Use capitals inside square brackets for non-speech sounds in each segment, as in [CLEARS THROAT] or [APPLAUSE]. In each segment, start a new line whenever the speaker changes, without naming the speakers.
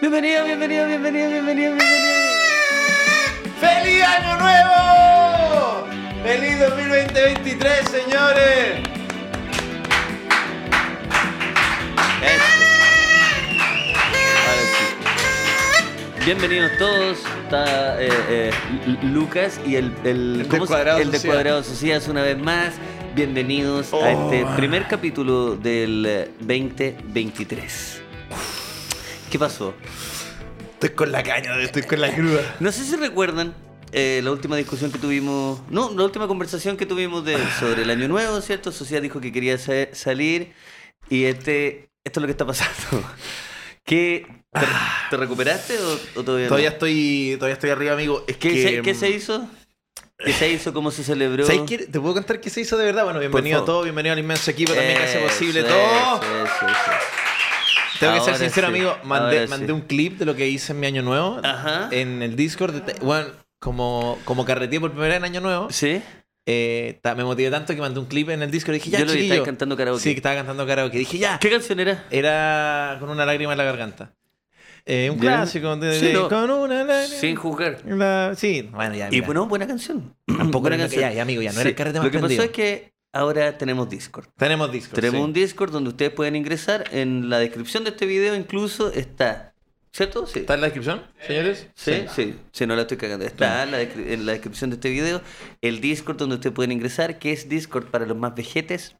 Bienvenido, bienvenido, bienvenido, bienvenido, bienvenido.
¡Feliz Año Nuevo! ¡Feliz 2020-23, señores!
Ahora sí. Bienvenidos todos. Está eh, eh, Lu- Lucas y el, el,
El
¿cómo se-
de Cuadrado
el de
Sociedad.
Cuadrado Sociedad una vez más. Bienvenidos
Oh.
a este primer capítulo del eh, 2023. ¿Qué pasó?
Estoy con la caña, estoy con la cruda.
No sé si recuerdan eh, la última discusión que tuvimos, no, la última conversación que tuvimos de, sobre el año nuevo, ¿cierto? Sociedad dijo que quería sa- salir y este, esto es lo que está pasando. [LAUGHS] ¿Qué, te, re- te recuperaste o, o [LAUGHS] todavía, no?
Todavía estoy, todavía estoy arriba, amigo. Es
¿Qué,
que, mm,
se, qué se hizo? ¿Qué se hizo? ¿Cómo se celebró?
¿Sabes qué? ¿Te puedo contar qué se hizo de verdad? Bueno, bienvenido a
favor.
todos, bienvenido al inmenso equipo también que hace
Eso,
posible
eso,
todo.
eso, eso.
Tengo que ser
Ahora
sincero,
sí,
amigo. Mandé,
ahora
mandé
sí.
un clip de lo que hice en mi año nuevo
Ajá.
en el Discord. Te- Bueno, como, como carreteé por primera vez en año nuevo,
¿Sí?
eh, ta- me motivé tanto que mandé un clip en el Discord y dije, ya,
Yo lo vi,
chiquillo.
estabas cantando karaoke.
Sí, que estaba cantando karaoke. Dije, ya.
¿Qué canción era?
Era con una lágrima en la garganta. Eh, un
Ya.
clásico. de-
Sí,
de-
no.
Con una lágrima.
Sin juzgar.
La- Sí, bueno, ya.
Y
mira.
bueno, buena canción.
[CLEARS THROAT] Tampoco
Buena
era lo que- ya, ya, amigo, ya, no era el carrete más
Lo que
prendido.
pasó es que ahora tenemos Discord.
Tenemos Discord.
Tenemos
sí.
un Discord donde ustedes pueden ingresar. En la descripción de este video incluso está. ¿Cierto? Sí.
¿Está en la descripción, señores?
Sí, sí, sí, no la estoy cagando. Está en la descri- en la descripción de este video el Discord donde ustedes pueden ingresar, que es Discord para los más vejetes.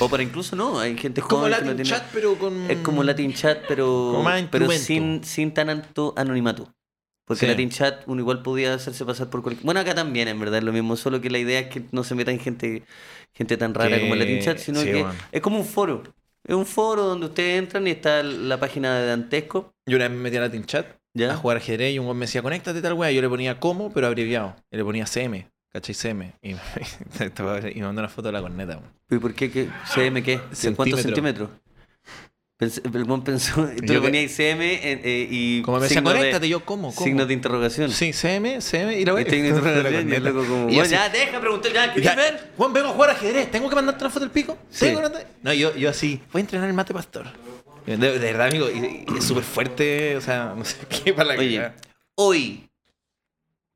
O para incluso no, hay
[LAUGHS]
gente
Es como
joven que no
Latin
tiene-
Chat, pero con.
Es como Latin Chat, pero,
Con más
pero
instrumento.
sin, sin tanto anonimato. Porque
Sí.
Latin Chat uno igual podía hacerse pasar por cualquier... Bueno, acá también en verdad es lo mismo, solo que la idea es que no se metan gente, gente tan rara
Que-
como el Latin Chat, sino
sí,
que
bueno.
es como un foro. Es un foro donde ustedes entran y está la página de Dantesco.
Yo una vez me metí a Latin Chat
¿Ya?
a jugar ajedrez y un weón me decía, conéctate tal weá. Yo le ponía como, pero abreviado. Y le ponía CM, ¿cachai? CM. Y [LAUGHS] me, y me mandó una foto de la corneta. weón.
¿Y por qué? ¿Qué? ¿CM qué? ¿De cuántos centímetros?
Centímetro.
Pensé- el buen pensó, [LAUGHS] tú le
Yo que-
ponías CM en- eh, y
Como me decía,
signo de-
conéctate. Yo, ¿cómo? ¿Cómo?
signos de interrogación.
Sí, CM, CM. Y la
Y [LAUGHS]
weá.
signo de
de [LAUGHS] la
interrogación, y el
corneta.
loco como,
Y
"Bueno,
así-
ya, deja preguntar, ya, ¿quieres
Ya,
ver?
Juan, vengo a jugar ajedrez. ¿Tengo que mandarte una foto del pico?
Sí.
¿Tengo que mandar- No, yo, yo así. Voy a entrenar el mate pastor. De, de verdad, amigo. y- y es súper fuerte. O sea, [LAUGHS] no sé qué para la
Oye,
cagada.
hoy,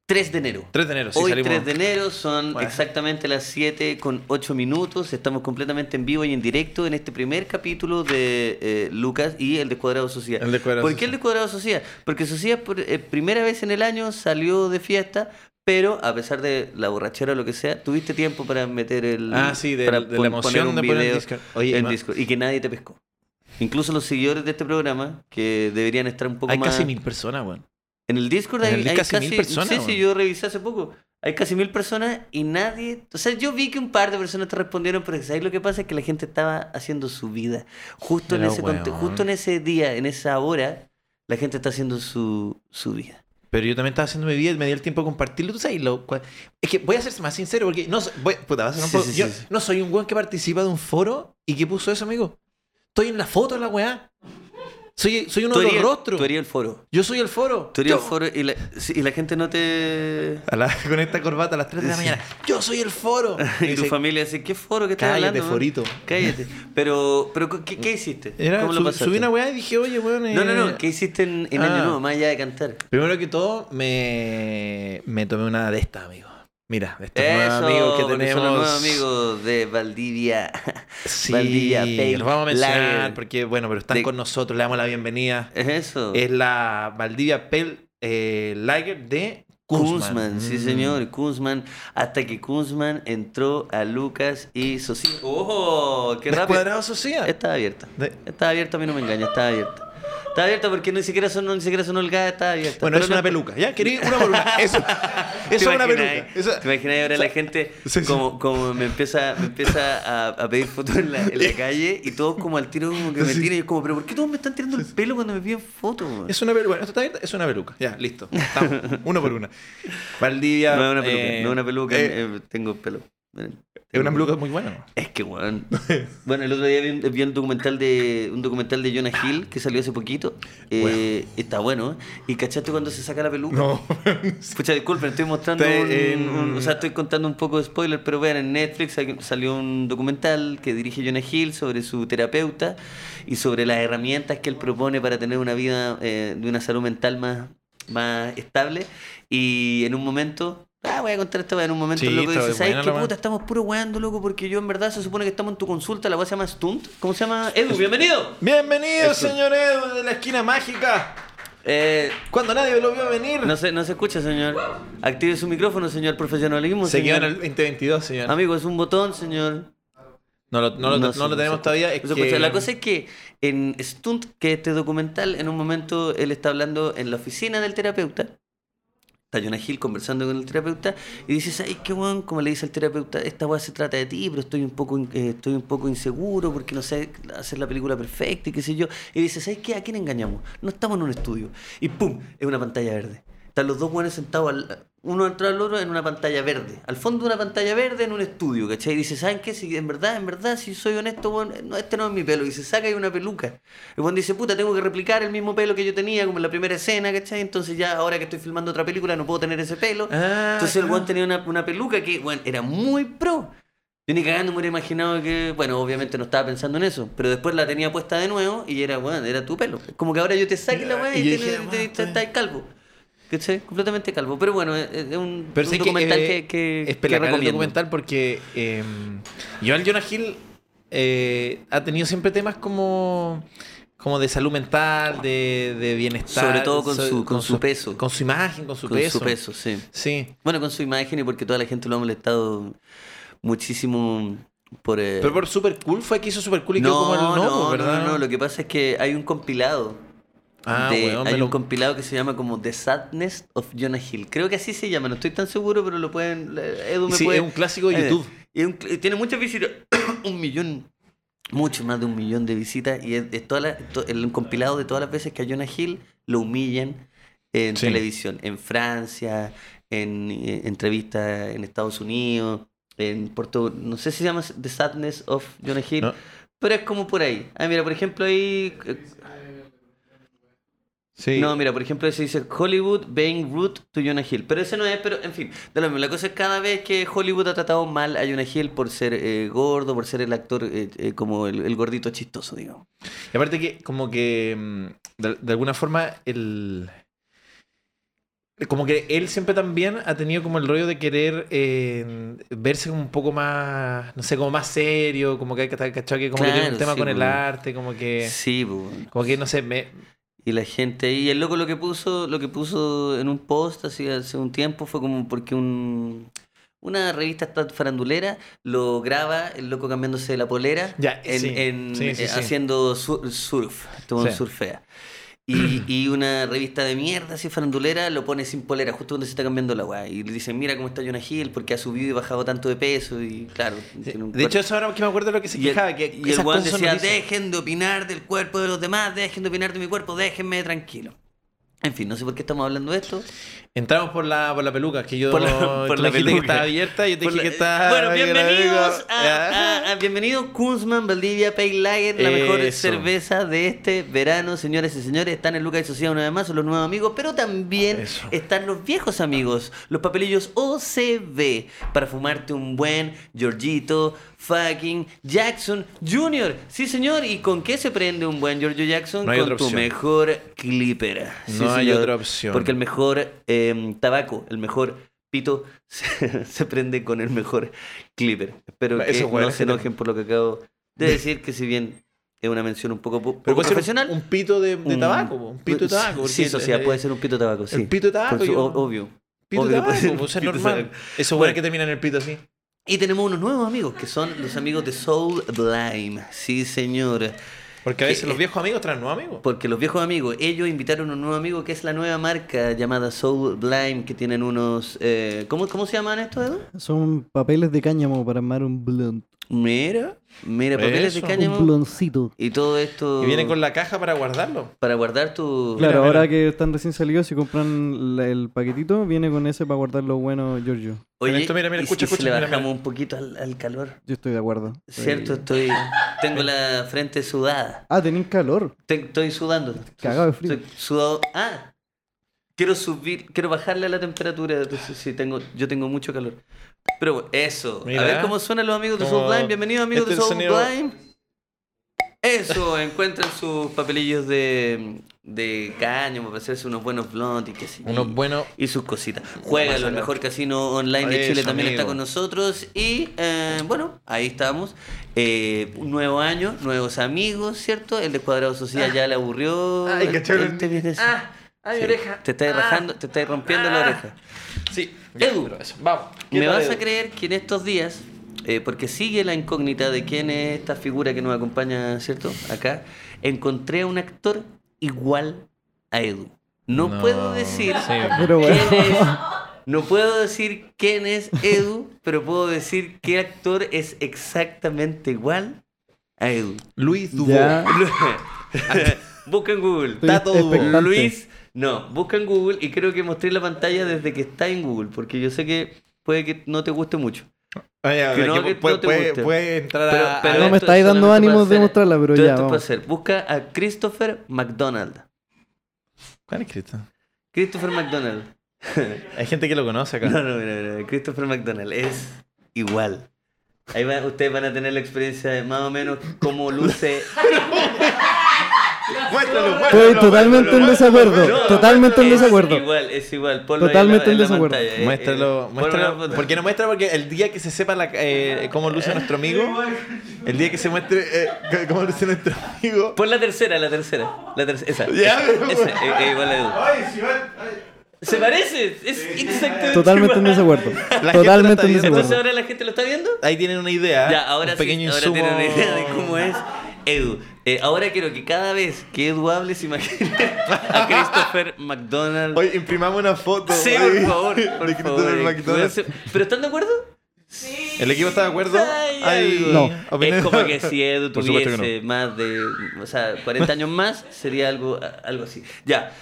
3 de enero.
3 de enero, sí,
hoy,
salimos.
3 de enero, son
Bueno.
exactamente las 7 con 8 minutos. Estamos completamente en vivo y en directo en este primer capítulo de eh, Lucas y el Descuadrado Sociedad.
El Descuadrado
¿Por qué el
Sociedad.
Descuadrado Sociedad? Porque Sociedad, por eh, primera vez en el año, salió de fiesta. Pero a pesar de la borrachera o lo que sea, tuviste tiempo para meter el.
Ah, sí, del-
para
de la
pon-
emoción
poner un
de poner el
video
Discord. Oye,
en
ma-
Discord, Y que nadie te pescó. Incluso los seguidores de este programa, que deberían estar un poco
Hay
más.
casi mil personas, weón.
En el Discord
En
hay,
el Discord
hay
casi
casi,
mil personas,
Sí,
weón.
sí, yo revisé hace poco. Hay casi mil personas y nadie. O sea, yo vi que un par de personas te respondieron, pero ahí lo que pasa es que la gente estaba haciendo su vida. Justo, en
Pero,
ese, conte-
weón.
justo en ese día, en esa hora, la gente está haciendo su, su vida.
Pero yo también estaba haciendo mi vida, me di el tiempo de compartirlo. ¿Tú sabes? Lo, cual- es que voy a ser más sincero porque no, so- voy- puta, vas a ser un
Sí,
poco-
sí, sí,
yo
sí.
no soy un weón que participa de un foro y que puso eso, amigo. Estoy en la foto de la weá. Soy, soy uno de los
eres-
rostros.
Tú eres el foro.
Yo soy el foro.
Tú eres el
Yo-
foro y la, sí, y la gente no
[LAUGHS]
te.
A la- con esta corbata a las 3 de la mañana. Yo soy el foro.
[LAUGHS] Y tu
dice,
familia dice, ¿qué foro que estás
Cállate,
hablando? man?
forito. [LAUGHS]
Cállate. Pero, pero ¿qué, qué hiciste?
Era,
¿Cómo lo
sub-
pasaste?
subí una weá y dije, oye, weón. eh,
No, no, no. ¿Qué hiciste en, en
Ah.
Año Nuevo, más allá de cantar?
Primero que todo, me, me tomé una de estas, amigo. Mira, de estos
Eso,
nuevos amigos que
porque son
tenemos.
los nuevos amigos de Valdivia.
Sí,
Valdivia, Pale
los vamos a mencionar
Lager.
porque, bueno, pero están
De-
con nosotros, le damos la bienvenida.
Es [LAUGHS] eso.
Es la Valdivia Pale eh, Lager de Kunzman.
Kunzman, sí
Mm.
señor, Kunzman. Hasta que Kunzman entró a Lucas y Socia. ¡Oh! ¡Qué rápido!
Descuadrado Social.
Estaba abierta.
De-
Estaba abierta, a mí no me engaña, estaba abierta. Estaba abierta porque ni siquiera sonó, ni siquiera sonó el gas, estaba abierta.
Bueno,
Pero
es una
no- [LAUGHS]
peluca. ¿Ya? ¿Quería una peluca? Eso,
¿Te
eso es una
imaginas- eh.
peluca. Eso-
¿Te imaginas ahora la gente
[LAUGHS] sí, sí.
como, como me empieza, me empieza a, a pedir fotos en la,
[LAUGHS]
en la calle y todos como al tiro como que me
Sí.
tiran y es como, pero ¿por qué todos me están tirando el pelo cuando me piden fotos? man?"
Es una peluca. Bueno, esto está abierto, es una peluca. Ya, listo.
[LAUGHS]
Estamos. Uno por una. Valdivia.
No es una peluca,
eh,
no es una peluca,
eh,
eh, tengo pelo. Miren.
Es una peluca muy buena.
Es que,
[LAUGHS]
weón. bueno, el otro día vi, un- vi un, documental de, un documental de Jonah Hill que salió hace poquito. Eh, Está bueno. ¿eh? ¿Y cachaste cuando se saca la peluca?
[LAUGHS] No.
Escucha, disculpen, estoy mostrando
Estoy
un,
en un-
un- O sea, estoy contando un poco de spoiler, pero vean, en Netflix hay- salió un documental que dirige Jonah Hill sobre su terapeuta y sobre las herramientas que él propone para tener una vida eh, de una salud mental más, más estable. Y en un momento... Ah, voy a contar esta weá. En un momento
Sí,
el loco
está
dice, ¿sabes
buena
qué
la weá".
puta? Estamos puro weando, loco, porque yo en verdad se supone que estamos en tu consulta. La weá se llama Stunt. ¿Cómo se llama? Edu, bienvenido.
Bienvenido,
Eso.
señor Edu, de la esquina mágica.
Eh,
Cuando nadie lo vio venir.
no, se, no se escucha, señor. Active su micrófono, señor profesionalismo.
se quedó
señor.
en el 2022, señor.
Amigo, es un botón, señor.
No lo, no lo- no
se-
lo
se
tenemos
escucha.
todavía.
No
Es
se
que...
escucha. pues, La cosa es que en Stunt, que es este documental, en un momento él está hablando en la oficina del terapeuta. Está Jonah Hill conversando con el terapeuta y dice, ¿sabes qué, weón? Como le dice el terapeuta, esta weá se trata de ti, pero estoy un poco in- eh, estoy un poco inseguro porque no sé hacer la película perfecta y qué sé yo. Y dice, ¿sabes qué? ¿A quién engañamos? No estamos en un estudio. Y ¡pum! Es una pantalla verde. Están los dos buenos sentados, al- uno detrás del otro, en una pantalla verde. Al fondo de una pantalla verde en un estudio, ¿cachai? Y dice, ¿saben qué? Si en verdad, en verdad, si soy honesto, weón, no, este no es mi pelo. Y se saca y una peluca. El weón dice, puta, tengo que replicar el mismo pelo que yo tenía, como en la primera escena, ¿cachai? Entonces ya ahora que estoy filmando otra película no puedo tener ese pelo.
Ah,
Entonces el weón
ah.
tenía una, una peluca que, bueno, era muy pro. Yo ni cagando me hubiera imaginado que, bueno, obviamente no estaba pensando en eso, pero después la tenía puesta de nuevo y era, bueno, era tu pelo. Como que ahora yo te saque la weá y,
Y yo
te-
dije,
te-
"Bueno,
te-
está bien".
estás calvo. ¿Cachai? Completamente calvo. Pero bueno, es, es un,
Pero
un
sé que,
documental
eh,
que, que-
es
que
pelacar el
recomiendo.
documental porque eh, yo al Jonah Hill eh, ha tenido siempre temas como como de salud mental, de, de bienestar.
Sobre todo con su- con su peso.
Con su imagen, con su
con
peso.
su peso, sí.
Sí.
Bueno, con su imagen y porque toda la gente lo ha molestado muchísimo por... eh,
Pero por Super Cool fue que hizo Super Cool y quedó como el no, ¿verdad?
no, no, lo que pasa es que hay un compilado.
Ah,
de-
weón, me
hay
lo-
un compilado que se llama como The Sadness of Jonah Hill. Creo que así se llama, no estoy tan seguro, pero lo pueden. le- Edu me
Sí,
puede-
es un clásico de
Eh,
YouTube.
y es un cl- tiene muchas visitas, [COUGHS] un millón, mucho más de un millón de visitas. Y es, es toda la- to- el compilado de todas las veces que a Jonah Hill lo humillan en
Sí.
televisión, en Francia, en eh, entrevistas en Estados Unidos, en Puerto. No sé si se llama The Sadness of Jonah Hill.
No.
Pero es como por ahí. Ah, mira, por ejemplo, ahí eh,
Sí.
no, mira, por ejemplo, se dice Hollywood being rude to Jonah Hill. Pero ese no es, pero en fin. de lo mismo. La cosa es cada vez que Hollywood ha tratado mal a Jonah Hill por ser eh, gordo, por ser el actor eh, eh, como el, el gordito chistoso, digamos.
Y aparte que como que mm, de, de alguna forma el como que él siempre también ha tenido como el rollo de querer eh, verse como un poco más no sé como más serio como que hay que estar cachado que como que tiene
Claro,
un tema
sí,
con el
pues.
arte como que
Sí, pues, bueno.
como que no sé me,
Y la gente y el loco lo que puso, lo que puso en un post así hace un tiempo fue como porque un una revista esta farandulera lo graba el loco cambiándose la polera
Ya,
en,
sí,
en-
sí, sí,
eh,
sí.
haciendo sur- surf, este weón
Sí.
surfea. Y, y una revista de mierda así farandulera lo pone sin polera justo cuando se está cambiando la weá. Y le dicen, mira cómo está Jonah Hill porque ha subido y bajado tanto de peso y claro. tiene un
de
cuerpo-
hecho eso ahora que me acuerdo de lo que se
y el,
quejaba que
y el
esas
weón
cosas son
decía,
noticias.
dejen de opinar del cuerpo de los demás, dejen de opinar de mi cuerpo, déjenme tranquilo. En fin, no sé por qué estamos hablando de esto.
entramos por la por la peluca que yo
Por la- por
tú
la
me dijiste que
peluca.
estaba abierta y yo te
Por
dije
la-
que estaba
Pues Bueno, bienvenidos a,
Ya.
a- a- bienvenidos Kunzman, Valdivia, Pale Lager, la mejor
Eso.
cerveza de este verano, señores y señores. Están en Lucas y Sociedad una vez más, son los nuevos amigos, pero también
Eso.
están los viejos amigos, los papelillos OCB, para fumarte un buen Georgito fucking Jackson Jr. Sí, señor, ¿y con qué se prende un buen Giorgio Jackson?
No hay
con
otra
tu
opción.
mejor clipper. Sí,
No hay
señor,
otra opción.
Porque el mejor eh, tabaco, el mejor pito [LAUGHS] se, se prende con el mejor clipper. Espero
Eso,
que
weón,
no
es
se
que te-
enojen por lo que acabo
[LAUGHS]
de decir, que si bien es una mención un poco, po-
Pero
poco
puede ser un-
profesional.
un pito de, de
un-
tabaco, po, un pito de tabaco.
Sí,
porque
sociedad,
el-
puede ser un pito de tabaco, sí.
pito de tabaco,
Por su-
yo-
o- obvio.
Pito
Obvio que
de
puede
tabaco,
ser un
pues es
pito de
normal.
tabaco.
Eso bueno
Bueno.
que termina en el pito así.
Y tenemos unos nuevos amigos, que son los amigos de Soul Blime. Sí, señor.
Porque a
Que-
veces los viejos amigos traen nuevos amigos.
Porque los viejos amigos, ellos invitaron a un nuevo amigo que es la nueva marca llamada Soul Blime, que tienen unos... eh, ¿cómo, ¿Cómo se llaman estos, Edu?
Son papeles de cáñamo para armar un blunt.
Mira, mira, papeles de
Eso.
cáñamo.
Un ploncito.
Y todo esto
Y viene con la caja para guardarlo.
para guardar tu...
Claro,
mira.
ahora que están recién salidos, si compran la- el paquetito, viene con ese para guardar lo bueno, Giorgio.
Oye,
esto, mira, mira,
y
escucha,
si- si
escucha,
le
mira,
bajamos
mira.
un poquito al, al calor.
Yo estoy de acuerdo.
Cierto, estoy... Tengo la frente sudada.
Eh, Ah, tenéis calor.
Te- estoy sudando.
Cagado de frío.
Estoy sudado. Ah, quiero subir, quiero bajarle a la temperatura. Entonces, sí, tengo, yo tengo mucho calor. Pero bueno, eso.
Mira.
A ver cómo suenan los amigos de
Como-
Sublime. Bienvenidos amigos de
Este es el sonido-
Sublime. Eso, encuentren sus papelillos de, de caño para hacerse unos buenos blondes y qué sé yo.
Unos buenos.
Y sus cositas. Juega el mejor casino online de
Eso,
Chile también
amigo.
está con nosotros. Y eh, bueno, ahí estamos. Eh, un nuevo año, nuevos amigos, ¿cierto? El descuadrado social ya le aburrió.
Ah.
Este
Ay, cachorro.
Él te viene-
ay,
Sí, Te estás rajando, te estás rompiendo la
Ah.
oreja.
Sí,
Edu.
pero eso, Vamos. ¿Qué
¿Me
tal,
vas a
Edu?
creer que en estos días, eh, porque sigue la incógnita de quién es esta figura que nos acompaña, ¿cierto? Acá, encontré a un actor igual a Edu. No, puedo decir
sí.
Pero bueno.
quién es- no puedo decir quién es Edu, pero puedo decir qué actor es exactamente igual a Edu. [LAUGHS]
Luis Dubó.
Ya.
busca en Google.
Estoy
Tato Dubó.
expectante.
Luis, no, busca en Google y creo que mostré la pantalla desde que está en Google, porque yo sé que puede que no te guste mucho.
Ah, ya,
Que
de
no,
que
que
puede,
no te
puede-
guste.
puede entrar
Pero-
a.
pero
a-
No me
esto
estáis
es
dando
solamente para
ánimos de
hacer-
mostrarla, pero
Todo
ya,
esto es para
vamos.
hacer. Busca a Christopher McDonald.
¿Cuál es Cristo?
Christopher McDonald.
Hay gente que lo conoce acá.
No, no, mira, mira. Christopher McDonald es igual. Ahí va- ustedes van a tener la experiencia de más o menos cómo
[LAUGHS]
luce.
Muéstralo,
Estoy totalmente en desacuerdo.
No,
totalmente en
es
desacuerdo.
Igual, es igual. ponlo ahí
Totalmente
la-
en
la
desacuerdo.
pantalla, eh, eh,
Muéstralo,
ponlo en la
muéstralo.
foto.
¿Por qué no muestra? Porque el día que se sepa la, eh, cómo luce nuestro amigo, el día que se muestre eh, c- cómo luce nuestro amigo.
Pon la tercera, la tercera. La tercera, esa.
Ya,
esa,
pero-
esa, eh, eh, igual a Edu. Se parece, es exactamente
[LAUGHS] Totalmente
[LAUGHS]
en
igual.
desacuerdo.
está
Totalmente en
viendo,
Entonces
desacuerdo.
ahora la gente lo está viendo.
Ahí tienen una idea.
Ya, ahora
un pequeño
sí, ahora
insumo.
tienen una idea de cómo es Edu. Eh, ahora quiero que cada vez que Edu hable se imagine a Christopher McDonald.
Hoy imprimamos una foto.
sí,
ahí,
por favor, por
de
favor.
Christopher McDonald's.
¿Pero están de acuerdo?
¿El equipo está de acuerdo?
Ay,
Hay
ay.
No.
opiniones.
Es como que si Edu
Por supuesto que
tuviese más de o sea, 40 años más, sería algo, algo así. Ya.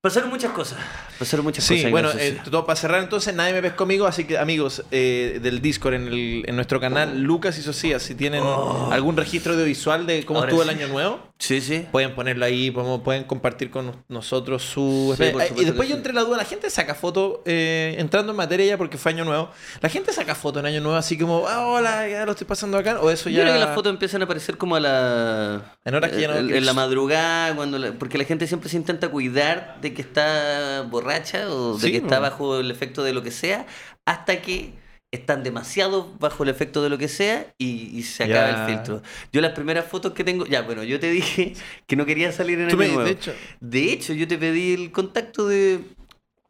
Pasaron muchas cosas. Pasaron muchas
Sí,
cosas. en
bueno,
la sociedad.
eh, todo para cerrar entonces, nadie me ves conmigo, así que amigos eh, del Discord, en, el- en nuestro canal Lucas y Socias, si tienen algún registro audiovisual de cómo
Oh. Ahora
estuvo
sí.
el año nuevo,
sí, sí.
pueden ponerlo ahí, podemos- pueden compartir con nos- nosotros su...
Sí, por
Eh,
supuesto
y después
que
yo
sí.
entre la duda, la gente saca foto, eh, entrando en materia ya porque fue año nuevo, la gente saca foto en año nuevo así como, ah, hola, ya lo estoy pasando acá, o eso
Yo
ya...
creo que las fotos empiezan a aparecer como a la. eh,
En horas que ya no-
en, en la madrugada, cuando la- porque la gente siempre se intenta cuidar de que está borracha o de
Sí,
que está
no.
bajo el efecto de lo que sea, hasta que están demasiado bajo el efecto de lo que sea y, y se acaba
Ya.
el filtro. Yo las primeras fotos que tengo, ya bueno, yo te dije [LAUGHS] que no quería salir en
Tú
el
me-
nuevo.
de hecho-
De hecho, yo te pedí el contacto de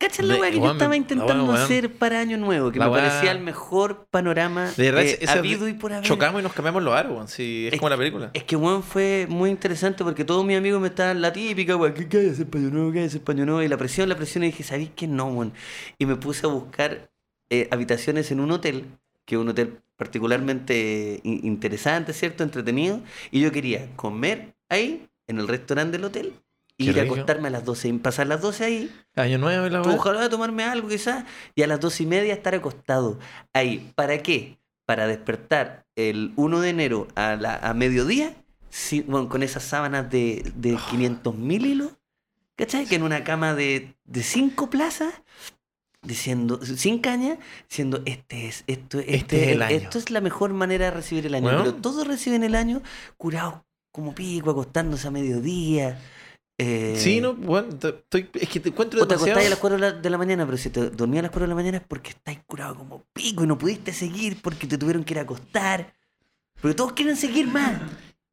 ¿Cachas la
De-
weá que yo
weón, me-
estaba
la weá,
intentando
weón.
hacer para Año Nuevo? Que
La
me
weá-
parecía el mejor panorama
De verdad,
eh,
es- es-
habido y por haber.
Chocamos y nos cambiamos los árboles, sí, es, como la película.
Es que, weón, fue muy interesante porque todos mis amigos me estaban la típica, weón, que hay ese paño nuevo, que hay ese paño nuevo. Y la presión, la presión, y dije, ¿sabéis qué no, weón? Y me puse a buscar eh, habitaciones en un hotel, que es un hotel particularmente eh, in- interesante, ¿cierto? Entretenido. Y yo quería comer ahí, en el restaurante del hotel,
Qué
y ir a
rico.
acostarme a las 12, y pasar las 12 ahí.
Año nuevo y la
Tú,
weá.
ojalá tomarme algo quizás y a las dos y media estar acostado ahí. ¿Para qué? Para despertar el 1 de enero a, la, a mediodía sí, bueno, con esas sábanas de, de
Ah.
500 mil hilos, ¿cachai? Que en una cama de, de cinco plazas, diciendo, sin caña, diciendo, este es, esto, este,
Este es el año.
esto es la mejor manera de recibir el año.
Bueno.
Pero todos reciben el año curados como pico, acostándose a mediodía. eh,
Sí, no, bueno, te- estoy- es que te encuentro
o te
demasiado...
acostáis a las 4 de la, de la mañana, pero si te dormías a las 4 de la mañana es porque estáis curado como pico y no pudiste seguir porque te tuvieron que ir a acostar. Pero todos quieren seguir más.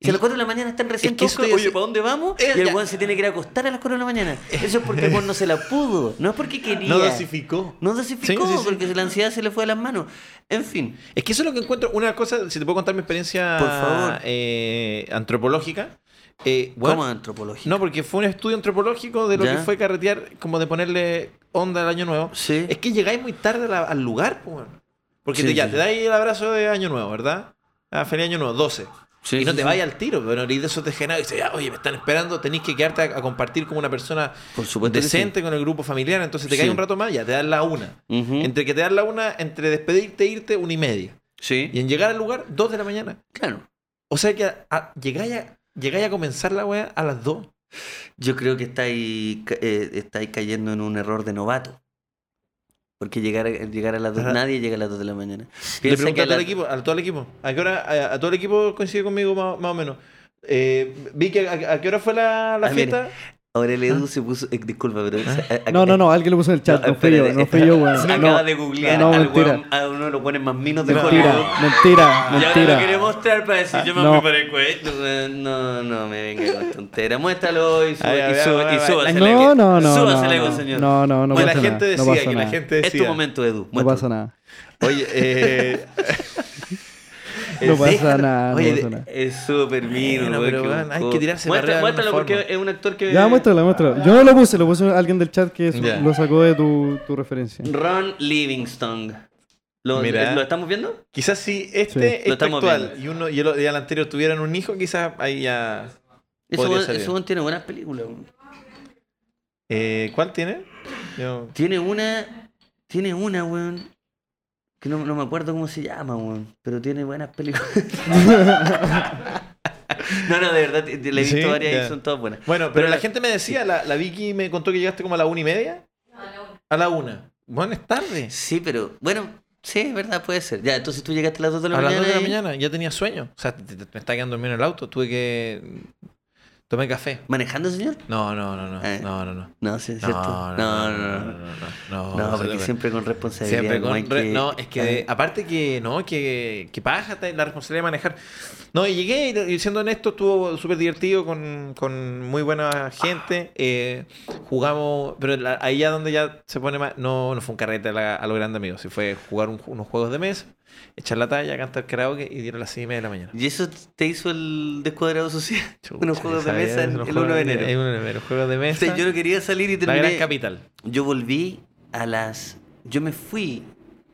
Si a las 4 de la mañana están recién
Es que
todos
eso te-
oye, ¿para dónde vamos?
Eh,
y el
ya. Eh.
weón se tiene que ir a acostar a las 4 de la mañana. Eso es porque el weón no se la pudo. No es porque quería.
No dosificó.
No dosificó
Sí, sí, sí.
porque la ansiedad se le fue de las manos. En fin.
Es que eso es lo que encuentro. Una cosa, si te puedo contar mi experiencia
Por favor.
eh, antropológica. Eh, bueno,
¿Cómo antropología?
no, porque fue un estudio antropológico de lo
Ya.
que fue carretear, como de ponerle onda al año nuevo.
Sí.
Es que llegáis muy tarde a la- al lugar, pues, bueno. Porque
Sí,
te- ya
sí.
te dais el abrazo de año nuevo, ¿verdad? Ah, feliz año nuevo, 12.
Sí,
y no
sí,
te
sí.
vayas al tiro, pero no eres de esos degenerados que dices, "Ah, oye, me están esperando, tenés que quedarte a, a compartir como una persona
Por supuesto que sí.
decente con el grupo familiar, entonces te
Sí. ¿Mm?
caes un rato más, ya te dan la una.
Ujú.
Entre que te dan la una, entre despedirte e irte, una y media.
Sí,
Y en llegar al lugar, dos de la mañana.
claro.
O sea que a- a- llegáis a, llegáis a comenzar la weá a las dos.
Yo creo que estáis, ca- eh, estáis cayendo en un error de novato. Porque llegar a, llegar a las dos,
Ajá.
nadie llega a las 2 de la mañana.
Le
Piensa
pregunté
que
a todo
la-
el equipo, a todo el equipo. ¿A qué hora a, a todo el equipo coincide conmigo más, más o menos? Eh, vi que a, a qué hora fue la, la
Ah, mira.
fiesta.
Ahora el Edu se puso. eh, disculpa, pero. a- a-
Ah.
[LAUGHS]
No, no, no, alguien lo puso en el chat, no, fui yo,
espérate.
no fui yo,
[LAUGHS]
weón.
Acaba
No,
de googlear
no,
al
mentira.
weón- a uno de los buenos más minos de Hollywood.
Mentira, mentira,
Y ahora lo quiere
mentira.
mostrar para decir, yo me
no.
voy para el cuento. No, no me venga con tontera. Muéstralo y, suba,
Ay, ay,
y, suba,
ay,
y
ay,
súbasele.
No, no, no.
Súbasele,
no, no,
señor. Pues
No, no, no.
Bueno,
pasa
la gente
nada, no
decía,
pasa
que la
nada.
gente
es
decía.
tu momento, Edu.
No
Muéstralo.
pasa nada.
Oye,
[LAUGHS]
eh, [LAUGHS]
No pasa
Déjalo.
nada, no
Oye,
pasa
de-
nada.
es súper mino.
Bueno,
güey,
pero,
que
weón, hay
buscó.
que tirarse
Muestra-
para arriba de
Muéstralo
alguna
porque
forma.
es un actor que.
Ya, muéstralo, muéstralo. Yo no lo puse, lo puso alguien del chat que su-
Ya.
lo sacó de tu, tu referencia.
Ron Livingston. ¿Lo,
Mira.
¿lo estamos viendo?
quizás si
Sí.
este
Lo
este
estamos
actual
viendo.
y uno y el, y el anterior tuvieran un hijo, quizás ahí ya.
Eso,
Podría
güey-
salir.
eso güey tiene buenas películas. güey.
Eh, ¿Cuál tiene? Yo-
Tiene una. Tiene una, weón. Que no, no me acuerdo cómo se llama, weón. Pero tiene buenas
[LAUGHS]
películas. no, no, de verdad, te- te- le he visto
Sí,
varias
ya.
y son todas buenas.
Bueno, pero,
Pero
la
la-
gente me decía, la, la Vicky me contó que llegaste como a la una y media. a la una. Bueno, es tarde.
Sí, pero. Bueno, sí, es verdad, puede ser. Ya, entonces tú llegaste a las 2 de la
A las
mañana.
2 de la
y-
mañana ya tenía sueño. O sea, te- te- me estaba quedando dormido en el auto. Tuve que. Tomé café.
¿Manejando, señor?
No, no, no, no.
Eh.
No, no, no.
No, sí, es
No,
cierto.
no, no, no, no, no, no,
No,
no,
porque
no.
siempre con responsabilidad.
Siempre
como hay
con. re-
que-
No, es que de- aparte que. No, que, que paja te- la responsabilidad de manejar. No, y llegué y, y siendo honesto, estuvo súper divertido con, con muy buena gente. Eh, jugamos. Pero la- ahí ya donde ya se pone más. No, no fue un carrete a, la- a lo grande, amigos. Si fue jugar un- unos juegos de mesa, echar la talla, cantar karaoke y dieron las 6 y media de la mañana.
¿Y eso te hizo el descuadrado social? [LAUGHS]
Chucha,
Unos juegos de
sabía,
mesa en
unos
el
juegos
1 de
El
enero.
1 de enero, juegos de
O
mesa.
sea, yo no quería salir y
la gran
terminé.
capital.
Yo volví a las. Yo me fui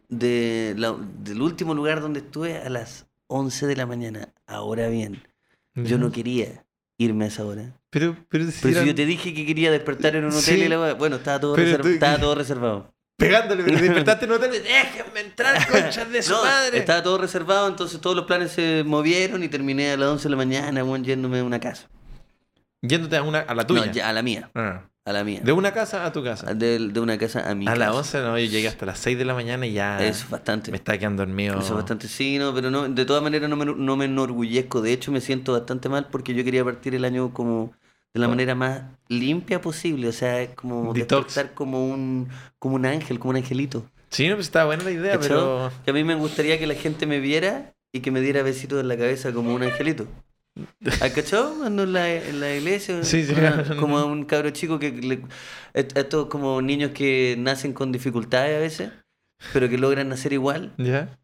de la- del último lugar donde estuve a las 11 de la mañana. Ahora bien, yo no quería irme a esa hora.
Pero, pero, si
Pero si
eran-
yo te dije que quería despertar en un hotel
Sí.
y la weá- Bueno, estaba todo,
Pero
reserv-
tú- [LAUGHS]
estaba todo reservado. [LAUGHS]
pegándole, pero despertaste en un hotel. Déjenme entrar, conchas de su
No,
madre.
Estaba todo reservado, entonces todos los planes se movieron y terminé a las 11 de la mañana weón, yéndome a una casa.
Yéndote a, una, a la
No,
tuya.
ya, a la mía.
No, no.
A la mía.
De una casa a tu casa.
De, de una casa a mi
A las
casa.
11, no, yo llegué hasta las 6 de la mañana y ya
Eso es bastante.
me estaba quedando dormido.
Eso es bastante sí, no, pero no, de todas maneras no me, no me enorgullezco. De hecho, me siento bastante mal porque yo quería partir el año como de la manera más limpia posible. O sea, es como
Detox.
despertar como un, como un ángel, como un angelito.
Sí, no, pues estaba buena la idea,
¿cachado?
pero.
Que a mí me gustaría que la gente me viera y que me diera besitos en la cabeza como un angelito. ¿Has cachado? Cuando en la, en la iglesia,
Sí, sí.
una- como a un cabro chico que le- est- estos como niños que nacen con dificultades a veces, pero que logran nacer igual.
Ya.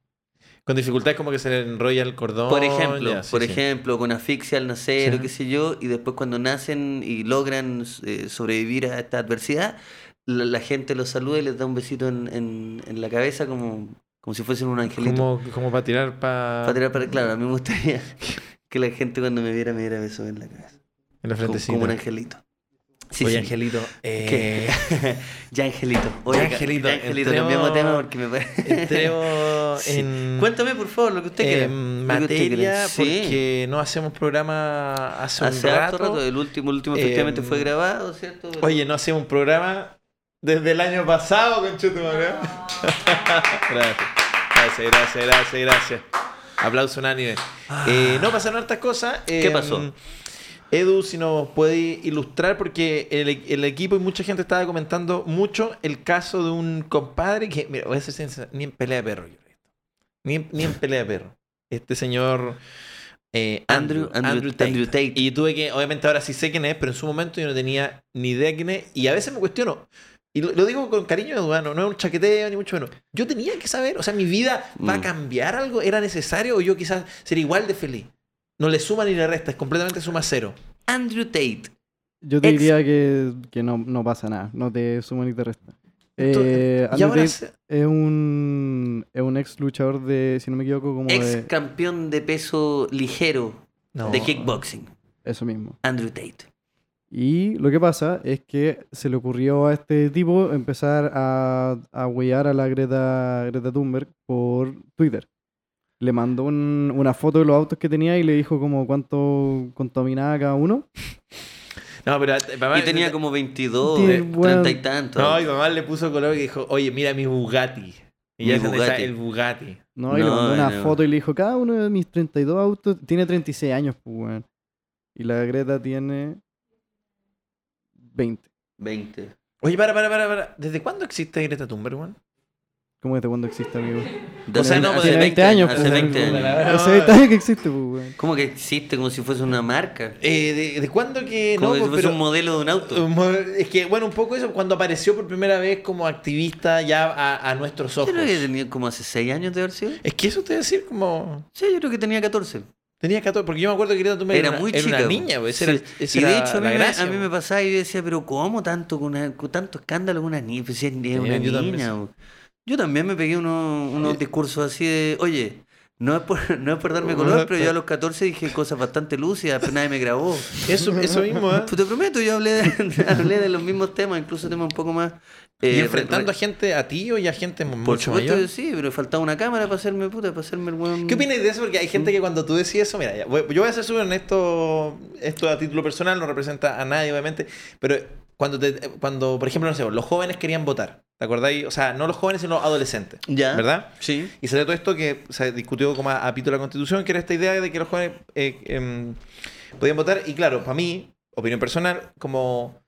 Con dificultad como que se le enrolla el cordón.
Por ejemplo,
Oh, ya, sí,
por
sí.
ejemplo, con asfixia al nacer
Sí.
o qué sé yo, y después cuando nacen y logran eh, sobrevivir a esta adversidad, la, la gente los saluda y les da un besito en, en- en la cabeza como, como si fuesen un angelito.
Como, como para tirar para.
Para tirar para- claro, a mí me gustaría [LAUGHS] que la gente cuando me viera me diera besos en la cabeza.
En la
Como,
frentecita.
como un angelito. Sí,
Oye,
sí.
Angelito.
¿Qué?
Eh...
[LAUGHS] ya Angelito.
Ya,
ca-
Angelito,
ya, Angelito,
entremos-
cambiamos de tema porque me
[LAUGHS]
parece... [LAUGHS]
Entremos
Sí.
en,
Cuéntame, por favor, lo que usted quiera.
en
Lo que usted
materia
quiera. Sí.
porque no hacemos programa hace,
Hace
un
harto
rato.
rato, el último, el último efectivamente
Em,
fue grabado, ¿cierto?
Oye, no hacemos un programa desde el año pasado, conchetumare. [LAUGHS] gracias. Gracias, gracias, gracias, gracias. Aplauso unánime. Eh, no pasaron hartas cosas.
Ah. ¿Qué
Eh,
pasó?
Edu, si nos puede ilustrar, porque el, el equipo y mucha gente estaba comentando mucho el caso de un compadre que, mira, voy a ser sincero, ni en pelea de perro, yo creo. Ni en, ni en pelea de perro. Este señor eh, Andrew,
Andrew- Andrew-
Andrew Tate.
Andrew Tate.
Y tuve que, obviamente ahora sí sé quién es, pero en su momento yo no tenía ni idea quién es. Y a veces me cuestiono. Y lo, lo digo con cariño, Eduardo, no es un chaqueteo ni mucho menos. Yo tenía que saber, o sea, mi vida va a
Mm.
cambiar algo, era necesario o yo quizás sería igual de feliz. No le suma ni le resta, es completamente suma cero.
Andrew Tate.
Yo te
Ex-
diría que, que no, no pasa nada, no te suma ni te resta.
y
Eh, Andrew
ahora
Tate
se-
es un, es un ex luchador de, si no me equivoco, como
Ex
de
campeón de peso ligero
no.
de kickboxing,
eso mismo.
Andrew Tate.
Y lo que pasa es que se le ocurrió a este tipo empezar a, a huear a la Greta, Greta Thunberg por Twitter. Le mandó un- una foto de los autos que tenía y le dijo como cuánto contaminaba cada uno.
No, pero eh, mamá-
Y tenía como 22,
Tiene,
eh,
weón.
30 y tantos.
No, mi mamá le puso color y dijo, oye, mira mi Bugatti. Y
Mi
ya se te
Bugatti.
sale el Bugatti.
¿no? Y le
No,
mandó una
no.
foto y le dijo, cada uno de mis 32 autos tiene 36 años, pues, weón. Y la Greta tiene 20.
20.
Oye, para, para, para, para. ¿Desde cuándo existe Greta Thunberg, weón?
¿Cómo es de cuando existe, amigo?
De
O sea, no,
hace
tiene
20 años. Hace
pues,
20
weón.
años.
Hace 20 años que existe, pues, weón.
¿Cómo que existe como si fuese una marca?
Eh, ¿de, de cuándo que
Como
no?
si
pues,
fuese un modelo de un auto.
pero- Es que, bueno, un poco eso, cuando apareció por primera vez como activista ya a, a nuestros
Yo
ojos.
creo que tenía como hace 6 años de haber sido.
Es que eso te voy a decir como...
Sí, yo creo que tenía 14.
Tenía 14, porque yo me acuerdo que Greta Thunberg
Era muy
era
chica.
una
po.
niña, pues,
Sí.
esa era, esa
Y de
era
hecho, a mí,
la
me-
gracia,
a mí
po.
me pasaba y yo decía, pero ¿cómo tanto, con una- con tanto escándalo con una niña? Pues, si es ni- es una
yo también Eh.
niña. po. Yo también me pegué uno- unos discursos así de, oye, no es por, [LAUGHS] no es por darme color,
[LAUGHS]
pero yo a los 14 dije cosas bastante lúcidas, pero nadie me grabó. [LAUGHS]
Eso, eso mismo, ¿eh?
Pues te prometo, yo hablé de, [LAUGHS] hablé de los mismos temas, incluso temas un poco más...
y
eh,
enfrentando a
re-
gente, a ti o y a gente
Por
mucho
supuesto
mayor.
que sí, pero faltaba una cámara para hacerme puta, para hacerme el weón...
¿Qué opinas de eso? Porque hay gente que cuando tú decís eso, mira, ya, voy- yo voy a ser súper honesto, esto a título personal no representa a nadie, obviamente, pero cuando, te, cuando por ejemplo, no sé, los jóvenes querían votar, ¿te acordáis? O sea, no los jóvenes, sino los adolescentes,
Ya.
¿verdad?
Sí.
Y salió todo esto que se discutió como a, a pito de la Constitución, que era esta idea de que los jóvenes eh, em, podían votar. Y claro, para mí, opinión personal, como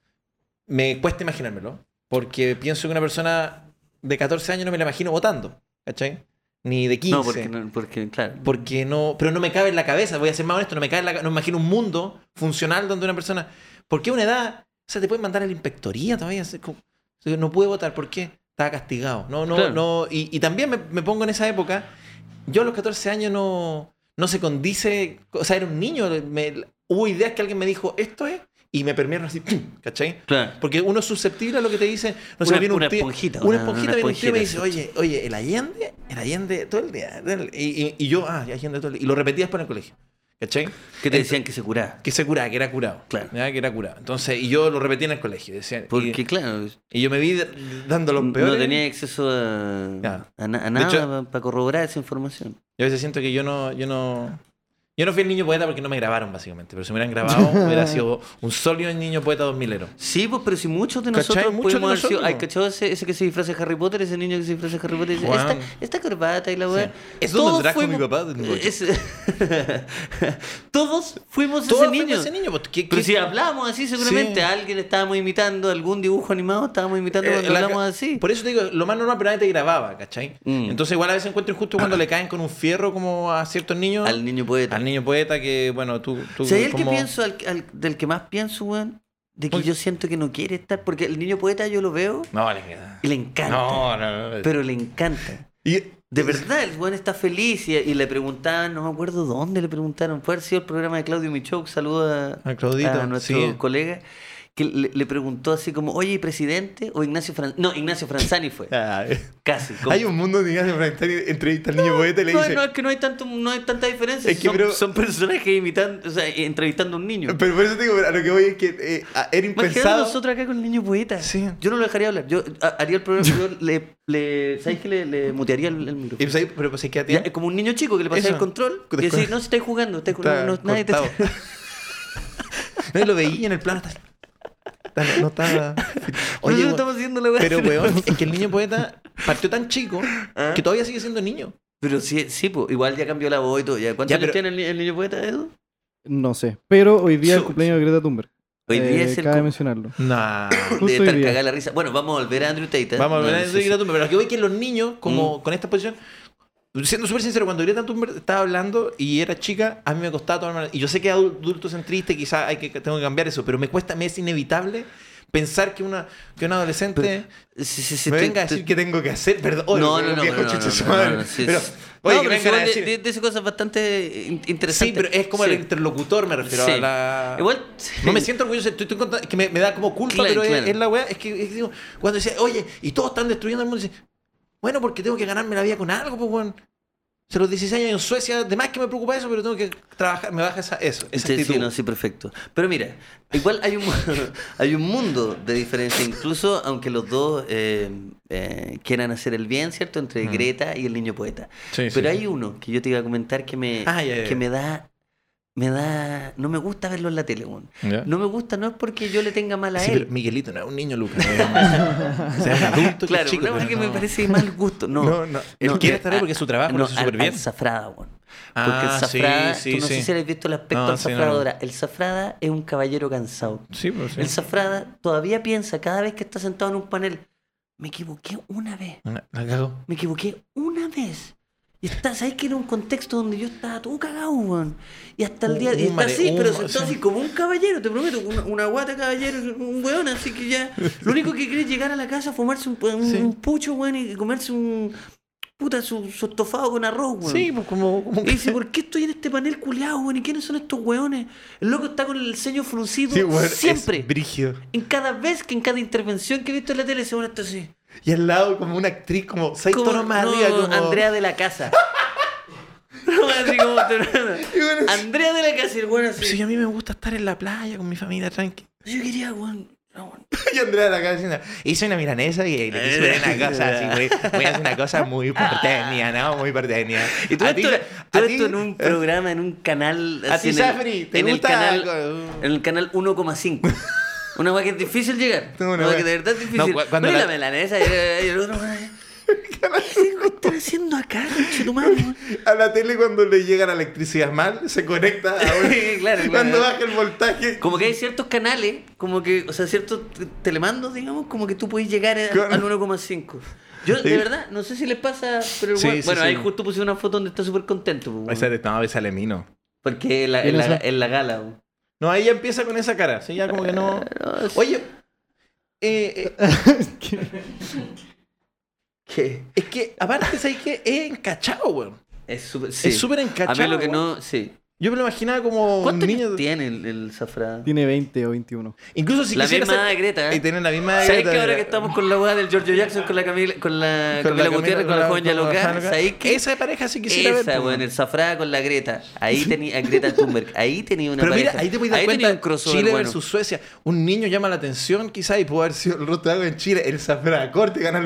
me cuesta imaginármelo, porque pienso que una persona de 14 años no me la imagino votando, ¿cachai? Ni de 15.
No, porque, no- porque claro.
Porque no. Pero no me cabe en la cabeza, voy a ser más honesto, no me cabe en la ca- No me imagino un mundo funcional donde una persona. ¿Por qué a una edad? O sea, te pueden mandar a la inspectoría todavía. así como- o sea, No pude votar, ¿por qué? Estaba castigado. No, no,
Claro.
no. Y, y también me, me pongo en esa época. Yo a los 14 años no, no se condice. O sea, era un niño. me- hubo ideas que alguien me dijo, esto es. Y me permearon así, [CLEARS THROAT] ¡pum! ¿cachai?
Claro.
Porque uno es susceptible a lo que te dicen. No sé,
Una-
viene un
una
tío-
esponjita,
Una
una-
esponjita
una
viene un tío y me dice,
esponjita,
oye, oye, el Allende, el Allende todo el día. todo el- y, y- y yo, ah, Allende todo el día. Y lo repetías para el colegio. ¿Cachai?
Que te decían que se curaba.
Que se curaba, que era curado.
Claro.
¿ya? Que era curado. Entonces, y yo lo repetía en el colegio. decía-
Porque, claro,
y, y yo me vi d- dando los peores.
no tenía acceso a,
Ya.
a na- a
De
nada
hecho-
para corroborar esa información.
Yo a veces siento que yo no, yo no. Yo no fui el niño poeta porque no me grabaron, básicamente. Pero si me hubieran grabado, hubiera sido un sólido niño poeta dos milero.
Sí, pues, pero si muchos de
¿Cachai?
nosotros
Muchos
pudimos
de
haber sido-
nosotros,
Ay,
po.
¿cachado ese, ese que se disfraza de Harry Potter? Ese niño que se disfraza de Harry Potter. y dice,
Juan.
esta, esta corbata y la weá.
Eso lo trajo mi papá de Nueva York.
Es- [LAUGHS] Todos fuimos
Todo
ese niño.
ese niño. pues, ¿qué-
Pero
qué-
si hablamos así, seguramente
Sí.
a alguien estábamos imitando, algún dibujo animado estábamos imitando
Eh,
cuando
la-
hablamos así.
Por eso te digo, lo más normal, pero nadie te grababa, ¿cachai?
Mm.
Entonces, igual a veces encuentro injusto cuando le caen con un fierro como a ciertos niños.
Al niño poeta.
al niño poeta que, bueno, tú. tú
¿Sabes el
como-
que pienso, al- al- del que más pienso, weón? De que
Oye.
yo siento que no quiere estar. Porque el niño poeta yo lo veo
No, le queda.
y le encanta.
No, no, no.
Pero le encanta.
Y-
De verdad, el weón está feliz y, y le preguntaban, no me acuerdo dónde le preguntaron, fue haber sido el programa de Claudio Michoc, saluda
A Claudito,
nuestro
sí.
colega, que le, le preguntó así como, oye, ¿y presidente? O Ignacio Franzani. No, Ignacio Franzani fue,
Ah, [LAUGHS]
casi. como-
Hay un mundo donde Ignacio Franzani entrevista al niño poeta y le
no,
dice.
no, es que no hay, tanto, no hay tanta diferencia.
Es que,
son,
pero-
son personajes imitando, o sea, entrevistando a un niño.
Pero por eso te digo, a lo que voy es que eh, a-
Imagínate
era impensado.
nosotros acá con el niño poeta.
Sí.
Yo no lo dejaría hablar. Yo a- haría el
[LAUGHS]
programa. Yo le, le, ¿Sabes que le, le mutearía el, el
Y,
micrófono?
pues, ahí- pero pues es que a ti.
Ya, es como un niño chico que le pasa
Eso.
el control y
Descon-
decís, no, si estáis jugando, estáis
Está
jugando, no, nadie te...
cortado.
[LAUGHS]
No, y lo veía en el plano. está- está-
[LAUGHS]
No estaba.
Oye,
Oye,
Nosotros estamos haciendo la weá.
Pero, weón, es que el niño poeta partió tan chico
¿Ah?
que todavía sigue siendo niño.
Pero sí, sí, po, igual ya cambió la voz y todo. ya. ¿Cuántos
Ya,
años
pero-
tiene el, ni- el niño poeta, Edu?
No sé. Pero hoy día es el
Chuch.
cumpleaños de Greta Thunberg.
Hoy día
Eh,
es el...
Cabe
cum- [LAUGHS]
mencionarlo.
Nah.
De
Justo hoy
estar
día.
cagada la risa. Bueno, vamos a volver a Andrew Tate. ¿eh?
Vamos a
No,
hablar
no
de
sé si-
Greta Thunberg. Pero lo que voy es que los niños,
Mm.
como con esta posición, siendo súper sincero, cuando Greta Thunberg estaba hablando y era chica, a mí me costaba tomarme. Y yo sé que adultos en triste, quizás hay que, tengo que cambiar eso, pero me cuesta, me es inevitable pensar que una, que una adolescente
Sí, sí, sí,
me
te-
venga a
te-
decir qué tengo que hacer, perdón. oye,
este- No,
pero
no, no,
viejo
no, no,
chucha
no,
su
no, no,
madre.
no, sí,
Pero,
sí.
oye,
No,
que
pero
vengan a
igual
decir.
de, de- de cosas bastante in-
sí,
interesantes.
pero es como
Sí.
el interlocutor, me refiero
Sí.
a la.
Igual.
No me siento orgulloso, estoy, estoy contando- que me, me da como culpa,
Claro,
pero es-
claro.
Es, la weá, es que es que digo, cuando decía, oye, y todos están destruyendo el mundo, dice, bueno, porque tengo que ganarme la vida con algo, pues weón. O sea, los 16 años en Suecia, de más que me preocupa eso, pero tengo que trabajar, me baja esa, eso, esa
Sí,
actitud.
sí, no, sí, perfecto. Pero mira, igual hay un, [LAUGHS] mu- hay un mundo de diferencia, incluso aunque los dos eh, eh, quieran hacer el bien, ¿cierto? Entre
Mm.
Greta y el niño poeta.
Sí, sí,
Pero
sí.
hay uno que yo te iba a comentar que me,
Ah, ya, ya,
que
ya.
me da... Me da... No me gusta verlo en la tele, weón. No me gusta, no es porque yo le tenga mal a
Sí,
él.
pero Miguelito no es un
[LAUGHS]
niño, Lucas. no es un- o sea, es un adulto que es
Claro,
chico,
una
pero
cosa que me
no.
parece mal gusto. No,
[LAUGHS] No, no. Él quiere estar ahí porque es su trabajo, lo
No,
hace súper bien.
Zafrada, weón. Porque
Ah,
el Zafrada,
sí, sí,
tú no
sí.
sé si habéis visto el aspecto
No,
del
sí, no,
Zafrada
no.
ahora. El Zafrada es un caballero cansado.
Sí, pues sí.
El Zafrada todavía piensa cada vez que está sentado en un panel, me equivoqué una vez,
Una- la cagó.
me equivoqué una vez. Y estás ahí que era un contexto donde yo estaba todo cagado, weón. Y hasta el día. Y
Un
está
mare-
así,
un-
pero sentado
sí.
así como un caballero, te prometo, una, una guata caballero, un weón, así que ya. Lo único que quiere es llegar a la casa, fumarse un, un-
Sí.
un pucho, weón, y comerse un. Puta, su su estofado con arroz, weón.
Sí, pues como, como [LAUGHS]
Y dice, ¿por qué estoy en este panel culeado, weón? ¿Y quiénes son estos weones? El loco está con el ceño fruncido
Sí, weón, es
siempre.
brígido.
En cada vez que en cada intervención que he visto en la tele, según esto así.
Y al lado como una actriz como seis
Como,
tonos más
no,
arriba como
Andrea de la
[LAUGHS]
casa. No, así como te-
Y bueno, sí.
Andrea de la casa y el weón así.
Sí, a mí me gusta estar en la playa con mi familia tranqui. [LAUGHS]
Yo quería, weón. no, weón.
Y Andrea de la casa diciendo, hice una milanesa y le hice una
Eh.
cosa así, voy, voy a hacer una cosa
[LAUGHS]
muy porteña, ¿no? Muy porteña.
Y todo
A ti-
esto,
a
todo
ti- Eh.
esto en un programa, en un canal.
A
así
ti,
en el-
Safri, ¿te
en el
gusta
canal,
algo?
En el canal
[LAUGHS]
1,5. Una weá que es difícil llegar.
No,
Una,
una
weá
weá-
que de verdad es
No,
difícil.
cu-
No,
cuando
y la
la-
melanesa. y- y- y el otro, weón. ¿Qué están haciendo acá, conche tu madre, weón?
[LAUGHS] A la tele cuando le llega la electricidad mal, se conecta
[LAUGHS]
a un-
Claro, claro.
[LAUGHS] Cuando baja el voltaje.
Como que hay ciertos canales, como que, o sea, ciertos te- telemandos, digamos, como que tú puedes llegar a-
Claro.
al 1,5. Yo,
Sí.
de verdad, no sé si les pasa, pero
Sí,
bueno,
sí,
bueno,
sí.
ahí justo puse una foto donde está súper contento. pues,
Ahí
bueno.
sale, no, ahí sale Mino.
porque en la,
¿Quién
en la-
es esa?
en la gala. pues.
No, ahí ya empieza con esa cara. Sí, ya como que no. Oye, eh, eh,
¿Qué?
es que aparte, ¿sabes qué? Es encachado, weón.
Es súper sí.
Es súper encachado.
A mí lo que
weón.
no, sí.
Yo me lo imaginaba como un
¿Cuántos
niño.
años tiene el, el Zafra?
Tiene 20 o 21.
Incluso si
la
quisiera
misma edad
ser-
de Greta. ¿eh?
Y tienen la misma
¿Sabes
edad,
que ahora
mira.
que estamos con la boda del Giorgio Jackson, con la Camila, con la
Con
Camila
Camila,
Gutiérrez, con la joven Yalocar?
Yalocar.
¿Sabéis que
Esa pareja sí quisiera ver.
Esa,
po,
weón,
weón.
el Zafra con la Greta. Ahí tenía Greta Thunberg. Ahí tenía una
Pero mira,
pareja.
ahí te voy a dar
tenía un
cuenta
crossover,
Chile
bueno.
versus Suecia. Un niño llama la atención quizá y puede haber sido el rostro de algo en Chile. El Zafra corte gana el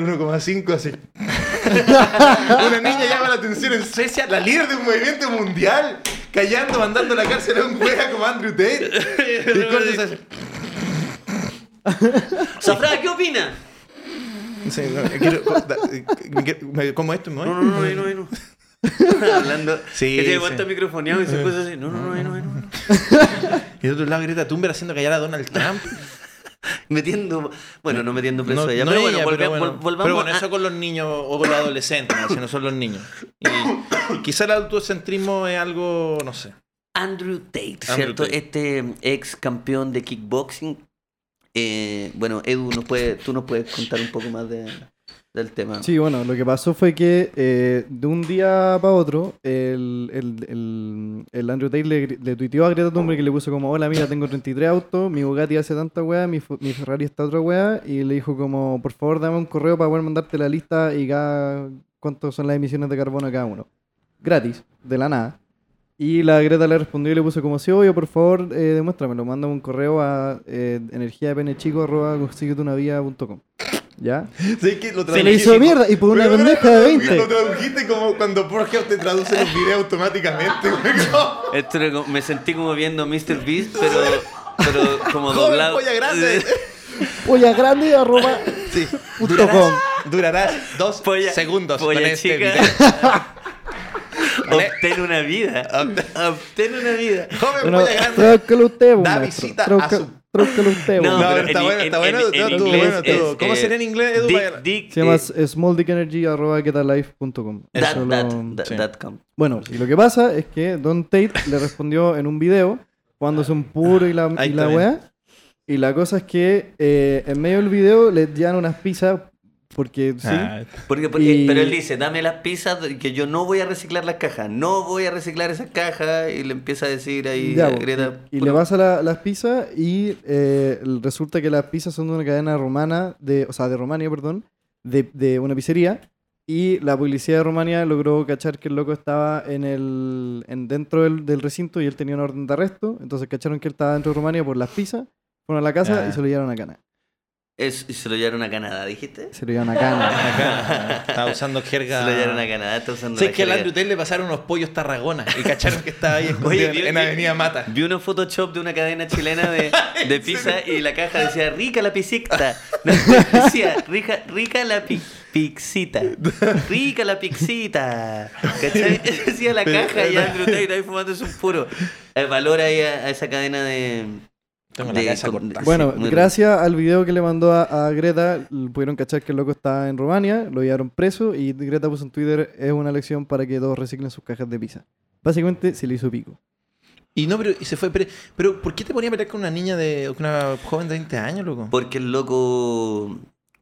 [LAUGHS]
1,5 así. Una niña llama la atención en Suecia, la líder de un movimiento mundial, callando, mandando a la cárcel a un juega como
[LAUGHS]
Andrew Tate. Y cortes así.
Zafra, ¿qué opina?
Sí, no, quiero- da- me quiero- me- como esto me voy.
No, no, no, ahí no, ahí no. [LAUGHS] Hablando.
Sí,
que tiene
sí.
guantes microfoneados y esas cosas así. No, no, no, ahí no, ahí no.
[LAUGHS]
ahí no.
Y de otro lado Greta Thunberg haciendo callar a Donald Trump.
Metiendo. Bueno, no metiendo preso
no,
a ella.
no
pero bueno,
ella,
volve-
pero bueno.
vol- volvamos
Pero bueno,
a-
eso con los niños o con los adolescentes, ¿no? si no son los niños. Y quizá el autocentrismo es algo, no sé.
Andrew Tate,
Andrew
¿cierto?
Tate.
Este ex campeón de kickboxing. Eh, bueno, Edu, nos puede, tú nos puedes contar un poco más de, del tema.
Sí, bueno, lo que pasó fue que eh, de un día para otro, el, el, el, el Andrew Tate le, gri- le tuiteó a Greta Thunberg que le puso como, hola, mira, tengo 33 autos, mi Bugatti hace tanta weá, mi, Fu- mi Ferrari está otra weá, y le dijo como, por favor, dame un correo para poder mandarte la lista y cada, cuántas son las emisiones de carbono de cada uno. Gratis, de la nada. Y la Greta le respondió y le puso como, sí, obvio, por favor, eh, demuéstramelo, mándame un correo a eh, energiadepenechico.com. ¿Ya?
Sí, que lo
Se le hizo mierda y por una pendeja de 20.
Lo tradujiste como cuando Borges te traduce los videos automáticamente. güey. No.
Esto era como- me sentí como viendo Mr. Beast, pero, pero como
[LAUGHS] Joven
doblado.
polla
[LAUGHS]
grande.
Polla grande arroba
Sí.
punto
Durarás,
com.
durarás dos
Polla-
segundos
polla
con este [LAUGHS]
chica.
video.
Obtén una vida. Obtén una vida.
Joven
Bueno,
polla grande.
tráuscalo usted,
Da
maestro.
visita a
Trauca-
su-
tráuscalo usted,
No,
No,
weón.
pero
pero está
en-
bueno,
en-
está bueno.
en- en
estuvo
inglés
bueno, estuvo.
es,
¿Cómo
eh,
sería en inglés, Edu?
Dick,
Para-
Dick,
Se llama
eh,
smalldickenergy arroba getalife.com.
that,
Eso
that,
lo-
that-
sí.
that com.
Bueno, y lo que pasa es que Don Tate le respondió en un video cuando un puro y la,
Ahí
y
está
la
bien.
weá. Y la cosa es que eh, en medio del video les llevan unas pizzas porque sí.
Ah,
Porque, porque-
Y-
Pero él dice, dame las pizzas que yo no voy a reciclar las cajas, no voy a reciclar esas cajas. Y le empieza a decir ahí
Ya,
a
po.
Greta.
y
"Puro-
le pasa la- las pizzas y eh, resulta que las pizzas son de una cadena romana, de, o sea, de Romania, perdón, de, de una pizzería. Y la policía de Romania logró cachar que el loco estaba en el, en, dentro del, del recinto y él tenía una orden de arresto. Entonces cacharon que él estaba dentro de Rumania por las pizzas, fueron a la casa
Ah.
y se lo llevaron a Cana.
Es- y se lo llevaron a Canadá, ¿dijiste?
Se lo llevaron a Cana.
acá, estaba usando jerga.
[LAUGHS] Se lo llevaron a Canadá, está usando
Sé
la
Ah. que al
jerga.
Andrew Tate le pasaron unos pollos tarragona y cacharon que
[LAUGHS]
estaba ahí escondido
Oye,
en-
vio-
en
vio-
Avenida Mata.
Vi unos Photoshop de una cadena chilena de, de pizza y la caja decía rica la pizita. No, [LAUGHS] decía rica, rica la pi- pixita. Rica la pixita. ¿Cachai? Decía la caja y Andrew Tate ahí fumándose un puro. Eh, valor ahí a, a esa cadena de.
Tengo la
de-
casa
con-
cortada.
sí,
Bueno,
muy rico.
gracias al video que le mandó a, a Greta, l- pudieron cachar que el loco estaba en Rumania, lo llevaron preso y Greta puso en Twitter, es una lección para que todos reciclen sus cajas de pizza. Básicamente se le hizo pico.
Y no, pero y se fue. Pero, pero, ¿por qué te ponía a pelear con una niña de. con una joven de 20 años, loco?
Porque el loco.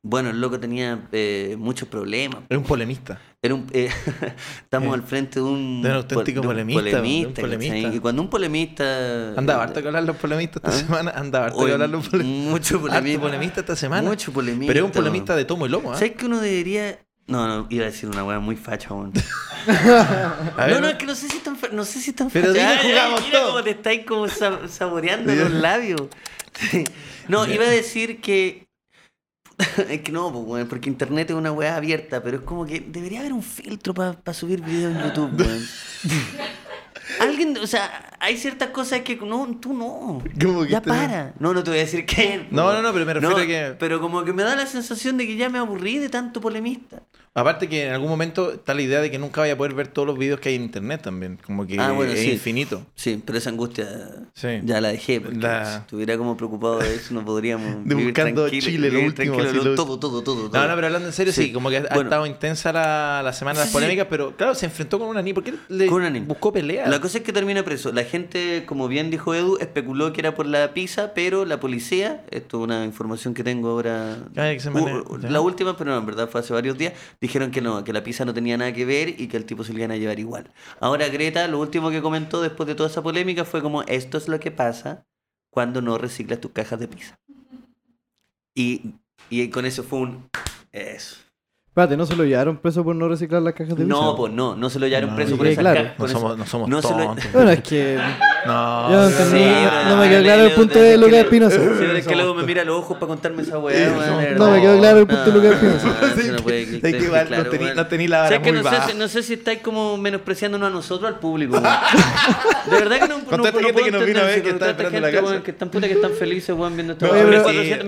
Bueno, el loco tenía eh, muchos problemas.
Era un polemista.
Era un, eh, [LAUGHS] estamos
Eh,
al frente de un,
de un auténtico
de un
polemista, de un polemista.
¿cachai? Y cuando un polemista.
Andaba harto que hablar los polemistas esta
¿Ah?
semana. Andaba harto
Oye,
que hablar los
[LAUGHS]
polemistas.
Mucho
Harto
polemista.
polemista esta semana.
Mucho polemista.
pero es un polemista
weón.
de tomo y lomo, ¿ah?
¿Sabes que uno debería.? No, no, iba a decir una weá muy facha, weón.
A ver,
no, no, es que no sé si tan fa- no sé si tan
Pero
facha.
dime,
Ay, ay,
jugamos
mira
todo.
cómo te estáis como sa- saboreando los labios. Sí. No,
Ya.
iba a decir que. [LAUGHS] Es que no, pues, weón, porque internet es una weá abierta, pero es como que debería haber un filtro para subir videos en YouTube,
[LAUGHS]
weón. Alguien, o sea, hay ciertas cosas que no, tú no.
¿Cómo que
ya
este-
para. No, no te voy a decir qué.
No, no, no, pero me refiero a que-
Pero como que me da la sensación de que ya me aburrí de tanto polemista.
Aparte que en algún momento está la idea de que nunca vaya a poder ver todos los videos que hay en internet también. Como que
Ah, bueno,
es
sí.
infinito.
Sí, pero esa angustia
Sí.
ya la dejé. Porque
La-
si estuviera como preocupado de eso, no
[LAUGHS]
podríamos.
De
vivir
buscando
tranquilo-
Chile, lo
vivir
último,
tranquilo,
así
no,
lo-
todo, todo, todo, todo.
No, no, pero hablando en serio, sí,
Sí.
como que ha- ha
Bueno.
estado intensa la, la semana de
Sí,
las
sí, sí.
polémicas, pero claro, se enfrentó con una niña. ¿Por qué le
Con una niña.
buscó pelea?
La cosa es que termina preso. La gente, como bien dijo Edu, especuló que era por la pizza, pero la policía, esto es una información que tengo ahora,
Ay, Ah, que se mane-
u-
ya.
la última, pero no, en verdad fue hace varios días, dijeron que no, que la pizza no tenía nada que ver y que el tipo se le iban a llevar igual. Ahora Greta, lo último que comentó después de toda esa polémica fue como, esto es lo que pasa cuando no reciclas tus cajas de pizza. Y, y con eso fue un... Eso.
Espérate, ¿no se lo llevaron preso por no reciclar las cajas de pizza?
No, pues no, no se lo llevaron
No,
preso
y
por
que
esas
claro,
cajas,
No
por esas-
somos, no somos
no se lo- [LAUGHS]
tontos.
Bueno, es que
No,
yo no
sí,
entendí,
no,
no me quedó
dale,
claro el
dale,
punto
dale,
de
dale,
Lucas
que-
Espinosa.
Sí, pero es que luego me mira a los ojos para contarme esa weá,
Sí,
weón,
no,
de verdad.
no me quedó claro el punto de Lucas Espinosa.
No, no,
Sí,
no
que-
puede-
sí,
claro,
que igual no
weón.
tení- no tení la
O sea,
vara
que
muy
no sé
baja.
si- No sé si estáis como menospreciándonos a nosotros, al público.
[LAUGHS]
weón. De verdad que no. no-
Con
no
tanta gente
puedo
que nos vino a ver,
entender,
que
con
está
tanta
esperando la
gente,
casa.
weón, Que están putas, que están felices, weón, viendo esto.
No,
weón.
pero-
1400,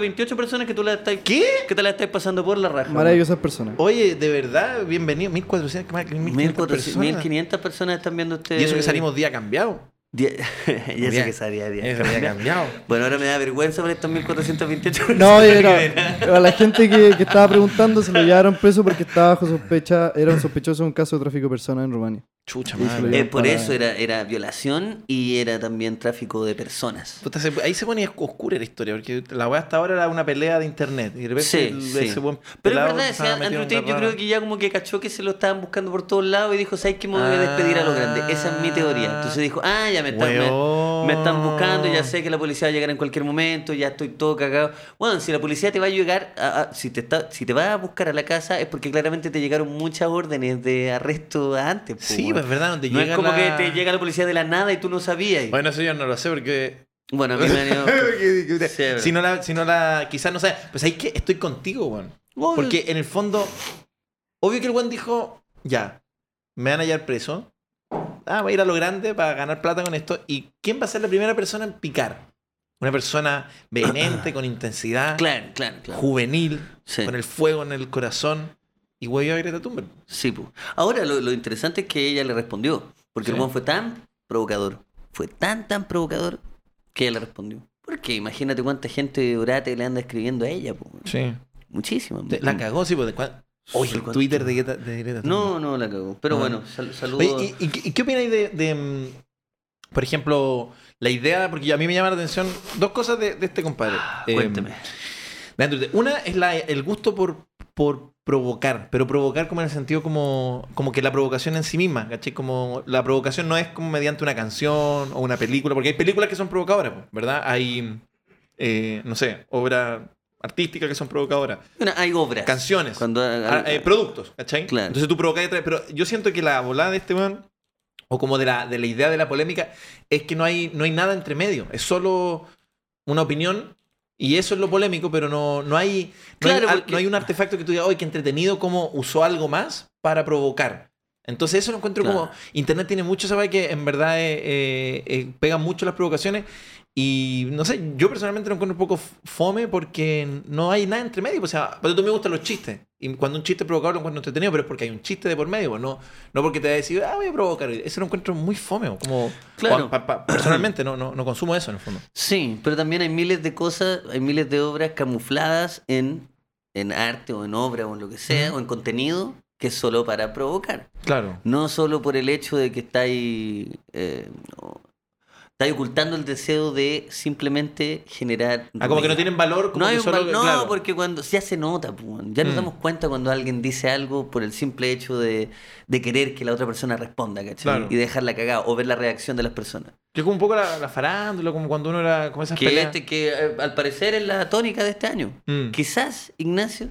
1428 personas que tú la estás.
¿Qué?
Que te la estás pasando por la raja. weón.
Maravillosas personas.
Oye, de verdad, bienvenido. 1400, más de 1500
1400,
personas.
1500 personas están viendo este.
Y eso
[LAUGHS]
que salimos día cambiado.
Die- ya sé que salía bien.
Eso, día cambiado.
Bueno, ahora me da vergüenza por estos
[LAUGHS]
1428
No,
personas
eh,
oye, no.
que ven.
A la gente que, que estaba preguntando se lo llevaron preso porque estaba bajo sospecha, era un sospechoso de un caso de tráfico de personas en Rumania.
Chucha,
Sí, se lo
madre.
Eh,
llevaron
por
para-
eso era, era violación y era también tráfico de personas.
Puta, se- ahí se ponía oscura la historia, porque la weá hasta ahora era una pelea de internet. Y de repente
Sí,
el-
sí.
ese buen
Pero es
pelado
verdad,
estaba
decía
metido
Andrew
en una
Tate yo
rama.
creo que ya como que cachó que se lo estaban buscando por todos lados y dijo, ¿sabes qué? Me voy a despedir a los grandes. Esa es mi teoría. Entonces dijo, ah, ya me están, me,
Weón.
me están buscando, ya sé que la policía va a llegar en cualquier momento, ya estoy todo cagado. Bueno, si la policía te va a llegar, a- a- si, te está, si te va a buscar a la casa es porque claramente te llegaron muchas órdenes de arresto antes. po,
Sí,
weón.
pues es verdad, donde
No
llega
es como
la-
que te llega la policía de la nada y tú no sabías.
Bueno, eso yo no lo sé porque.
[LAUGHS] Bueno, a mí me han
[LAUGHS]
ido- Sí, es
si no la, si no la, quizás no sabes. Pues ahí que estoy contigo, weón.
Obvio.
Porque en el fondo, obvio que el weón dijo, ya, me van a hallar preso. Ah, voy a ir a lo grande para ganar plata con esto. ¿Y quién va a ser la primera persona en picar? Una persona
[CLEARS THROAT]
vehemente, con intensidad,
Claro, claro, claro.
juvenil,
Sí.
con el fuego en el corazón. Y güey, a Greta Thunberg.
Sí, po. Ahora, lo, lo interesante es que ella le respondió. Porque el
Sí.
Juan fue tan provocador. Fue tan, tan provocador que ella le respondió. Porque imagínate cuánta gente orate le anda escribiendo a ella. po.
Sí.
Muchísima.
La cagó, sí, pues. de cua- Oye,
Sí,
el
cuánto-
Twitter de Greta, de Greta Thunberg.
No, no la cagó. Pero
Ah.
bueno, sal- saludos.
Oye, ¿y, y qué- y qué opináis de, de, mm, Por ejemplo, la idea, porque a mí me llama la atención dos cosas de, de este compadre. Eh,
Ah, Cuénteme.
de Andrew Tate. Una es la- el gusto por, por provocar, pero provocar como en el sentido como, como que la provocación en sí misma, ¿cachai? Como la provocación no es como mediante una canción o una película, porque hay películas que son provocadoras, po, ¿verdad? Hay, eh, no sé, obras artísticas que son provocadoras,
Bueno, hay obras.
canciones.
Cuando,
Ah, eh, productos, ¿cachai?
Claro.
Entonces tú provocas detrás. Pero yo siento que la volada de este weón, o como de la, de la idea de la polémica, es que no hay, no hay nada entre medio. Es solo una opinión. Y eso es lo polémico, pero no, no, hay, no, hay,
Claro,
al-
porque-
no hay un artefacto que tú digas, oye, qué entretenido cómo usó algo más para provocar. Entonces eso lo encuentro como...
Claro.
Internet tiene mucho, ¿sabes? Que en verdad eh, eh, eh, pegan mucho las provocaciones. Y no sé, yo personalmente lo encuentro un poco f- fome porque no hay nada entre medio. O sea, para tú me gustan los chistes. Y cuando un chiste es provocador lo encuentro entretenido, pero es porque hay un chiste de por medio, pues, no, no porque te haya decidido, ah, voy a provocar. Eso lo encuentro muy fome. o Como,
Claro.
o pa- pa- personalmente no, no, no consumo eso en el fondo.
Sí, pero también hay miles de cosas, hay miles de obras camufladas en, en arte o en obra o en lo que sea, o en contenido, que es solo para provocar.
Claro.
No solo por el hecho de que estáis, eh, o- estáis ocultando el deseo de simplemente generar...
Ah, como que no
ruido.
tienen valor. Como
No, hay
que
un
solo-
val- no,
claro.
porque cuando ya se nota, po, weón. ya nos
Mm.
damos cuenta cuando alguien dice algo por el simple hecho de, de querer que la otra persona responda, ¿cachai?
Claro.
Y dejarla cagada o ver la reacción de las personas.
Yo como un poco la, la farándula, como cuando uno era... Como esas
Que,
peleas.
este, que eh, al parecer es la tónica de este año.
Mm.
Quizás, Ignacio,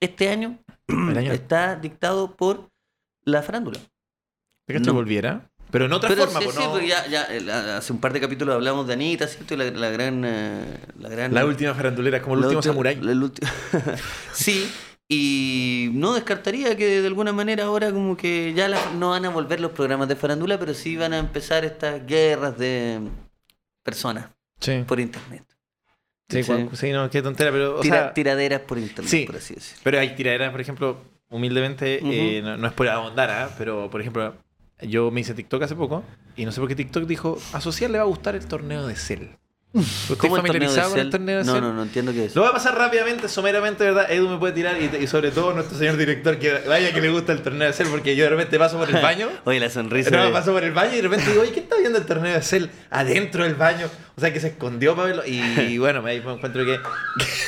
este año,
El año-
está dictado por la farándula.
¿Te cachas?
no.
volviera? Pero en otra
Pero
forma,
sí,
pues,
sí,
no-
porque ya, ya, eh, la- hace un par de capítulos hablamos de Anita, ¿cierto? Y la, la gran... eh, la gran...
La última farandulera, es como el
La
último
ulti-
samurái.
la- el ulti- [LAUGHS] sí, y no descartaría que de alguna manera ahora como que ya la- no van a volver los programas de farándula, pero sí van a empezar estas guerras de personas
Sí.
por internet.
Sí,
Sí.
cua- sí, no, qué tontera, pero o
Tira-
sea,
tiraderas por internet,
sí.
por así decirlo.
pero hay tiraderas, por ejemplo, humildemente,
Ujú.
eh, no, no es por ahondar, ¿ah? pero por ejemplo, yo me hice TikTok hace poco y no sé por qué TikTok dijo, a Social le va a gustar el torneo de
[LAUGHS]
Cell. ¿Usted
¿Cómo el torneo de
familiarizado con el
Cell?
torneo de
No,
Cell?
no, no entiendo qué es.
Lo voy a pasar rápidamente, someramente, ¿verdad? Edu me puede tirar y, y sobre todo nuestro señor director, que vaya que le gusta el torneo de Cell, porque yo de repente
[LAUGHS]
paso por el baño
Oye, la sonrisa.
No,
de-
paso por el baño y de repente digo, oye, ¿qué está viendo el torneo de Cell adentro del baño? O sea, que se escondió para verlo. Y,
[LAUGHS]
bueno, me ahí me encuentro que... [LAUGHS]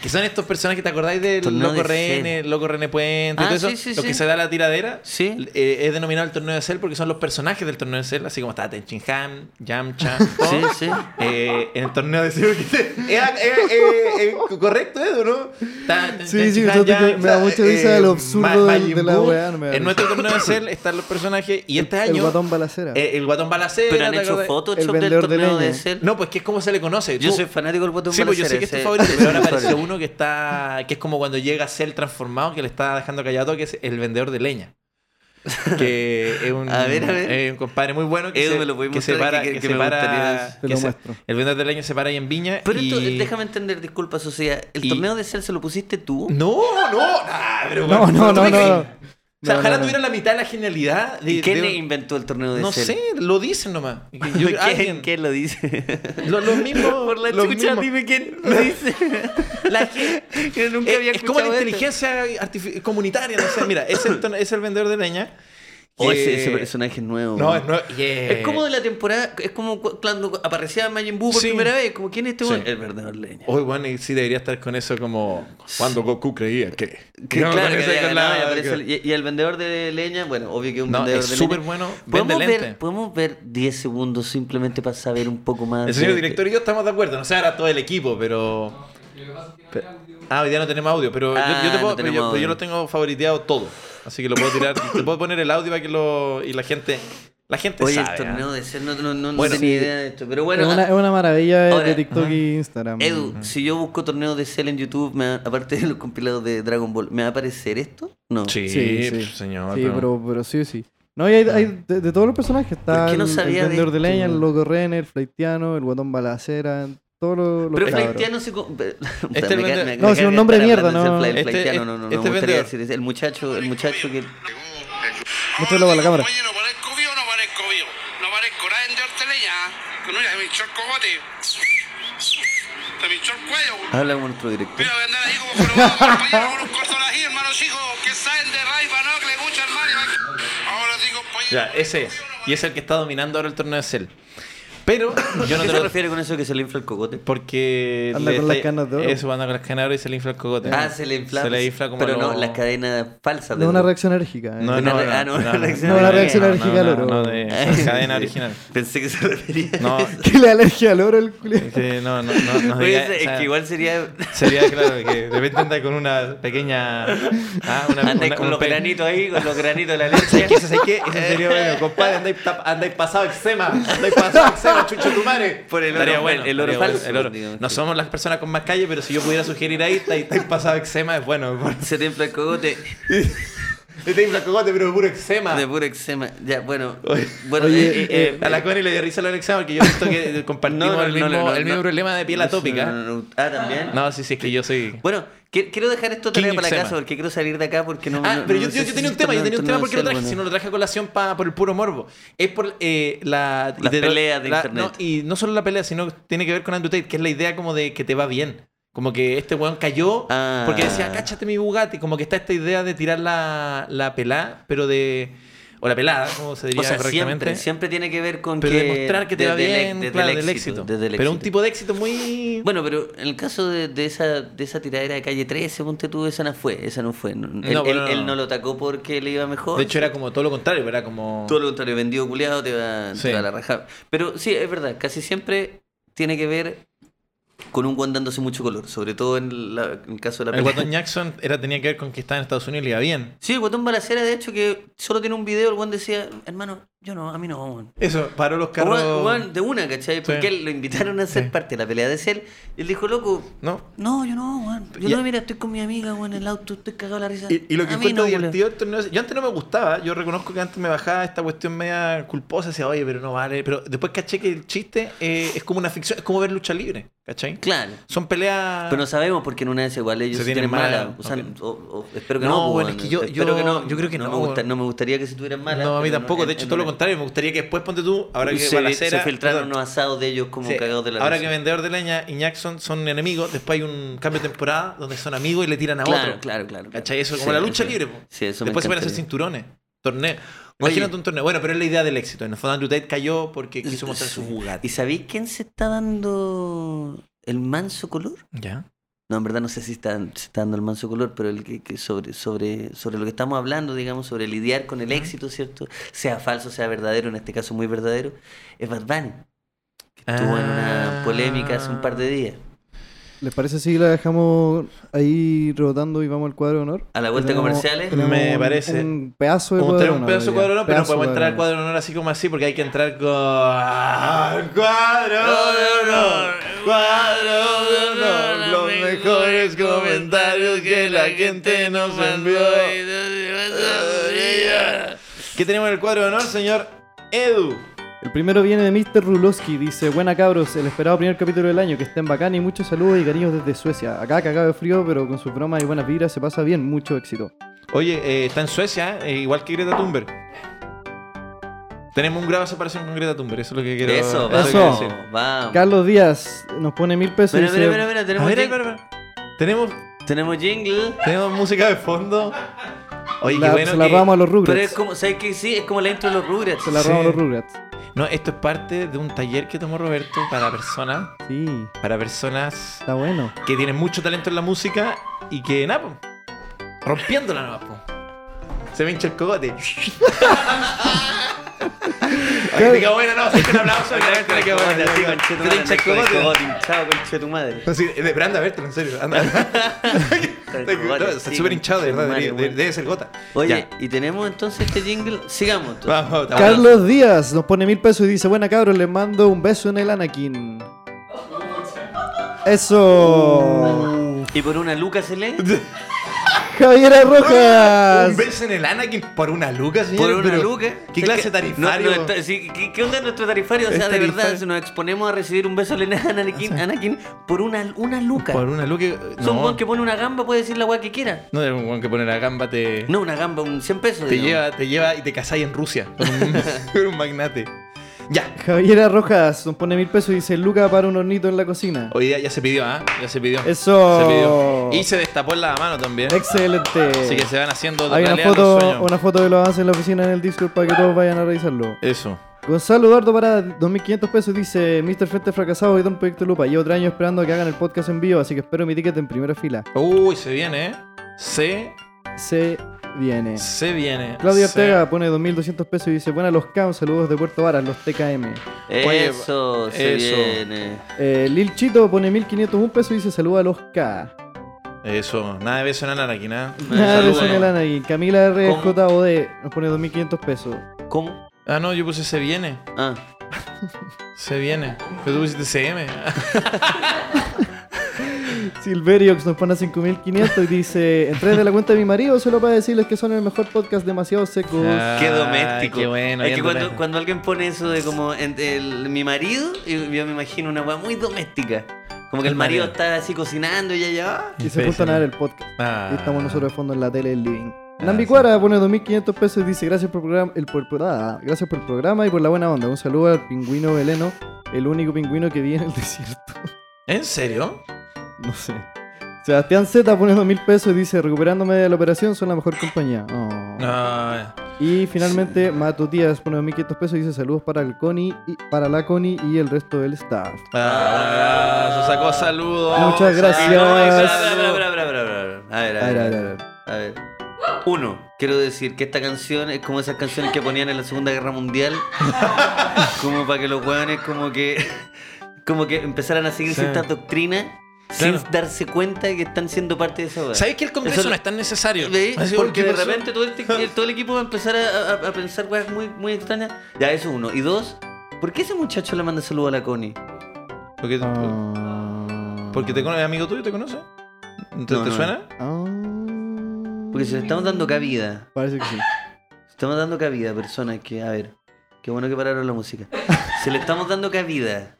que son estos personajes, ¿te acordáis del
Torneo
Loco
de
René, Loco René Puente?
Ah,
y todo
sí,
eso?
sí,
lo
sí.
que se da la tiradera.
Sí.
eh, es denominado el torneo de Cell porque son los personajes del torneo de Cell, así como está Tenchinhan,
[LAUGHS]
Yamcha.
Sí,
todo.
sí.
Eh, en el torneo de Cell. que te- [LAUGHS] eh, eh, eh, eh, correcto, Edu, ¿no? Está
Sí, sí,
Tenchinhan,
yo te-
Yamcha,
me da mucha risa lo absurdo
eh, Ma-
del-
Majin
de la
Buu.
weá, no me
En
da risa.
nuestro torneo de Cell están los personajes y este año...
El guatón balacera.
Eh, el guatón balacera.
Pero han
¿te
hecho
acordás?
El
Photoshop del
vendedor de
torneo de,
leña.
Cell.
No, pues que es como se le conoce.
Yo
Tú-
soy fanático del botón
Sí, pues yo sé que es tu
[LAUGHS]
favorito, pero ahora apareció uno que está. que es como cuando llega Cell transformado, que le está dejando callado, que es el vendedor de leña. Que es un,
[LAUGHS] A ver, a ver.
es un compadre muy bueno que
Edu,
se,
me lo puede
que se
mostrar,
para.
que-
Que,
que
se
me
para-
gustaría eso.
Te
que
lo
se-
muestro.
el vendedor de leña se para ahí en Viña.
Pero esto,
y-
déjame entender, disculpa, Socia. ¿El
y-
torneo de Cell se lo pusiste tú?
No, no, nah, pero
No,
bueno,
no, no,
me
no.
caí.
no.
O sea,
No,
ojalá
no, no.
tuviera la mitad de la genialidad de.
¿Y ¿Quién
de-
inventó el torneo de
no
Cell?
sé,
[LAUGHS]
lo dicen nomás. Yo-
¿Quién,
alguien-
quién lo
[LAUGHS]
dice?
Lo- los mismos.
Por la
los
chucha,
mismos.
dime quién lo dice. [LAUGHS]
La gente-
Yo nunca
es,
había
Eh, es como la
escuchado esto.
inteligencia artifi- comunitaria. No sé, mira, es el, ton- es el vendedor de leña.
Oh, ese,
que-
ese personaje es nuevo.
Eh, No, es, no, yeah.
Es como de la temporada, es como cu- cuando aparecía Majin Buu por
Sí.
primera vez, como quién es este
Sí.
weón? El verdadero leña.
Hoy, bueno, y sí debería estar con eso como. Cuando Goku creía que.
Que
Oh, No,
claro,
con
que
eso,
había
con
ganado
la-
y, aparece el- y- y el vendedor de leña, bueno, obvio que es un
No,
vendedor
es
de
súper
leña.
bueno, vende
¿Podemos
lente.
ver, podemos ver 10 segundos simplemente para saber un poco más.
El señor
de- este
director y yo estamos de acuerdo. No sé, ahora todo el equipo, pero. pero- Ah, hoy día no tenemos audio, pero yo-
Ah,
yo, te
no
puedo- pero
tenemos
yo, pero yo
audio.
lo tengo favoriteado todo. Así que lo puedo tirar. te puedo poner el audio para que lo. Y la gente. La gente
Oye,
sabe.
el
¿ah?
torneo de ser no, no, no, no
Bueno,
tenía
sí.
idea de esto. Pero bueno,
es, una,
ah,
es una maravilla de-
ahora-
de TikTok y Instagram.
Edu, si yo busco torneo de Cell en YouTube, me va- aparte de los compilados de Dragon Ball, ¿me va a aparecer esto? No.
Sí,
Sí, sí.
pf, señor.
Sí, pero, pero sí, sí. No, y hay, hay
Ah.
de, de todos los
¿Por
personajes. Está
qué no
el- el
sabía de este,
vendedor de
esto?
leña, el loco Renner, el flaitiano, el guatón balacera, todos los, los
Pero
cabros.
Flaitiano se. co- [LAUGHS] Puta,
Este
me
vende-
ca- me- me
No, si
carga
un nombre
estar
de mierda,
hablando de ser
no.
Fla- Flaitiano,
Este-
no, no, no,
este
me gustaría
vendedor.
decir. es El muchacho, el muchacho que.
Muéstralo para la cámara.
Oye, no parezco vivo, no parezco vivo. No parezco nada en Hortelella. Que no ya me hinchó el cogote. Te me hinchó el cuello.
Habla con nuestro director.
Mira, voy a andar ahí como jorobado, compañero, con unos cortos ahí, hermanos chicos, que saben de Ray Banoc, le gusta hermano. y va- Ahora sí, compañero.
Ya, ese es. Y
no
es el que está dominando ahora el torneo de Cell. Pero yo
¿A
no
qué
te
se
lo
refiere con eso que se le infla el cocote?
Eh, Porque.
Anda
le
con
está-
las canas de oro.
Eso, anda con las canas de oro y se le infla el cogote.
Ah, se le infla.
Se le infla como.
Pero
lo-
no, las cadenas falsas.
No
de
es una
oro.
reacción alérgica. ¿eh? [LAUGHS]
No, no,
Una
no,
re- ah, no, una
no,
reacción
No, la
alérgica.
reacción
no,
alérgica
no,
al oro.
No,
[LAUGHS]
de Eh, la cadena original.
Pensé que se refería. a [LAUGHS]
[LAUGHS] No,
eso.
¿Qué le alergia al oro el culiao?
Sí, no, no, no, no
Oye,
diga-
Pues, es
o sea,
que igual sería.
Sería claro que de repente anda con una pequeña. Ah,
[LAUGHS]
una,
Andáis
una-
con
un
los
pe-
granitos ahí, con los granitos de la
[LAUGHS]
leche.
¿Sabes qué? ¿Sabes qué?
Eh.
Eso sería bueno, compadre. Andáis tap- andáis pasado eczema. Andáis pasado eczema, chucho tu madre.
Por el oro,
Estaría
el oro
estaría
falso,
el oro.
digamos
No
que-
somos las personas con más calle, pero si yo pudiera sugerir ahí, estáis estáis pasado eczema, es bueno. es bueno. Este
Se te infla el cogote
Le tengo infla el cogote, pero de puro eczema.
de puro eczema. Ya, bueno.
Oye.
Bueno,
Oye,
eh, eh, eh,
A la Connie le dio risa el eczema porque yo he visto
[LAUGHS]
que compartimos
No, no,
el
no,
mismo,
no,
el mismo
no.
problema de piel atópica.
no, no, no. Ah, también.
No, sí, sí, es que yo soy.
Bueno, qui- quiero dejar esto tarea
King
para la
eczema.
casa porque quiero salir de acá porque no.
Ah,
no-
pero
no
yo,
sé
yo-
si
yo tenía un
esto
tema, yo
no-
tenía un
esto
tema
no
porque lo
es
traje,
algo,
si
¿no?
no lo traje a colación pa- por el puro morbo. Es por eh, la...
Las peleas de internet.
y no solo la pelea, sino que tiene que ver con Andrew Tate, que es la idea como de que te va bien. Como que este weón cayó
Ah.
porque decía, cáchate mi Bugatti. Como que está esta idea de tirar la, la pelá, pero de... O la pelada, como se diría
O sea,
correctamente.
siempre, siempre tiene que ver con
Pero
que...
demostrar que te va
desde el-
bien,
desde
claro,
el
del éxito.
desde el
Pero un
éxito.
tipo de éxito muy...
Bueno, pero en el caso de, de esa, de esa tiradera de calle 13, ponte tú, esa no fue, esa no fue. No, él,
No,
él-
no, no.
él no lo atacó porque le iba mejor.
de hecho, era como todo lo contrario, era como...
Todo lo contrario, vendido culiado te va, te
Sí.
va a la raja. Pero sí, es verdad, casi siempre tiene que ver con un guan dándose mucho color, sobre todo en, la- en el caso de la
El
pelea.
Guatón Jackson era, tenía que ver con que estaba en Estados Unidos y le iba bien.
Sí, pues, el guatón balacera, de hecho, que solo tiene un video, el guan decía, hermano, yo no, a mí no, weón".
Eso, paró los
O
carros...
weón- weón de una, ¿cachai? Porque él lo invitaron a ser
Sí.
parte de la pelea de Cell. Y él dijo, loco,
No,
No, yo no, weón. Yo
Ya.
no, mira, estoy con mi amiga, weón, en el auto, estoy cagado de la risa.
Y, y lo que
A mí
encuentro
no,
divertido del torneo es- Yo antes no me gustaba, yo reconozco que antes me bajaba esta cuestión media culposa, decía, oye, pero no vale. Pero después caché que el chiste eh, es como una ficción, es como ver lucha libre, ¿cachai?
weón. Claro.
Son peleas.
Pero no sabemos porque en una de esas igual ellos
Ah. Se
se
tienen
tienen
mala,
mala. O sea,
ok.
o- o- espero que
No,
no.
bueno,
weón.
es que yo-
Espero
yo-
que no.
yo creo que no,
me, gusta-
weón.
no me gustaría que se tuvieran malas.
no, a mí
pero
tampoco. de
en-
hecho,
en
todo lo
una-
contrario. Me gustaría que después ponte tú, ahora que
se,
Balacera-
se filtraron
perdón,
unos asados de ellos como
sí,
cagados de la
Ahora que
risa.
Vendedor de Leña y Jackson son enemigos, después hay un cambio de temporada donde son amigos y le tiran a
Claro,
otro.
claro, claro, claro.
¿Cachai? Eso, como
Sí,
la lucha
eso-
libre. po.
sí, eso me
Después se van a hacer
encantaría.
cinturones, torneo. Imagínate un torneo. Bueno, pero es la idea del éxito. En el fondo, Andrew Tate cayó porque quiso mostrar su
¿Y
Bugatti.
sabéis quién se está dando el manso color?
¿Ya?
No, en verdad no sé si está, se está dando el manso color, pero el que, que sobre, sobre, sobre lo que estamos hablando, digamos, sobre lidiar con el éxito, ¿cierto? Sea falso, sea verdadero, en este caso muy verdadero, es Bad Bunny, que estuvo en
Ah.
una polémica hace un par de días.
¿Les parece si la dejamos ahí rebotando y vamos al cuadro de honor?
A la vuelta
Tenemos-
comerciales.
tenemos
Me
un-
parece.
Un pedazo de
Como
cuadro
traer
de
un
honor,
pedazo de
diría.
cuadro de honor, pero no
Pedazo
podemos
de
entrar al
honor.
cuadro de honor así como así, porque hay que entrar con. ¡Ah, ¡Cuadro de honor! ¡Cuadro de honor! Los mejores comentarios que la gente nos envió. ¿Qué tenemos en el cuadro de honor, señor Edu?
El primero viene de Mr. Ruloski, dice, buena cabros, el esperado primer capítulo del año, que estén bacán y muchos saludos y cariños desde Suecia. Acá cagado de frío, pero con sus bromas y buenas vibras se pasa bien, mucho éxito.
Oye, eh, está en Suecia, eh, igual que Greta Thunberg. Tenemos un grave separación con Greta Thunberg, eso es lo que quiero,
Eso,
eso
vamos,
quiero
Eso.
decir.
vamos.
Carlos Díaz nos pone mil pesos y
Mira,
dice,
mira, mira, mira,
A
tenemos,
ver, a
jing-
ver, a ver. Tenemos,
tenemos jingle,
tenemos música de fondo. Oye,
la,
qué bueno
se la
que-
robamos a los
pero
Rugrats.
es como, ¿sabes qué? Sí, es como la intro de los Rugrats.
Se la
Sí.
robamos a los Rugrats.
No, esto es parte de un taller que tomó Roberto para personas,
Sí,
para personas
está bueno.
que tienen mucho talento en la música y que, nada, po, rompiéndola nomás, po. Se me hincha el cogote. [LAUGHS] Ay, que quedó buena, no, saca un aplauso, claramente le quedó buena,
Sí,
sí,
conchetumare,
Se te hincha el
con el
cogote.
cogote, hinchado, conchetumare.
No, sí, de, pero anda a vértelo, en serio. Anda. [LAUGHS] No, está
Sí,
súper hinchado, de verdad.
conchetumare,
Debe,
weón.
debe ser gota.
Oye,
Ya.
y tenemos entonces este jingle. Sigamos. entonces.
Vamos, estamos-
Carlos Díaz nos pone mil pesos y dice, buena cabros, les mando un beso en el Anakin.
Oh.
Eso.
Y por una luca se lee.
Javiera Rojas.
Un beso en el Anakin por una luca, señor.
Por una
pero
luca.
¿Qué
Es
clase
que-
tarifario?
no, no, está- sí, ¿qué, qué onda nuestro tarifario? O sea,
Es
de
tarifario.
verdad, si nos exponemos a recibir un beso lena a Anakin, Anakin por una, una luca.
Por una luca.
Son
No,
weón que pone una gamba, puede decir la weá que quiera.
no era un weón que pone la gamba, te,
No, una gamba, un 100 pesos.
te,
digamos. [LAUGHS]
lleva, te lleva y te casáis en Rusia. Con un, con un magnate. Ya.
Javiera Rojas nos pone mil pesos y dice: Luca para un hornito en la cocina.
Hoy día ya se pidió, ¿ah? Ya se pidió. Se
Eso.
pidió. Y se destapó en la mano también.
Excelente.
Así que se van haciendo
Hay una
realidad los
foto,
sueños.
una foto de los avances en la oficina en el Discord para que todos vayan a revisarlo.
Eso.
Gonzalo Eduardo para 2.500 pesos dice: Mr. Frente fracasado y Don Proyecto Lupa. Llevo tres años esperando a que hagan el podcast en vivo, así que espero mi ticket en primera fila.
Uy, se viene, ¿eh? Se,
Se viene.
se viene.
Claudia
se-
Ortega pone 2.200 pesos y dice: Buenas los CAM, saludos de Puerto Varas, los TKM.
Oye,
eso, se
eso.
viene.
Eh, Lil Chito pone 1.501 pesos y dice: Saluda a los K.
Eso, nada de beso en ¿ah? la aquí, nada.
Nada de
saludos.
Sonia Lanagui. Camila RJOD nos pone 2.500 pesos.
¿Cómo?
Ah, no, yo puse se viene.
Ah,
Se viene. Pero tú pusiste CM.
Silveriox nos pone 5.500 y dice: Entré de la cuenta de mi marido solo para decirles que son el mejor podcast demasiado seco.
qué
Ah,
doméstico.
Qué bueno.
es
bien
que cuando,
doméstico.
cuando alguien pone eso de como en- el- mi marido, yo, yo me imagino una weá muy doméstica. Como que el
El
marido
marido.
está así cocinando y "Ah". allá.
Y se juntan a ver el podcast.
Ah.
Y estamos nosotros de fondo en la tele del living.
Ah,
Nambi
sí.
Cuara pone 2.500 pesos y dice gracias por, programa, el, por, por- ah, gracias por el programa y por la buena onda. Un saludo al pingüino veleno, el único pingüino que vive en el [LAUGHS] desierto.
¿En serio?
No sé. Sebastián Z pone 2.000 pesos y dice recuperándome de la operación son la mejor compañía. Oh.
No.
Y finalmente Mato Díaz pone 2.500 pesos y dice saludos para el Connie, y, para la Connie y el resto del staff.
Ah, un abrazo, sacó saludos.
Muchas gracias.
Ah, no, espera,
Saludos.
espera, espera, espera, espera, espera. A ver,
A ver, a ver, a ver.
A ver. Uno, quiero decir que esta canción es como esas canciones que ponían en la Segunda Guerra
[LAUGHS]
Mundial. como para que los hueones como que como que empezaran a seguir
Sí.
ciertas doctrinas
Claro.
sin darse cuenta de que están siendo parte de esa hueá.
¿Sabéis que el Congreso
Eso-
no es tan necesario?
¿Veis?
Así,
pues. Porque
¿qué
de
pasó?
repente todo, este- el, todo el equipo va a empezar a, a- a pensar weas muy, muy extrañas. Ya, eso es uno. Y dos, ¿por qué ese muchacho le manda saludo a la Connie?
Porque,
Ah.
porque te conoce, amigo tuyo, ¿te conoce? ¿Te,
No, no.
te suena?
Ah.
Porque se le estamos dando cabida.
Parece que sí.
Estamos dando cabida a personas que, a ver, qué bueno que pararon la
[LAUGHS]
música. Se le estamos dando cabida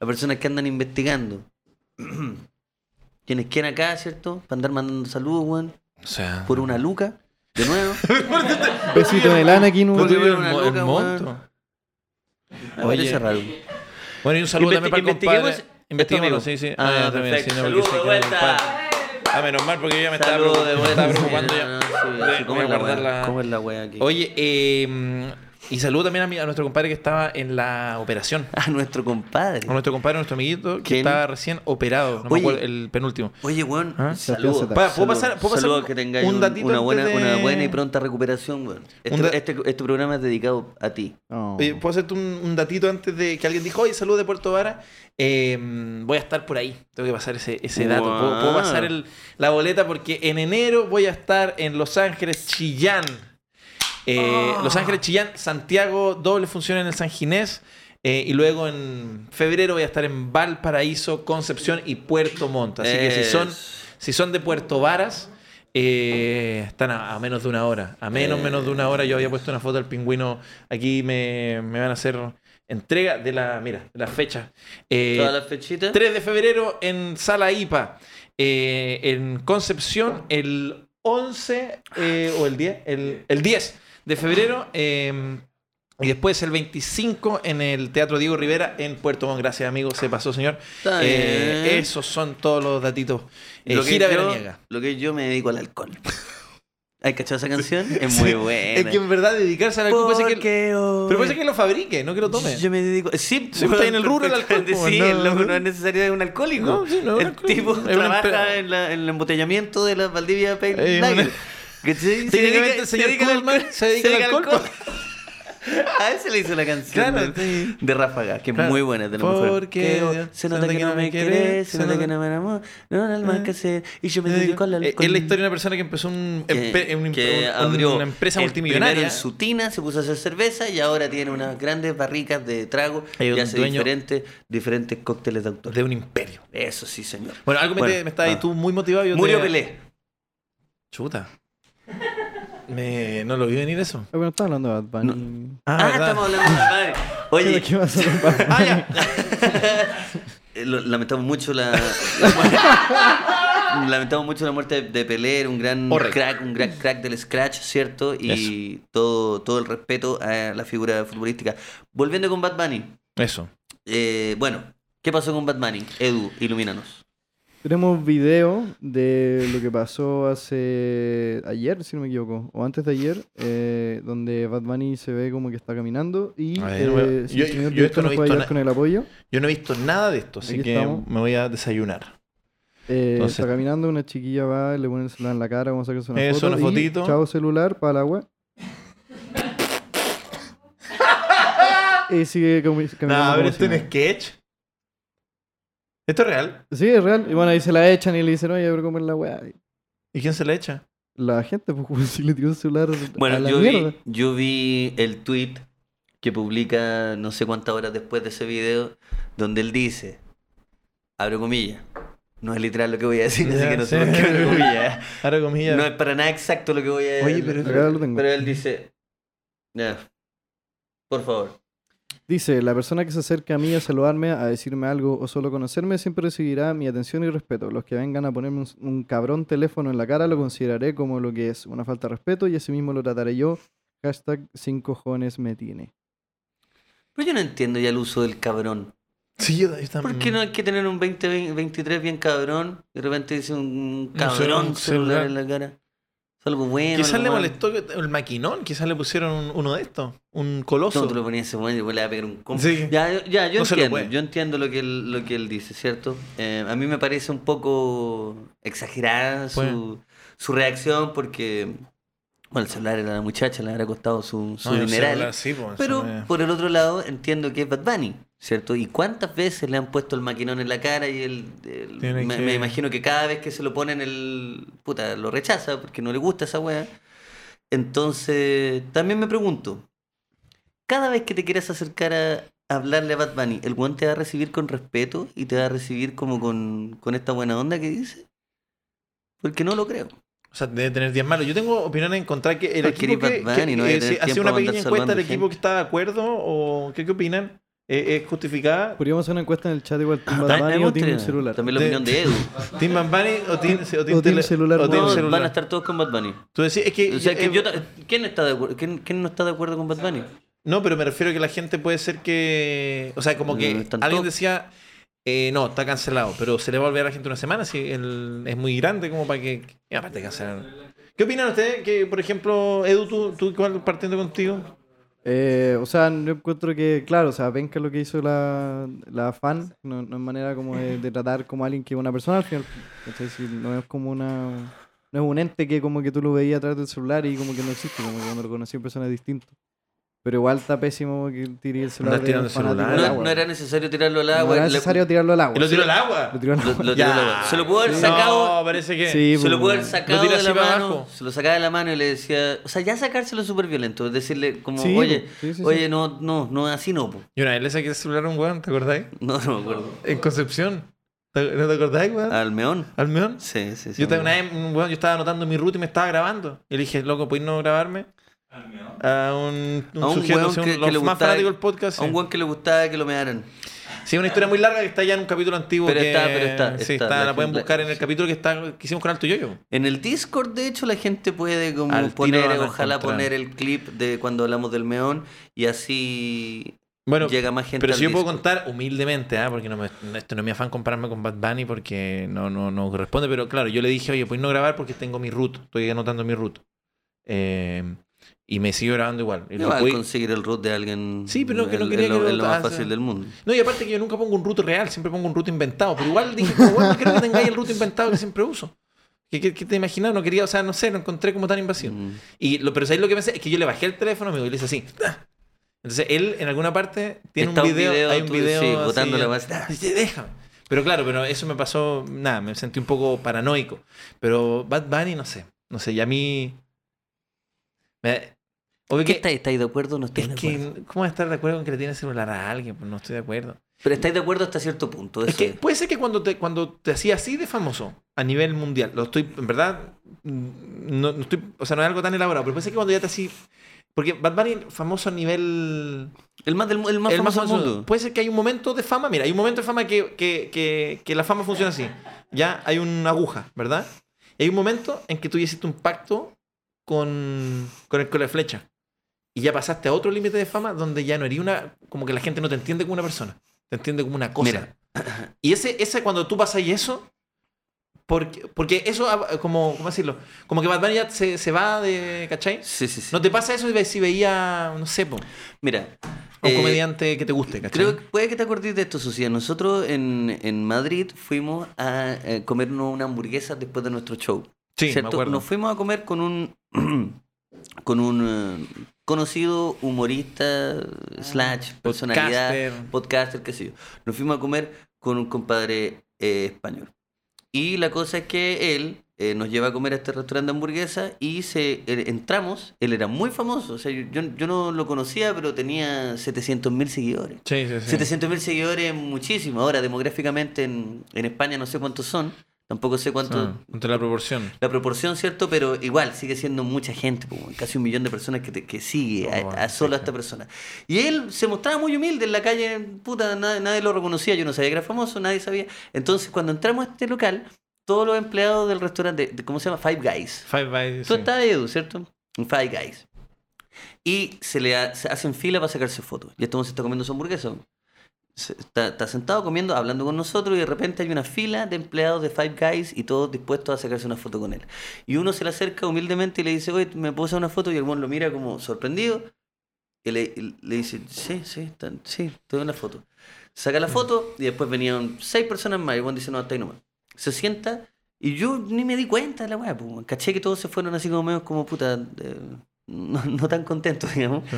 a personas que andan investigando. [CLEARS THROAT] Quienes quieran acá, ¿cierto? Para andar mandando saludos, weón.
O sea.
Por una luca, de
[LAUGHS]
nuevo.
Besito en el
Pero
Anakin. un-
tú
Porque
vives
pues una
en Mo- en
loca,
Monto.
Me
Oye.
parece raro.
Bueno, y un saludo también para el
Investiguemos-
compadre. Investiguemos,
estamos-
sí, sí.
Ah,
ya, también,
perfecto.
sí, no,
Saludo
porque
de
sí,
vuelta.
claro, compadre. Ah, menos mal, porque yo ya me estaba
Saludos de
preocu- me
vuelta.
estaba
[LAUGHS] sí,
preocupando ya.
no, sí,
de-
sí, ¿Cómo
de
es la
guardar
wea?
la-
¿Cómo es la wea aquí?
Oye, eh, y saludo también a, mi- a nuestro compadre que estaba en la operación.
A nuestro compadre.
A nuestro compadre, a nuestro amiguito, que
¿Quién?
estaba recién operado.
Oye.
No me acuerdo, el penúltimo.
Oye, weón,
¿Ah?
saludos.
Pa-
¿puedo
Saludos.
pasar- puedo pasar
Saludos
un-
que tengáis
un
un-
datito
una,
antes
buena,
de-
una buena y pronta recuperación, weón. Este,
Un da-
este, este programa es dedicado a ti.
Oh.
Oye, pues- ¿puedo hacerte un, un datito antes de que alguien dijo, oye, saludos de Puerto Vara? Eh, voy a estar por ahí. Tengo que pasar ese, ese dato. ¿Puedo, puedo
Guau.
pasar el- la boleta porque en enero voy a estar en Los Ángeles, Chillán. Eh, Los Ángeles, Chillán, Santiago, doble función en el San Ginés. Eh, y luego en febrero voy a estar en Valparaíso, Concepción y Puerto Montt. Así que si son,
Es-
si son de Puerto Varas, eh, están a, a menos de una hora. A menos,
Eh.
menos de una hora. Yo había puesto una foto del pingüino. Aquí me, me van a hacer entrega de la, mira, de la fecha. Eh,
Todas las fechitas.
3 de febrero en Sala IPA. eh, en Concepción, el 11 eh, o el 10, el, el 10 de febrero. eh, y después el 25 en el Teatro Diego Rivera en Puerto Montt. Gracias, amigo. Se pasó, señor.
Está
Eh,
bien.
esos son todos los datitos. Eh,
Lo que
gira
yo-
veraniega.
Lo que yo me dedico al
[LAUGHS]
alcohol. ¿Hay cachado esa canción? Es muy buena.
Es que en verdad dedicarse al alcohol puede ser que,
Porque hoy
pero puede ser que lo fabrique, no que lo tome.
Yo me dedico. Sí,
Sí, está en el rubro del alcohol,
perfectamente, Sí,
po,
el
no,
loco
no.
no es necesario de un alcohólico.
No, sí, no,
el
no,
tipo
es un
trabaja
empe-
en, la- en el embotellamiento de la Valdivia Pale
Eh,
Lager.
[LAUGHS] una-
¿Cachai? Se
Técnicamente
dedica-
el
se
señor
dedica al
Goldman
alcohol-
se dedica al alcohol.
[LAUGHS] A ese le hizo la canción
Claro,
de,
sí.
de Ráfaga, que es
Claro.
muy buena, es de lo mejor.
Porque
Que hoy
Dios,
se nota que no me querés, se nota que no me enamoro, no hay más que hacer, y yo me dedico al
Ah. Eh,
alcohol.
Es la historia de una persona que empezó un, empe- un-
que
un-
abrió
una empresa
el
multimillonaria.
primero en su tina, se puso a hacer cerveza y ahora tiene unas grandes barricas de trago
Hay un
y hace
dueño-
diferentes, diferentes cócteles de autor.
de un imperio.
Eso sí, señor.
Bueno, algo me,
Bueno,
te- me está ahí
ah.
tú muy motivado. Yo
Murió
te-
Pelé.
Chuta. Me- no lo vi venir eso.
Ah, bueno, estaba hablando de Bad Bunny.
Ah,
¿verdad?
estamos hablando de
[LAUGHS]
madre. Oye, [LAUGHS]
[LAUGHS] ¿Qué pasa con Bad
Ah,
Bunny?
eh, lo- lamentamos mucho la, la muerte. [LAUGHS] lamentamos mucho la muerte de, de Pelé, era un gran
Correcto.
crack, un gran crack del scratch, ¿cierto? Y todo, todo el respeto a la figura futbolística. Volviendo con Bad Bunny.
Eso.
eh, bueno, ¿qué pasó con Bad Bunny? Edu, ilumínanos.
Tenemos video de lo que pasó hace ayer, si no me equivoco, o antes de ayer, eh, donde Bad Bunny se ve como que está caminando y
A ver,
eh,
weón.
si
Yo-
el señor
yo
director
esto no
nos
he
puede
visto
ayudar
na-
con el apoyo,
Yo no he visto nada de esto, así
Aquí
que
estamos.
me voy a desayunar.
eh,
Entonces-
está caminando, una chiquilla va, le pone el celular en la cara, vamos a sacarse una
Eso,
foto
una
y
fotito.
chao celular, para el agua. y sigue cami- caminando.
Nada, a ver,
como
esto este
si
es un
nada.
sketch. ¿Esto es real?
Sí, es real. Y bueno, ahí se la echan y le dicen, oye, pero ¿cómo es la weá?
¿Y quién se la echa?
La gente, pues, [LAUGHS] como si le tiró el celular a
Bueno,
la
yo
mierda.
vi, yo vi el tweet que publica no sé cuántas horas después de ese video, donde él dice, abro comillas, no es literal lo que voy a decir, así
Ya,
que no sé
sí.
por qué abro
[LAUGHS]
comillas.
Ahora comillas.
No es para nada exacto lo que voy a
Oye, pero-
Acá lo tengo.
Pero él dice, "Ya, por favor.
Dice, la persona que se acerca a mí a saludarme, a decirme algo o solo conocerme, siempre recibirá mi atención y respeto. Los que vengan a ponerme un, un cabrón teléfono en la cara lo consideraré como lo que es, una falta de respeto y así mismo lo trataré yo. Hashtag sin cojones me tiene.
Pero yo no entiendo ya el uso del cabrón.
Sí, yo, yo también.
¿Por qué no hay que tener un 2023 bien cabrón? Y de repente dice un
No sé,
cabrón
un
celular
celular.
en la cara. Es algo bueno.
Quizás
algo
le
malo.
molestó que- el maquinón, quizás le pusieron un- uno de estos, un
No,
coloso.
tú lo ponías ese bueno y después le iba a pegar un combo.
Sí.
Ya, yo- ya, yo
No se lo
entiendo.
puede.
Yo entiendo lo que él, lo que él dice, ¿cierto? Eh, a mí me parece un poco exagerada su,
Bueno.
su reacción porque. Bueno, el celular era la muchacha, le habrá costado su, su
No, el
dineral.
celular, sí, po, eso
Pero
me-
por el otro lado, entiendo que es Bad Bunny, ¿cierto? ¿Y cuántas veces le han puesto el maquinón en la cara y el, el-
Tiene
me,
que-
me imagino que cada vez que se lo ponen el puta lo rechaza porque no le gusta esa wea. Entonces, también me pregunto, cada vez que te quieras acercar a hablarle a Bad Bunny, ¿el weón te va a recibir con respeto y te va a recibir como con, con esta buena onda que dice? Porque no lo creo.
O sea, debe tener días malos. Yo tengo opiniones en contra que el
Porque
equipo
eres
que,
Bad
que-
Bunny, no
que
debe
se-
tener
hace
tiempo
una
para
pequeña
andar
encuesta del
saludando
equipo que está de acuerdo o qué, qué opinan. eh, ¿Es, es justificada?
Podríamos hacer una encuesta en el chat igual, Team
También
Bad
me
Bunny o Team
gustaría-
celular.
También la
De-
opinión de Edu.
¿Team Bad Bunny o Team, o
o Team
tele-
celular,
o Team
no.
Todos
celular?
van a estar todos con Bad Bunny.
Tú decís, es que...
O sea, que
eh,
yo ta- ¿quién, está de acuerdo- quién- quién no está de acuerdo con Bad Bunny?
No, pero me refiero a que la gente puede ser que... O sea, como que
No, Mm, están
alguien
todos.
decía... eh, no, está cancelado, pero se le va a volver a la gente una semana si el- es muy grande como para que... y aparte cancelar. ¿Qué opinan ustedes? Que, por ejemplo, Edu, tú, tú igual partiendo contigo.
Eh, o sea, yo encuentro que, claro, o sea, penca lo que hizo la, la fan, no, no es manera como de, de tratar como alguien que es una persona al final. ¿cachai? Si no es como una. No es un ente que como que tú lo veías atrás del celular y como que no existe, como que cuando lo conocí en persona es distinto. Pero igual está pésimo que tiré el celular.
Andar tirando
un fanático
celular.
al
No,
agua.
no era necesario tirarlo al
No
agua.
era
le-
necesario tirarlo al agua.
Y lo tiró al
Lo
agua.
tiró al
lo-
agua.
lo tiró al agua. Se lo pudo haber sacado.
No, parece que.
Sí,
Se lo
pues,
pudo haber
bueno.
sacado
tira
de
así
la
para
mano,
abajo.
se lo sacaba de la mano y le decía, o sea, ya sacárselo súper violento, decirle como,
Sí,
oye,
pues, sí, sí, sí.
oye, no, no, no, así no, po".
Yo una vez le saqué el celular a un weón, ¿te acordáis?
[LAUGHS] no, no me acuerdo.
En Concepción. ¿Te- ¿No te acordáis, weón?
Al meón.
¿Al meón?
Sí, sí, sí.
Yo estaba, una vez, un weón, yo estaba anotando mi ruta y me estaba grabando. Y le dije, loco, ¿puedes no grabarme? A un, un
A un
sujeto,
weón
así, un-
que- que
los
le
más
gustaba-
fanático del podcast.
A un
sí.
weón que le gustaba que lo mearan.
Sí, una historia muy larga que está ya en un capítulo antiguo.
Pero
que-
está, pero está,
Sí,
está,
está,
la
la, pueden
gente-
buscar en el
sí.
capítulo que, está, que hicimos con Alto Yoyo.
En el Discord, de hecho, la gente puede como
Al tiro
poner,
van a
ojalá
encontrar.
poner el clip de cuando hablamos del meón y así
Bueno,
llega más gente
pero
al
si yo puedo
Discord.
contar humildemente, ah, porque no me, no- esto no es mi afán compararme con Bad Bunny porque no, no, no corresponde, pero claro, yo le dije, oye, pues no grabar porque tengo mi root, estoy anotando mi root. Eh, y me sigo grabando igual. Y le
Igual
dije, "Oye".
conseguir el root de alguien
Sí, pero no, que no
es-
quería
es lo,
que
es lo
lo
más
haga.
fácil del mundo.
No, y aparte que yo nunca pongo un root real, siempre pongo un root inventado. Pero igual dije, como, bueno, no quiero que tengáis el root inventado que siempre uso. ¿Qué, qué, qué te imaginas? No quería, o sea, no sé, lo encontré como tan invasivo.
Mm.
Y lo, pero ¿sabéis lo que pensé? Es que yo le bajé el teléfono, amigo, y le hice así. ¡ah! Entonces él en alguna parte tiene
Está
un video, hay un
tú-
video
sí,
así,
botando la guasa.
y dice, déjame. Pero claro, pero eso me pasó, nada, me sentí un poco paranoico. Pero Bad Bunny, no sé, no sé, y a mí... Me, obvio
¿Qué
que...
estáis? ¿Estáis de acuerdo o no estáis
Es
de acuerdo?
que, ¿cómo vas a estar de acuerdo con que le tiene celular a alguien? Pues no estoy de acuerdo.
Pero estáis de acuerdo hasta cierto punto.
Es
Eso
que puede ser que cuando te, cuando te hacía así de famoso a nivel mundial, lo estoy, en verdad, mm, no, no estoy, o sea, no es algo tan elaborado, pero puede ser que cuando ya te así, porque Bad Bunny famoso a nivel...
El más, del, mu- el más
el
famoso
más
del
famoso.
mundo.
Puede ser que hay un momento de fama, mira, hay un momento de fama que, que, que, que la fama funciona así. ya hay una aguja, ¿verdad? Y hay un momento en que tú ya hiciste un pacto con, con el con la flecha. Y ya pasaste a otro límite de fama donde ya no eres una. Como que la gente no te entiende como una persona. Te entiende como una cosa.
Mira.
Y ese, ese cuando tú pasas y eso. Porque, porque eso, ah, como, ¿cómo decirlo? Como que Bad Bunny ya se, se va de. ¿Cachai?
Sí, sí, sí.
No te pasa eso si ve- si veía, no sé, po, a
Mira.
un
eh,
comediante que te guste, ¿cachai?
Creo que puede que te acordes de esto, Sucia. Nosotros en, en Madrid fuimos a eh, comernos una hamburguesa después de nuestro show.
sí, me
¿cierto?
acuerdo.
Nos fuimos a comer con un [CLEARS THROAT] con un eh, conocido humorista slash personalidad
Ah, Podcaster.
podcaster, qué sé yo. Nos fuimos a comer con un compadre eh, español. Y la cosa es que él eh, nos lleva a comer a este restaurante de hamburguesa y se, eh, entramos. Él era muy famoso. O sea, yo, yo- yo no lo conocía, pero tenía 700 mil seguidores.
Sí, sí, sí.
700 mil seguidores, muchísimo. Ahora, demográficamente en, en España no sé cuántos son. Tampoco sé cuántos,
Ah, entre la proporción.
la proporción, ¿cierto? Pero igual sigue siendo mucha gente, po, weón. casi un millón de personas que, te- que sigue a,
Oh,
a solo a esta persona. Y él se mostraba muy humilde en la calle, puta, na- nadie, lo reconocía, yo no sabía que era famoso, nadie sabía. Entonces, cuando entramos a este local, todos los empleados del restaurante, de- ¿cómo se llama? Five Guys.
Five by.
Tú
sí.
estabas, Edu, ¿cierto? En Five Guys. Y se le ha- se hacen fila para sacarse fotos. Y este hombre se está comiendo su hamburguesa. Se- está, está sentado comiendo, hablando con nosotros y de repente hay una fila de empleados de Five Guys y todos dispuestos a sacarse una foto con él. Y uno se le acerca humildemente y le dice, oye, ¿me puedo hacer una foto? Y el buen lo mira como sorprendido. Y le, y le dice, sí, sí, está- sí, te doy una foto. Saca
Mm.
la foto y después venían seis personas más. Y el buen dice, no, hasta ahí nomás. Se sienta y yo ni me di cuenta de la weá, pues, weón. caché que todos se fueron así como medio como puta, eh, no, no tan contentos, [LAUGHS] digamos.
Sí.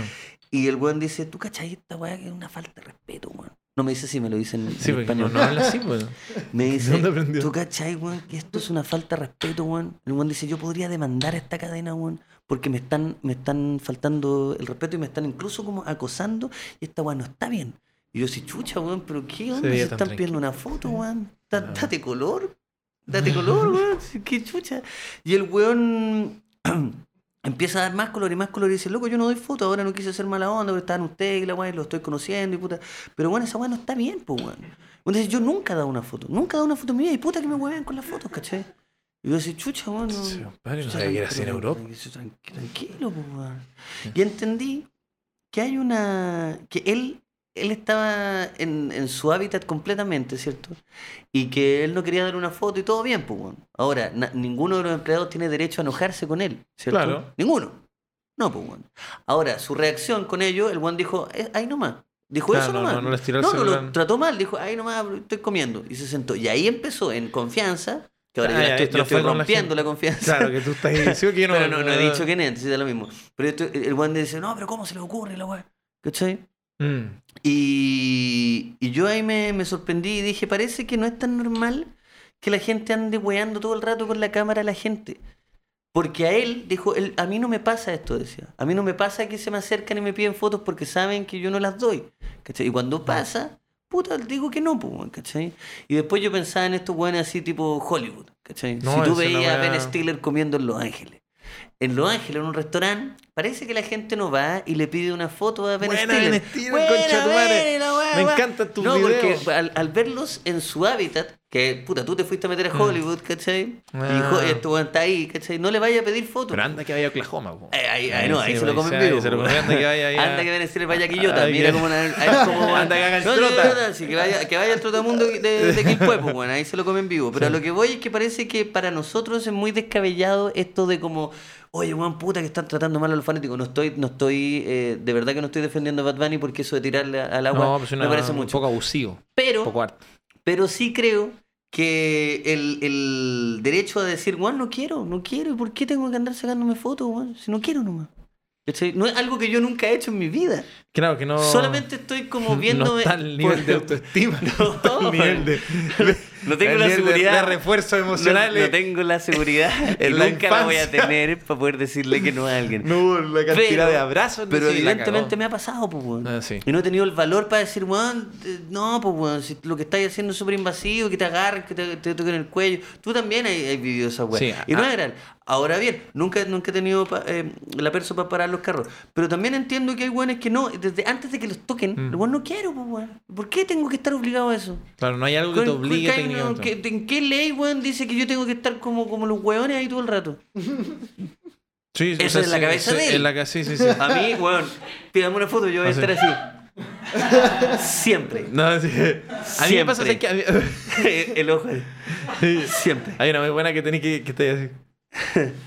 Y el weón dice, tú cachai esta weá que es una falta de respeto, weón. No me dice si me lo dicen en,
Sí,
en
porque no,
español.
no habla
[LAUGHS]
así, pues. [LAUGHS]
Me dice,
dónde aprendió?
¿tú cachai, weón? Que esto es una falta de respeto, weón. El weón dice, yo podría demandar a esta cadena, weón, porque me están, me están faltando el respeto y me están incluso como acosando y esta weón no está bien. Y yo sí, chucha, weón, pero ¿qué onda?
veía
Se
tan
están pidiendo una foto, weón. Da- Date color. Date color, weón. [LAUGHS] Qué chucha. Y el weón empieza a dar más color y más color y dice, loco, yo no doy foto, ahora no quise hacer mala onda, pero estaban ustedes y la weón, lo estoy conociendo y puta. Pero bueno, esa weón no está bien, pues, weón. Entonces yo nunca he dado una foto, nunca he dado una foto en mi vida y puta que me huevean con las fotos, ¿cachai? Y yo decía, chucha, weón. no-
Sí, compadre, no
chucha,
sabía que era así en
tranquilo,
Europa.
tranquilo, Tranquilo, pues, weón. Y entendí que hay una. que él, él estaba en, en su hábitat completamente, ¿cierto? Y que él no quería dar una foto y todo bien, pues, weón. Ahora, na- ninguno de los empleados tiene derecho a enojarse con él, ¿cierto?
Claro.
Ninguno. No, pues, weón. Ahora, su reacción con ello, el weón dijo, "Eh, ahí nomás. Dijo
Claro,
eso
no,
nomás.
no, no les tiró el
No, no, lo
celular.
trató mal. Dijo, ahí nomás estoy comiendo. Y se sentó. Y ahí empezó en confianza. Que ahora
Ah,
yo, la
ya,
estoy,
esto
yo
no
estoy
fue con la
rompiendo la,
gente.
confianza.
Claro, que tú estás diciendo que yo no.
Pero no, no he dicho quién es, entonces da lo mismo. Pero yo estoy- el weón dice, no, pero ¿cómo se le ocurre la weá? ¿Cachai?
Mm.
Y, y yo ahí me, me sorprendí y dije, parece que no es tan normal que la gente ande weando todo el rato con la cámara a la gente. Porque a él dijo, él, a mí no me pasa esto, decía. A mí no me pasa que se me acercan y me piden fotos porque saben que yo no las doy. ¿Cachai? Y
Ah.
cuando pasa, puta, digo que no, pues, weón, ¿cachai? Y después yo pensaba en estos weones así tipo Hollywood, ¿cachai?
No,
si
es
tú
una
veías a
weá-
Ben Stiller comiendo en Los Ángeles. En Los Ángeles, en un restaurante, parece que la gente no va y le pide una foto a Ben
Buena,
Stiller.
Ben Stiller,
Buena,
concha tu madre.
Ben, la weá,
Me
weá.
encantan tus
No,
videos.
porque al, al verlos en su hábitat, que puta, tú te fuiste a meter a Hollywood, ¿cachai?
Mm. Ah.
Y jo- este weón está ahí, ¿cachai? No le vaya a pedir fotos.
Pero anda que vaya a Oklahoma, po.
Eh, ahí, ahí no, ahí
sí, pues,
se lo comen
ahí
vivo.
se lo
po.
comen, anda
[LAUGHS]
que vaya ahí a-
Anda que ven a decirle vaya Quillota.
Ay,
Mira
que-
cómo ahí
[LAUGHS]
como
Anda que haga el trota.
sí, que vaya, que vaya el trotamundo de, de Quilpué, pues, bueno, ahí se lo comen vivo. Pero a lo que voy es que parece que para nosotros es muy descabellado esto de como, oye, weón, puta, que están tratando mal a los fanáticos. No estoy, no estoy, eh, de verdad que no estoy defendiendo a Bad Bunny porque eso de tirarle al agua
No, pues una-
me parece
Un
mucho.
poco abusivo.
Pero
Un poco arte.
pero sí creo que el, el derecho a decir, Juan, no quiero, no quiero, ¿y por qué tengo que andar sacándome fotos, Juan? Si no quiero nomás. ¿Cachai? No es algo que yo nunca he hecho en mi vida.
Claro que no.
Solamente estoy como
[LAUGHS] No
viéndome.
está al nivel
por-
de autoestima.
[LAUGHS] No.
No. está al nivel de.
[LAUGHS] No tengo
al
la
nivel de-
seguridad.
De, refuerzo emocional. eh.
No, no tengo la seguridad
[LAUGHS]
y
En la
nunca la voy a
infancia.
tener para poder decirle que no a alguien.
No, la cantidad
Pero-
de abrazos.
Pero
sí, la
evidentemente
cagó.
me ha pasado, pues, weón.
Ah, sí.
Y no he tenido el valor para decir, weón, eh, no, pues, weón, si lo que estáis haciendo es súper invasivo, que te agarren, que te, te toquen el cuello. Tú también has, has vivido esa weón.
Sí,
y no
ah.
es gran. Ahora bien, nunca, nunca he tenido pa- eh, la perso para parar los carros. Pero también entiendo que hay weones que no, desde
Mm.
antes de que los toquen, el weón no quiero, pues, weón. ¿Por qué tengo que estar obligado a eso?
Claro, no hay algo que te
Con- con- cae-
obligue
weón?
técnicamente.
¿Qué- ¿En qué ley, weón, dice que yo tengo que estar como, como los weones ahí todo el rato?
Sí,
Esa es la
sí,
cabeza
sí,
de él.
en la ca- sí, Ah,
[LAUGHS]
sí, sí.
A mí, weón, pídame una foto, yo voy a
Así.
estar así. Siempre. [LAUGHS]
No, sí. A mí me pasa
Siempre.
¿sabes qué? A mí- [LAUGHS]
El ojo. ahí.
Sí.
Siempre.
Hay una muy buena que tenéis que, que estar así.
[LAUGHS]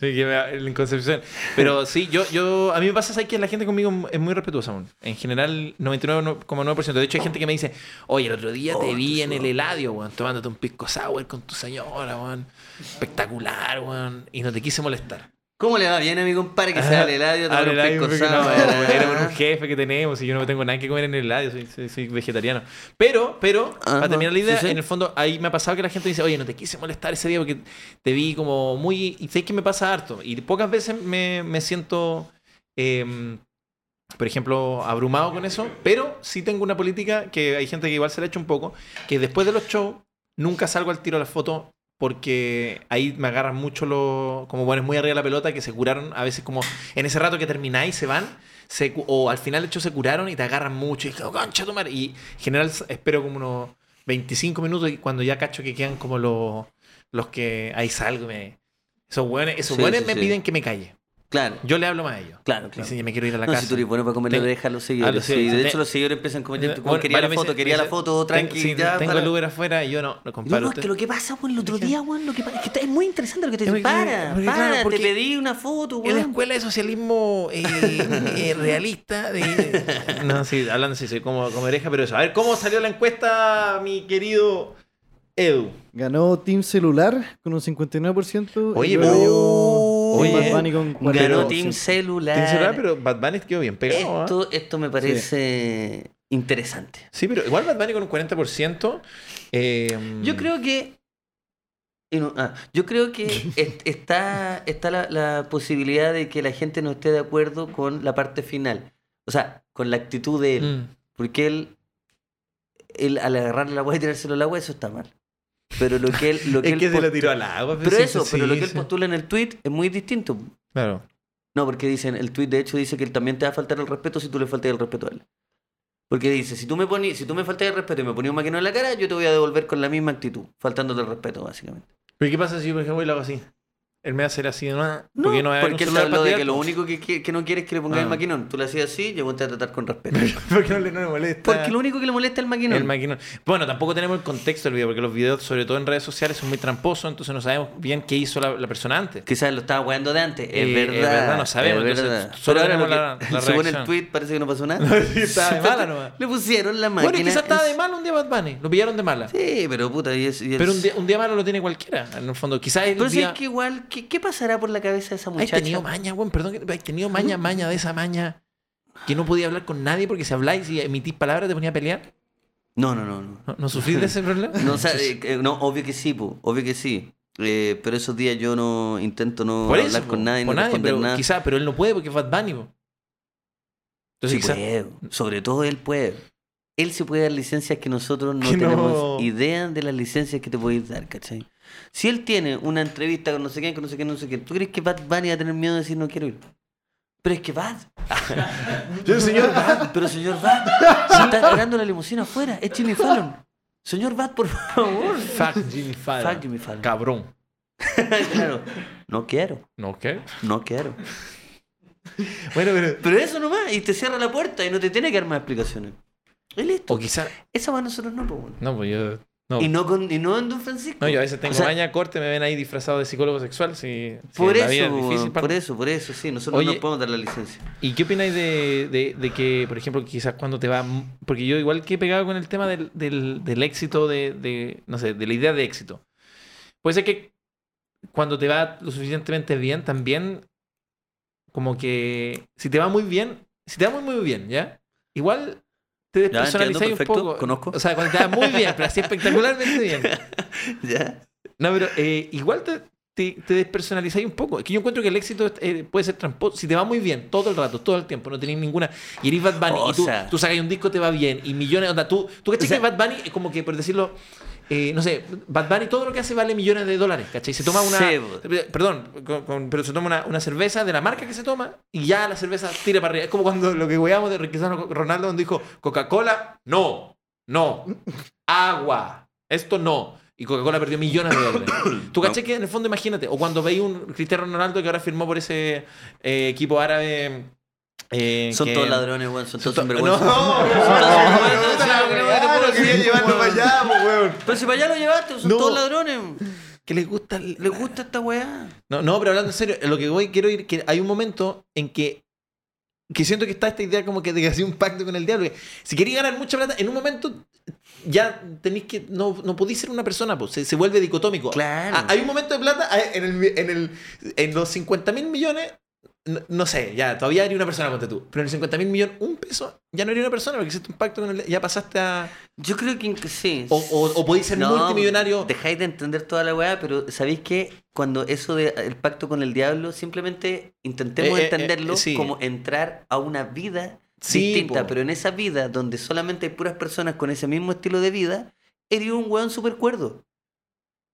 Sí, que me- en Concepción. Pero sí, yo, yo, a mí me pasa ¿sabes qué? la gente conmigo es muy respetuosa. weón. En general, 99,9%. De hecho, hay gente que me dice, oye, el otro
Oh,
día te vi en el heladio, weón, tomándote un pisco sour con tu señora, weón. Espectacular, weón. Y no te quise molestar.
¿Cómo le va bien a mi compadre que
Ajá.
sale el audio,
Al
toma un
heladio,
pisco
porque no,
sour?
weón, Era por un jefe que tenemos y yo no tengo nada que comer en el heladio, soy, soy- soy vegetariano. Pero, pero,
Ajá,
para terminar la idea,
sí, sí.
en el fondo, ahí me ha pasado que la gente dice, oye, no te quise molestar ese día porque te vi como muy... Y sé que me pasa harto. Y pocas veces me, me siento, eh, por ejemplo, abrumado con eso. Pero sí tengo una política que hay gente que igual se la echa un poco, que después de los shows nunca salgo al tiro a la foto porque ahí me agarran mucho los... Como bueno, es muy arriba de la pelota que se curaron a veces como en ese rato que termináis se van se cu- o al final de hecho se curaron y te agarran mucho y es como, concha tu madre". Y en general s- espero como unos 25 minutos y cuando ya cacho que quedan como los, los que ahí salgo y me... Esos buenos, esos
Sí,
hueones
sí,
me
sí.
piden que me calle.
Claro,
Yo le hablo más a ellos.
claro,
Dicen,
claro.
"Ya me quiero ir a la
No,
casa.
si tú eres bueno para comer
Tengo-
la oreja a los
a los
seguidores. Sí,
seguidores.
de hecho, los seguidores empiezan como...
Bueno,
¿cómo quería
varios
la
meses-
foto, quería la
meses-
foto,
Ten- sí,
tranquila.
Tengo el Uber afuera y yo no, no
No,
comparo.
no, es que lo que pasa, weón, el otro
Dije-
día, weón, lo que pasa es que está- es muy interesante lo que te
Es
dicen.
porque-
Para,
porque, claro,
para, te
porque-
pedí una foto,
En la
weón.
escuela de socialismo
[LAUGHS]
eh, eh, realista. de- de- No, sí, hablando sí, soy como, como oreja, pero eso. A ver, ¿cómo salió la encuesta, mi querido Edu?
Ganó Team Celular con un 59%. y
Oye,
luego
pero-
llegó
Oye,
Bad Bunny con
Ganó
42%.
Team Celular.
Team Celular, pero Bad Bunny quedó bien
Eh,
pegado. ¿ah?
Esto, esto me parece interesante.
Sí, pero igual Bad Bunny con un 40%. eh,
Yo creo que. y no- ah, yo creo
[LAUGHS]
que est- está, está la, la posibilidad de que la gente no esté de acuerdo con la parte final. O sea, con la actitud de él.
Mm.
Porque él, él al agarrarle la agua y tirárselo al agua, eso está mal. Pero lo que él. Lo que
[LAUGHS] Es
él
que se
post-
lo tiró al agua.
Pero
sí,
eso,
sí,
pero lo
sí,
que él
sí.
postula en el tweet es muy distinto.
Claro.
No, porque dicen, el tweet de hecho dice que él también te va a faltar el respeto si tú le faltas el respeto a él. Porque dice, si tú me pones, si tú me faltas el respeto y me pones un maquinón en la cara, yo te voy a devolver con la misma actitud, faltándote el respeto, básicamente.
¿Pero qué pasa si yo, por ejemplo, lo hago así? Él me va a hacer así de nada.
No,
porque no va a haber un
porque él
celular
habló
para
de que
tirar?
lo
[LAUGHS]
único que, qui- que no quieres es que le pongas
Ah.
el maquinón. Tú le hacías así, yo te voy a tratar con
[LAUGHS]
respeto.
¿Por qué no le, no le molesta?
Porque lo único que le molesta es el maquinón.
El maquinón. Bueno, tampoco tenemos el contexto del video, porque los videos, sobre todo en redes sociales, son muy tramposos, entonces no sabemos bien qué hizo la, la persona antes.
Quizás lo estaba jugando de antes. Es
Eh,
verdad.
es verdad, no sabemos,
es
entonces,
verdad.
solo
Pero ahora
tenemos
lo que-
la- la
[LAUGHS] según
reacción.
el tweet parece que no pasó nada.
[LAUGHS] Sí, estaba
[LAUGHS]
de mala nomás.
Le pusieron la máquina.
Bueno, y quizás estaba
en-
de mal un día Bad Bunny, lo pillaron de mala.
Sí, pero puta, y es- y es-
Pero un día, un día malo lo tiene cualquiera, en el fondo. Quizás el
Pero sí
día...
que igual, ¿qué, qué pasará por la cabeza de esa
Hay
muchacha?
tenido maña, weón, perdón, que- hay tenido maña, maña de esa maña que no podía hablar con nadie porque si habláis y emitís palabras te ponía a pelear.
No, no, no, no.
¿No, no sufrís
[LAUGHS]
de ese problema?
No, o sea, eh, eh, no, obvio que sí, po, obvio que sí. Eh, pero esos días yo no intento no
Por eso,
hablar con nadie,
con
no
nadie,
responder
pero
nada.
quizás, pero él no puede porque es Bad Bunny, po.
Sí
Entonces quizás...
puede, sobre todo él puede. Él se puede dar licencias que nosotros no
Que no-
tenemos idea de las licencias que te podéis dar, ¿cachai? Si él tiene una entrevista con no sé quién, con no sé quién, no sé quién, ¿tú crees que Bad Bunny va a tener miedo de decir no quiero ir? Pero es que Bad,
señor,
[LAUGHS] pero señor Bad, se está esperando la limusina afuera, es Jimmy Fallon. Señor Bad, por favor.
fuck
[LAUGHS]
Jimmy Fallon.
Fuck Jimmy Fallon.
Cabrón.
[LAUGHS] claro. No quiero,
¿No qué?
no quiero.
Bueno, pero...
Pero eso nomás, y te cierra la puerta y no te tiene que dar más explicaciones. Y listo.
O quizás...
Esa va nosotros no, pues bueno.
No, pues yo... No,
Y no, con, y no en Don Francisco.
No, yo a veces tengo
O sea,
maña corte, me ven ahí disfrazado de psicólogo sexual. Si, si
Por
la
eso,
vida es
weón,
difícil para-
por eso, por eso, sí. Nosotros
Oye-
no podemos dar la licencia.
¿Y qué opináis de, de- de que, por ejemplo, quizás cuando te va... Porque yo igual que he pegado con el tema del, del- del éxito, de, de- no sé, de la idea de éxito. Puede ser que cuando te va lo suficientemente bien, también como que si te va muy bien, si te va muy, muy bien, ¿ya? Igual te
entiendo,
despersonalizáis un
perfecto,
poco.
conozco.
O sea, cuando te va muy bien, pero así
[LAUGHS]
espectacularmente bien.
¿Ya?
No, pero eh, igual te, te, te despersonalizáis un poco. Es que yo encuentro que el éxito eh, puede ser tramposo. Si te va muy bien todo el rato, todo el tiempo, no tenés ninguna. Y eres Bad Bunny
O
y tú,
sea.
tú sacas un disco, te va bien. Y millones. Onda, tú, tú cachai
O sea-
que Bad Bunny es como que, por decirlo. eh, no sé, Bad Bunny todo lo que hace vale millones de dólares, ¿cachai? Se toma una.
Sebo.
Perdón, con- con- pero se toma una, una cerveza de la marca que se toma y ya la cerveza tira para arriba. Es como cuando lo que weamos de Cristiano Ronaldo, donde dijo Coca-Cola, no, no, agua, Esto no. Y Coca-Cola perdió millones de dólares. ¿Tú caché que en el fondo imagínate? O cuando veis un Cristiano Ronaldo que ahora firmó por ese eh, equipo árabe. eh,
Son
que-
todos ladrones, weón. Son todos
No,
sinvergüenzas.
no,
Pero si para allá lo llevaste, son
No.
todos ladrones.
Que les gusta el-
¿Les gusta esta weá?
No, no, pero hablando en serio, lo que voy quiero ir que hay un momento en que que siento que está esta idea como que de que hacía un pacto con el diablo. que si queréis ganar mucha plata, en un momento ya tenéis que no no podéis ser una persona, pues se, se vuelve dicotómico.
Claro.
Ah, hay un momento de plata ah, en el, en el en los 50 mil millones no, no sé, ya, todavía eres una persona, ponte tú. Pero en el 50 mil millones, un peso, ya no eres una persona porque hiciste un pacto con el ya pasaste a.
Yo creo que que sí.
O, o, o podéis ser multimillonario.
Dejáis de entender toda la weá, pero ¿sabéis qué? Cuando eso del el pacto con el diablo, simplemente intentemos
Eh, eh, eh,
entenderlo
sí.
como entrar a una vida
Sí,
distinta,
po.
pero en esa vida donde solamente hay puras personas con ese mismo estilo de vida, eres un weón súper cuerdo.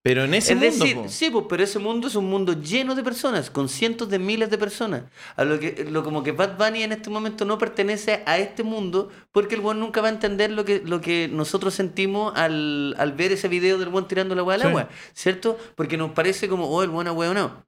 Pero en ese
Es
mundo.
decir,
po.
sí, po, pero ese mundo es un mundo lleno de personas, con cientos de miles de personas. A lo que, lo como que Bad Bunny en este momento no pertenece a este mundo, porque el buen nunca va a entender lo que, lo que nosotros sentimos al, al ver ese video del buen tirando la agua al
Sí.
agua, ¿cierto? Porque nos parece como, oh, el buen agua no.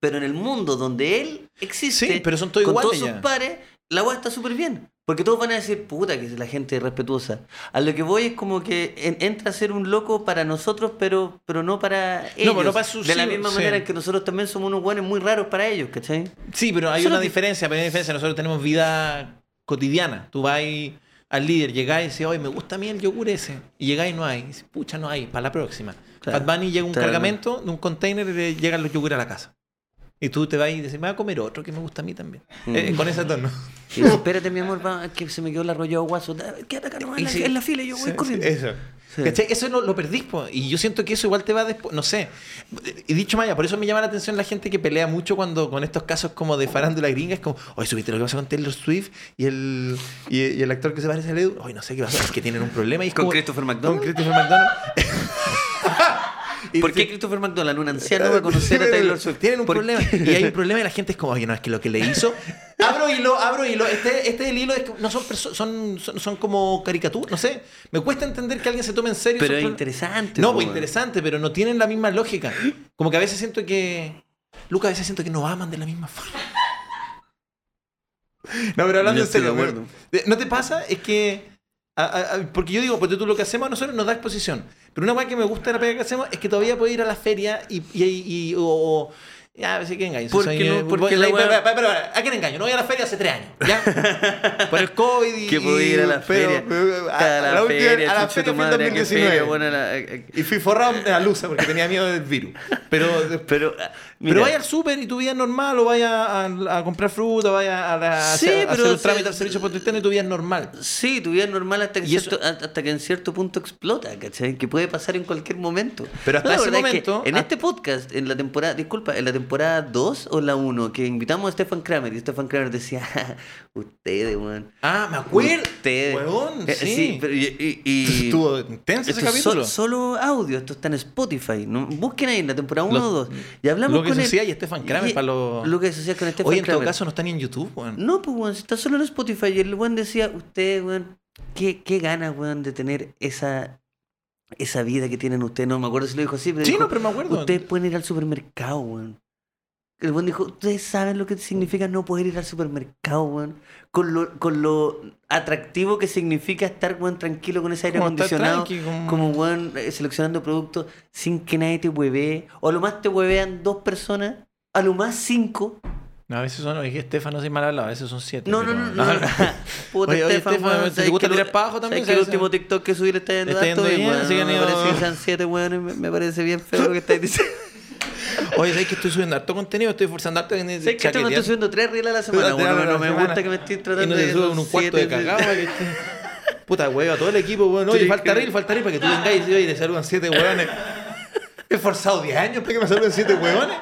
Pero en el mundo donde él existe,
Sí, pero son todos
con
iguales
todos
ya.
sus pares, la agua está súper bien. Porque todos van a decir, puta, que la gente es respetuosa. A lo que voy es como que en- entra a ser un loco para nosotros, pero, pero no para ellos.
pero no para sus
de la
hijos,
misma
sí.
manera que nosotros también somos unos guanes muy raros para ellos,
[LAUGHS]
¿cachai?
Sí, pero hay
Eso
una
no te-
diferencia, pero hay una diferencia. Nosotros tenemos vida cotidiana. Tú vas al líder, llegáis y dices, oye, me gusta a mí el yogur ese. Y llegáis y no hay. Y dices, pucha, no hay, para la próxima.
Claro.
Bad Bunny llega un
Claro.
cargamento de un container y le llegan los yogur a la casa. Y tú te vas y dices, me voy a comer otro que me gusta a mí también.
Mm.
Eh, con ese tono.
Y dice, espérate, mi amor, va, que se me quedó el arrollado guaso. Da- Quédate acá nomás en,
Y
la,
sí.
en la fila y yo voy
Sí,
corriendo.
sí, Eso. ¿Cachai? Eso lo, lo perdís, po. Y yo siento que eso igual te va después. No sé. Y dicho Maya, por eso me llama la atención la gente que pelea mucho cuando con estos casos como de farándula gringa. Es como, oye, subiste lo que pasa con Taylor Swift y el, y, y el actor que se parece a Edu. Oye, no sé qué pasa. Es que tienen un problema. Y es
Con
como-
Christopher McDonald.
Con Christopher
[LAUGHS]
McDonald. Y
¿Por
dice-
qué Christopher McDonald, un anciano, va a conocer [LAUGHS]
[LAUGHS]
a Taylor Swift?
Tienen un
¿Por
problema.
qué?
Y hay un problema y la gente es como, oye, no, es que lo que le hizo. Abro hilo, abro hilo. Este, este del hilo es que no son, perso- son, son, son como caricaturas, no sé. Me cuesta entender que alguien se tome en serio.
Pero
esos
es
problemas.
interesante.
No,
po,
pues
weón.
interesante, pero no tienen la misma lógica. Como que a veces siento que. Luca, a veces siento que no aman de la misma forma. [LAUGHS] No, pero hablando
Yo
en
estoy de
serio.
acuerdo.
¿no? ¿No te pasa? Es que. a- a- a- porque yo digo, porque tú lo que hacemos a nosotros nos da exposición. Pero una cosa que me gusta de la pega que hacemos es que todavía puedo ir a la feria y. y, y- o, o- ya, a veces que engaño.
Porque no- porque la
pero,
wea-
pero, pero, ¿A quién engaño? No voy a la feria hace tres años. ¿Ya? Por el COVID y.
[LAUGHS] Que podía ir a la
pero-
feria.
pero- a-
Está
a la última-
feria,
a la
chucha
feria
tu
fui en
madre, a qué
2019.
feria, bueno, a la- eh, a- a-
Y fui forrado de la luza porque tenía miedo del virus. Pero,
Pero, ah,
pero
mira.
vaya al súper y tu vida es normal, o vaya a, a comprar fruta, o vaya a, la- a
Sí,
hacer, a
pero
hacer un
se-
trámite al servicio protestante y tu vida es normal.
Sí, tu vida es normal hasta que,
Y eso-
cierto, hasta que en cierto punto explota, ¿cachai? Que puede pasar en cualquier momento.
Pero hasta
La
ese
verdad es que
momento-
en
ah.
este podcast, en la temporada, disculpa, en la temporada 2 o la 1, que invitamos a Stefan Kramer y Stefan Kramer decía, [LAUGHS] "Ja, ustedes, weón.
Ah, me acuerdo.
Ustedes.
Huevón,
Eh,
sí.
pero y- y- y-
[LAUGHS] Estuvo intenso ese
esto es
capítulo.
sol- solo audio, esto está en Spotify. No, busquen ahí en la temporada 1
Lo-
o 2. Y hablamos
lo que
con él.
Sociedad y Stefan Kramer para los-
Lo que Sociedad con Stefan
Oye, en todo
Kramer.
caso, no está ni en YouTube, weón.
No, pues, weón, si está solo en Spotify. Y el weón decía, usted, weón, qué, qué ganas, weón, de tener esa, esa vida que tienen ustedes. No me acuerdo si lo dijo así, pero
Sí,
dijo,
no, pero me acuerdo.
ustedes pueden ir al supermercado, weón. El weón dijo, ustedes saben lo que significa no poder ir al supermercado, weón. Con lo, con lo atractivo que significa estar, weón, tranquilo con ese aire
Como estar
acondicionado.
tranqui, como-
Como, weón, eh, seleccionando productos sin que nadie te huevee. O a lo más te huevean dos personas, a lo más cinco.
No, a veces son, es que Estefan no soy mal hablado, a veces son siete.
No, no,
pero-
no, no. no. [LAUGHS] Puta,
[LAUGHS] Oye, oye,
Estefan,
Estefan,
weón,
¿te
¿sabes
gusta
que el-
tirar pa' abajo también?
¿sabes que el
¿Sabes?
último TikTok que subí le está yendo
Está
harto
yendo
bien,
bien,
weón?
así que
me
ni-
parece que sean siete, weón, me, me parece bien feo lo que estáis
[LAUGHS]
diciendo.
Oye, ¿sabes que estoy subiendo harto contenido? Estoy forzando harto en el
¿Sabes que estoy
chaquetear.
subiendo tres reels a la
[LAUGHS]
semana,
Te
weón?
hablo
No
la
me
semana.
gusta que me estés
Y no
tratando
te
de...
suben un
los
cuarto de
siete,
cagada. para que
[LAUGHS]
esté- Puta, huevo, a todo el equipo, weón. Oye,
Sí,
falta
que-
reel, falta reel para que tú vengáis y digas, oye, le saludan siete hueones. He forzado 10 años para que me saluden siete hueones.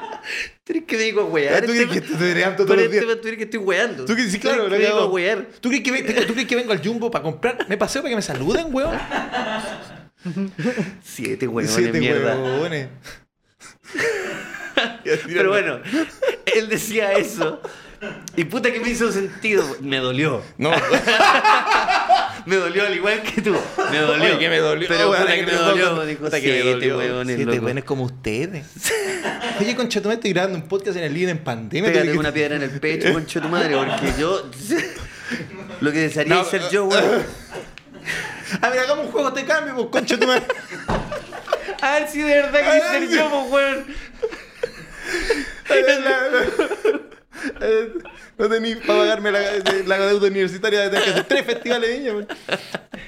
¿Tú crees que me digo a wear?
Ah, ¿Tú crees que te estoy
Pero
harto todos los
este
días?
me- tú crees que estoy weando.
¿Tú crees, sí, claro,
que
lo
me digo a
hago.
wear?
¿Tú crees, que ve- ¿Tú crees que vengo al Jumbo para comprar? ¿Me paseo para que me saluden, hueón?
Siete weones,
Siete
mierda. [LAUGHS]
hueones.
Pero bueno, él decía eso. Y puta que me hizo sentido. Me dolió.
No.
me dolió al igual que tú. [LAUGHS] Me dolió.
Oye, que me dolió,
Pero
weón,
puta
que
que me
me
dolió.
dolió.
Dijo,
Puta que me
siete
dolió.
huevones,
Siete
loco.
buenos como ustedes.
[LAUGHS]
Oye, conchetumare, estoy grabando un podcast en el living en pandemia.
Pégate
Tuve que-
una piedra en el pecho, concha de tu madre, porque yo... [LAUGHS] Lo que desearía
No,
es ser yo, weón.
A ver, Ah, hagamos un juego, te cambio, pues, conchetumare.
A ver si de verdad querés ser yo, pues, weón.
Eh, No tenía para pagarme la, la deuda universitaria de que [LAUGHS] hacer tres festivales de niños,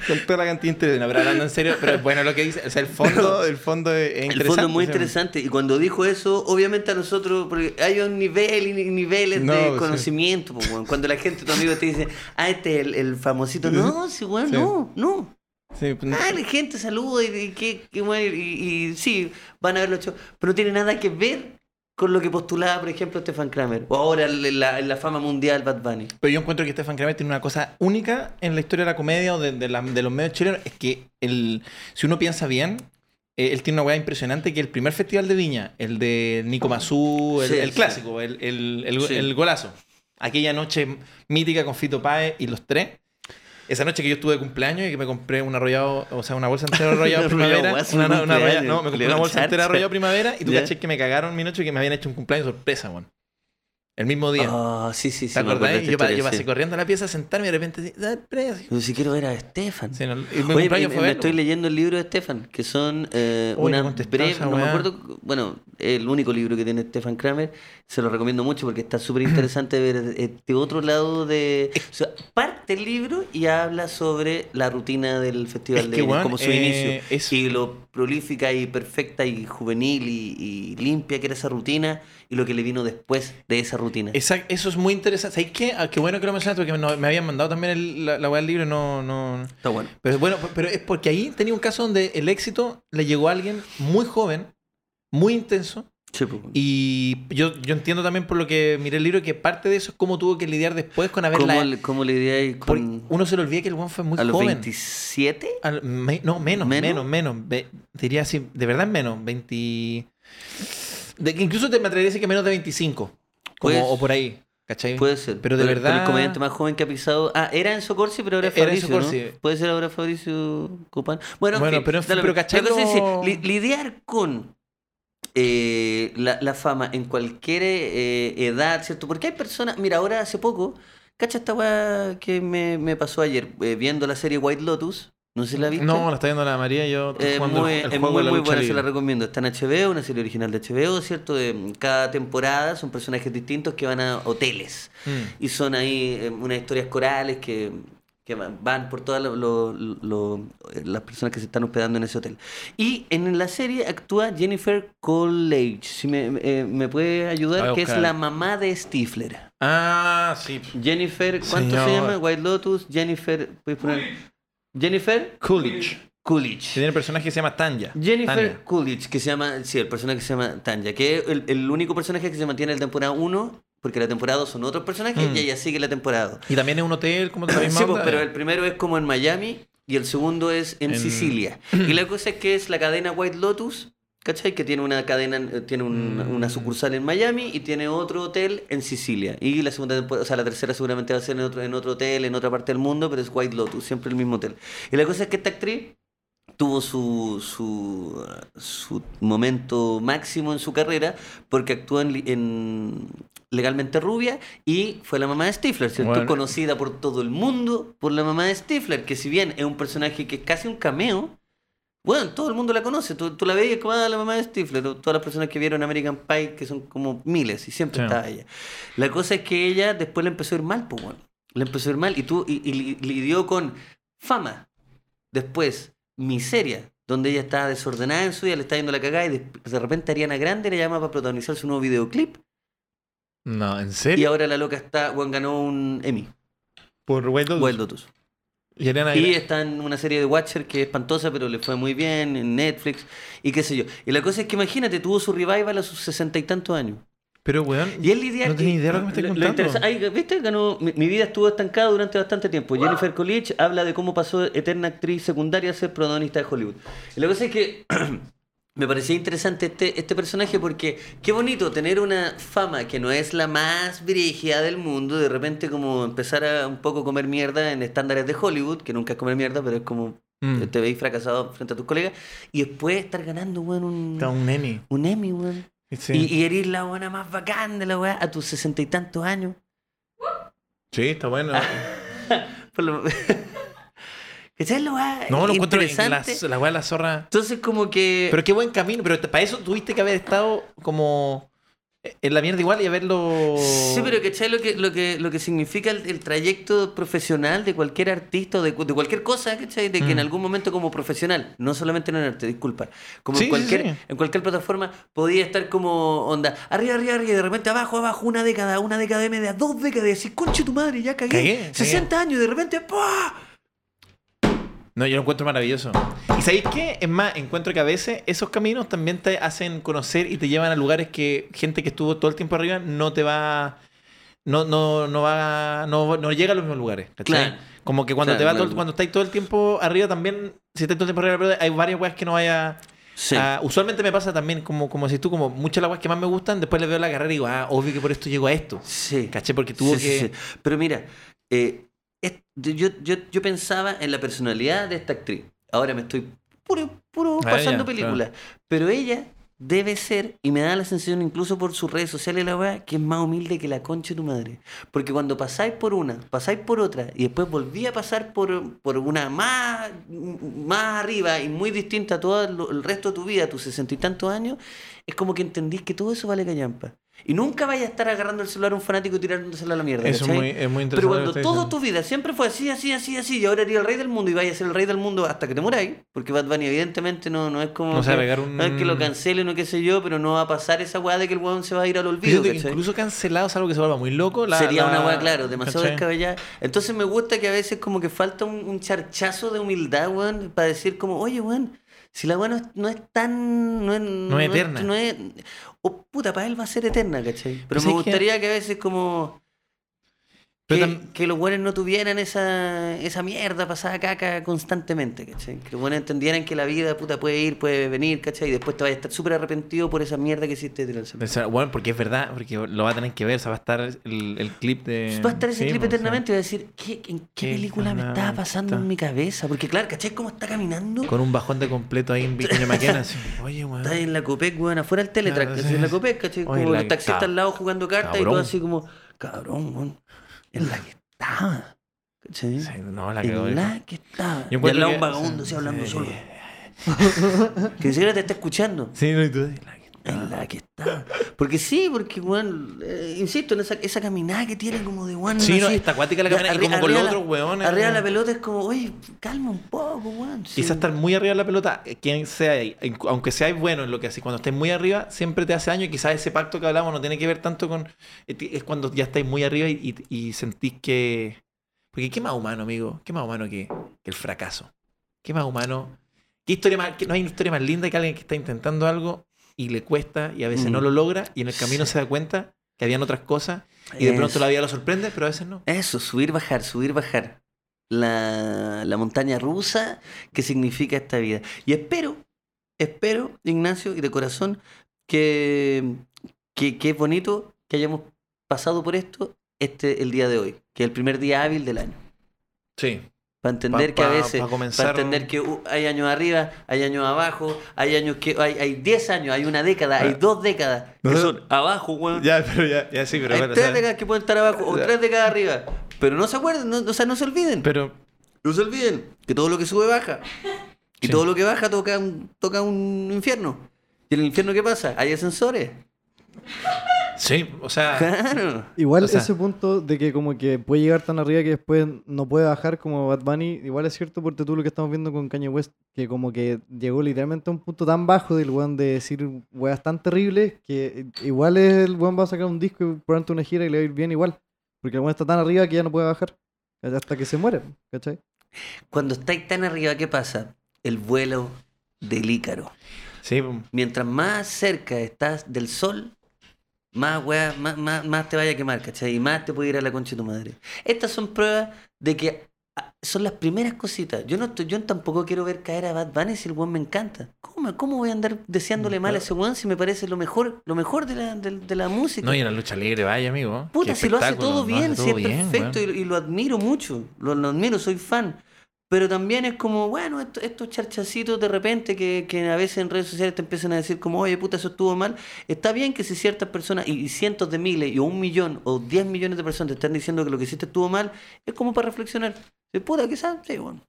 Con toda la cantidad de interés.
No, pero hablando en serio, pero es bueno lo que dice. O sea, el
Fondo,
fondo.
el fondo es, es
El
interesante.
fondo es muy
o sea,
interesante. Y cuando dijo eso, obviamente a nosotros, porque hay un nivel y niveles
No,
de
sí.
conocimiento, pues, weón. Cuando la gente, tu amigo, te dice, ah, este es el, el famosito. No, sí, weón,
Sí.
no, no.
sí, pues, no-
Ah, la gente saluda y, y qué- qué bueno, y- y- y sí, van a ver los shows, pero no tiene nada que ver con lo que postulaba, por ejemplo, Stefan Kramer. O ahora en la, en la fama mundial Bad Bunny.
Pero yo encuentro que Stefan Kramer tiene una cosa única en la historia de la comedia o de, de la- de los medios chilenos. Es que el, si uno piensa bien, eh, él tiene una weá impresionante que el primer festival de Viña, el de Nico Mazú, el,
Sí,
el
sí.
clásico, el, el- el-
Sí.
el golazo. Aquella noche mítica con Fito Páez y los tres. Esa noche que yo estuve de cumpleaños y que me compré un arrollado, o sea, una bolsa entera de
[LAUGHS]
arrollado
Un arrollado
primavera.
guaso
Una,
de
una arrollado-
cumpleaños.
no, me compré una
León
bolsa entera de
Charza.
arrollado primavera y tú
Ya.
caché que me cagaron mi noche y que me habían hecho un cumpleaños sorpresa, weón. El mismo día.
Ah, sí, sí, sí.
¿Te
me acuerdo
acordás?
de esta
Y yo, pa- yo
historia,
pasé
sí.
corriendo a la pieza a sentarme y de repente, así, "Ah, precio".
Yo si quiero ver a Stefan.
Sí, no, y mi
Oye, me,
cumpleaños fue
me
verlo.
estoy leyendo el libro de Stefan, que son eh,
Uy, no
unas
contestó
breves,
esa
no me
weá.
acuerdo, bueno, el único libro que tiene Stefan Kramer, se lo recomiendo mucho porque está súper interesante ver este otro lado de... o sea, parte el libro y habla sobre la rutina del Festival
Es
de
que,
Viña,
weón,
como su
eh,
inicio,
es-
y lo prolífica y perfecta y juvenil y, y limpia que era esa rutina y lo que le vino después de esa rutina.
Exacto, eso es muy interesante. ¿Sabes qué? Ah, qué bueno que lo mencionaste porque no- me habían mandado también el- la, la weá del libro y no, no. no.
Está bueno.
Pero bueno, pero es porque ahí tenía un caso donde el éxito le llegó a alguien muy joven, muy intenso.
Sí, pues,
Y yo, yo entiendo también por lo que miré el libro que parte de eso es cómo tuvo que lidiar después con haber
¿Cómo,
la-
le- cómo le diría ahí
por-
con...
Uno se le olvida que el one fue muy
a los
joven.
27?
Al- me- no, menos,
¿Menos?
menos, menos. Ve- diría así, de verdad menos, 20... de- incluso te me atrevería a decir que menos de 25. Como,
Pues-
o por ahí, ¿cachai?
Puede ser.
Pero de verdad...
el comediante más joven que ha pisado. Ah, era Enzo Corsi, pero ahora es
Era
Fabricio.
Enzo
¿no?
Corsi.
Puede ser ahora Fabricio Copán. Bueno, en
Bueno,
fin,
pero en fin,
da lo
pero
mismo.
¿cachai
La cosa es
lo-
ese, li- lidiar con eh, la, la fama en cualquier eh, edad, ¿cierto? Porque hay personas. Mira, ahora hace poco. ¿Cacha esta weá que me, me pasó ayer? eh, viendo la serie White Lotus. No sé si la viste.
No, la está viendo la María, yo estoy
Es
jugando
Eh, muy,
el, el
es
juego
muy,
de la
muy
lucha
buena, se
libre.
la recomiendo. Está en HBO, una serie original de HBO, ¿cierto? De, cada temporada son personajes distintos que van a hoteles.
Mm.
Y son ahí eh, unas historias corales que, que van van por todas lo- lo- lo- eh, las personas que se están hospedando en ese hotel. Y en la serie actúa Jennifer College, si me, eh, me puede
Voy a
ayudar, que es
buscar.
la mamá de Stifler.
Ah, sí.
Jennifer, ¿cuánto
Señor.
se llama? White Lotus, Jennifer, ¿puedes poner? Jennifer
Coolidge.
Coolidge.
Tiene un personaje que se llama Tanya.
Jennifer
Tanya.
Coolidge, que se llama, sí, el personaje que se llama Tanya, que es el, el único personaje que se mantiene en la temporada 1, porque la temporada 2 son otros personajes
Mm.
y ella sigue la temporada 2.
Y también es un hotel, como de la
[LAUGHS]
misma
Sí, pues,
onda. eh.
pero el primero es como en Miami y el segundo es en,
En- [CLEARS THROAT]
Sicilia. Y la cosa es que es la cadena White Lotus, ¿cachai? Que tiene una cadena, eh, tiene un-
Mm.
una sucursal en Miami y tiene otro hotel en Sicilia. Y la segunda temporada, o sea, la tercera seguramente va a ser en otro, en otro hotel, en otra parte del mundo, pero es White Lotus, siempre el mismo hotel. Y la cosa es que esta actriz tuvo su, su, su momento máximo en su carrera porque actuó en, li- en Legalmente Rubia y fue la mamá de Stifler, ¿cierto?
Bueno.
Conocida por todo el mundo por la mamá de Stifler, que si bien es un personaje que es casi un cameo, bueno, todo el mundo la conoce. Tú, tú la veías como "Ah, la mamá de Stifler. o Todas las personas que vieron American Pie, que son como miles, y siempre
Sí.
estaba ella. La cosa es que ella después le empezó a ir mal, pues bueno. Le empezó a ir mal y, tú, y, y li- lidió con fama. Después, miseria, donde ella estaba desordenada en su vida, le está yendo la cagada y de, de repente Ariana Grande le llama para protagonizar su nuevo videoclip.
No, ¿en
Y
serio?
ahora la loca está, bueno, ganó un Emmy,
Por Wild Lotus.
Wild Lotus.
Y Ariana
Y
Grande.
está en una serie de Watcher que es espantosa, pero le fue muy bien en Netflix y qué sé yo. Y la cosa es que imagínate, tuvo su revival a sus sesenta y tantos años.
Pero, weón,
Y él lidia...
No tenía idea de lo que me estás contando.
interesa- ahí, ¿Viste? Ganó, mi, mi vida estuvo estancada durante bastante tiempo. Jennifer Coolidge habla de cómo pasó de eterna actriz secundaria a ser protagonista de Hollywood. Y la cosa es que [CLEARS THROAT] me parecía interesante este, este personaje porque qué bonito tener una fama que no es la más brígida del mundo, de repente como empezar a un poco comer mierda en estándares de Hollywood, que nunca es comer mierda, pero es como
Mm.
te veis fracasado frente a tus colegas, y después estar ganando, weón,
Está
un,
un nene.
un Emmy, weón.
Sí.
Y, y eres la buena más bacán de la weá a tus sesenta y tantos años. [LAUGHS]
sí, está bueno.
Ah. Por lo- [LAUGHS] ¿Cachai la weá?
No, lo encuentro en la,
interesante?
la weá de la zorra.
Entonces como que...
Pero qué buen camino. Pero te- para eso tuviste que haber estado como eh, en la mierda igual y haberlo.
Sí, pero ¿cachai lo que, lo que, lo que significa el, el trayecto profesional de cualquier artista o de, cu- de cualquier cosa, ¿cachai? De que en
Mm.
algún momento como profesional, no solamente en el arte, disculpa, como
Sí,
en,
sí,
cualquier,
sí.
en cualquier plataforma podía estar como onda, arriba, arriba, arriba, y de repente abajo, abajo, una década, una década y media, dos décadas, y decís, conche tu madre, ya cagué,
Cagué, cagué.
60 años, y de repente, ¡pah!
No, yo lo encuentro maravilloso. ¿Y sabéis qué? Es más, encuentro que a veces esos caminos también te hacen conocer y te llevan a lugares que gente que estuvo todo el tiempo arriba no te va. No, no, no va. No, no llega a los mismos lugares. ¿cachai?
Claro.
Como que cuando
Claro,
te va
claro.
todo- cuando estáis todo el tiempo arriba también. Si estáis todo el tiempo arriba, pero hay varias weas que no vaya.
Sí.
Ah, usualmente me pasa también, como, como decís tú, como muchas de las weas que más me gustan, después les veo la carrera y digo, ah, obvio que por esto llegó a esto.
sí.
¿Caché? Porque tuvo
Sí, sí,
que.
sí. Pero mira, eh, es- yo, yo, yo pensaba en la personalidad de esta actriz. Ahora me estoy puro, puro
Ah,
pasando
ya,
películas. Pero ella debe ser, y me da la sensación incluso por sus redes sociales, la verdad, que es más humilde que la concha de tu madre. Porque cuando pasáis por una, pasáis por otra, y después volví a pasar por, por una más, más arriba y muy distinta a todo lo- el resto de tu vida, tus sesenta y tantos años, es como que entendís que todo eso vale callampa. Y nunca vayas a estar agarrando el celular a un fanático y tirándoselo a la mierda.
Eso es
¿cachai?
muy, es muy interesante.
Pero
lo
cuando
que estás
toda
diciendo.
tu vida siempre fue así, así, así, así, y ahora eres el rey del mundo y vayas a ser el rey del mundo hasta que te muráis, porque Bad Bunny evidentemente no, no es como
No se va a
que,
pegar un-
no es que lo cancelen o qué sé yo, pero no va a pasar esa weá de que el weón se va a ir al
Yo
olvido.
siento que
¿cachai?
incluso cancelado es algo que se vuelva muy loco. la-
Sería
la-
una weá, claro, demasiado
¿cachai?
descabellada. Entonces me gusta que a veces como que falta un, un charchazo de humildad, weón, para decir como, oye, weón, si la weá no es, no es tan... No es, no
es eterna.
No es, oh, puta, para él va a ser eterna, ¿cachai? Pero
Pues
me
es que-
gustaría que... a veces como...
Pero
que,
tam-
que los buenos no tuvieran esa, esa mierda pasada caca constantemente, ¿cachai? Que los buenos entendieran que la vida, puta, puede ir, puede venir, ¿cachai? Y después te vayas a estar súper arrepentido por esa mierda que hiciste durante el
O sea, Bueno, porque es verdad, porque lo va a tener que ver, o sea, va a estar el, el clip de...
Va a estar ese
Sí,
clip
pues,
eternamente y va a decir, ¿qué, ¿en qué
Qué
película me estaba
canasta.
pasando en mi cabeza? Porque claro, ¿cachai cómo está caminando?
sí. Con un bajón de completo ahí
[LAUGHS]
en Vicuña Maquena, así. Oye, weón.
Está en la Copec, weón, afuera del Teletrack,
Claro,
así,
sí,
en la
sí.
Copec, ¿cachai?
Oye,
Como
la
los
que
taxistas
está-
al lado jugando cartas y todo
cabrón.
así como, cabrón, weón, en la que estaba, ¿cachai?
Sí, no, la cagó.
en la que estaba.
Yo
Y al
encuentro
lado
que-
un vagabundo así hablando
sí.
solo. [LAUGHS] que ni siquiera te está escuchando.
Sí, no, y tú... la que-
En la que estaba. Porque sí, porque, weón, eh, insisto, en esa, esa caminada que tiene como de weón.
Sí, no,
así,
está acuática la
Ya,
cámara y
arri-
como con
arriba
los
la-
otros weones.
Arriba la
weón.
pelota es como, oye, calma un poco, weón. sí".
Quizás estar muy arriba de la pelota, eh, quien sea, y- en- aunque seáis bueno en lo que haces, cuando estés muy arriba, siempre te hace daño y quizás ese pacto que hablamos no tiene que ver tanto con... Es es cuando ya estáis muy arriba y, y- y sentís que... Porque qué más humano, amigo, qué más humano que, que el fracaso. Qué más humano... ¿Qué historia más, que no hay una historia más linda que alguien que está intentando algo y le cuesta y a veces
Mm.
no lo logra y en el camino se da cuenta que habían otras cosas y de pronto
Eso.
la vida lo sorprende, pero a veces no.
Eso, subir, bajar, subir, bajar. La, la montaña rusa que significa esta vida. Y espero, espero, Ignacio, y de corazón, que, que, que es bonito que hayamos pasado por esto este, el día de hoy, que es el primer día hábil del año.
Sí.
Para entender que a veces
Para
Para
comenzar...
entender que uh, hay años arriba, hay años abajo, hay años que. Hay hay 10 años, hay una década, hay dos décadas que
Nosotros-
son abajo, weón.
Ya, pero ya, ya sí, pero
hay
bueno,
tres
¿sabes?
décadas que pueden estar abajo o
Ya.
tres décadas arriba. Pero no se acuerden, no, o sea, no se olviden.
Pero
no se olviden que todo lo que sube baja. Y
Sí.
todo lo que baja toca un, toca un infierno. ¿Y en el infierno qué pasa? Hay ascensores.
sí, o
[LAUGHS]
sea,
Claro.
Igual
O sea-
ese punto de que como que puede llegar tan arriba que después no puede bajar como Bad Bunny, igual es cierto porque tú lo que estamos viendo con Kanye West, que como que llegó literalmente a un punto tan bajo del weón de decir weas tan terribles que igual el weón va a sacar un disco y probablemente una gira y le va a ir bien igual, porque el weón está tan arriba que ya no puede bajar hasta que se muere, ¿cachai?
Cuando estáis tan arriba, ¿qué pasa? El vuelo del ícaro.
sí,
mientras más cerca estás del sol, más, weá, más, más, más te vaya a quemar, ¿cachai? Y más te puede ir a la concha de tu madre. Estas son pruebas de que ah, son las primeras cositas. Yo no estoy- yo tampoco quiero ver caer a Bad Bunny si el weón me encanta. ¿Cómo, cómo voy a andar deseándole mal a ese weón si me parece lo mejor, lo mejor de la, de, de la música?
No, y en la lucha libre, vaya, amigo.
Puta,
Qué
si lo hace todo
espectáculo,
bien,
hace
si es
todo bien,
perfecto
weón.
y, y lo admiro mucho, lo, lo admiro, soy fan. Pero también es como, bueno, esto- estos charchacitos de repente que, que a veces en redes sociales te empiezan a decir como, oye, puta, eso estuvo mal. Está bien que si ciertas personas, y, y cientos de miles, y un millón, o diez millones de personas te están diciendo que lo que hiciste estuvo mal, es como para reflexionar. De puta, quizás, sí, bueno.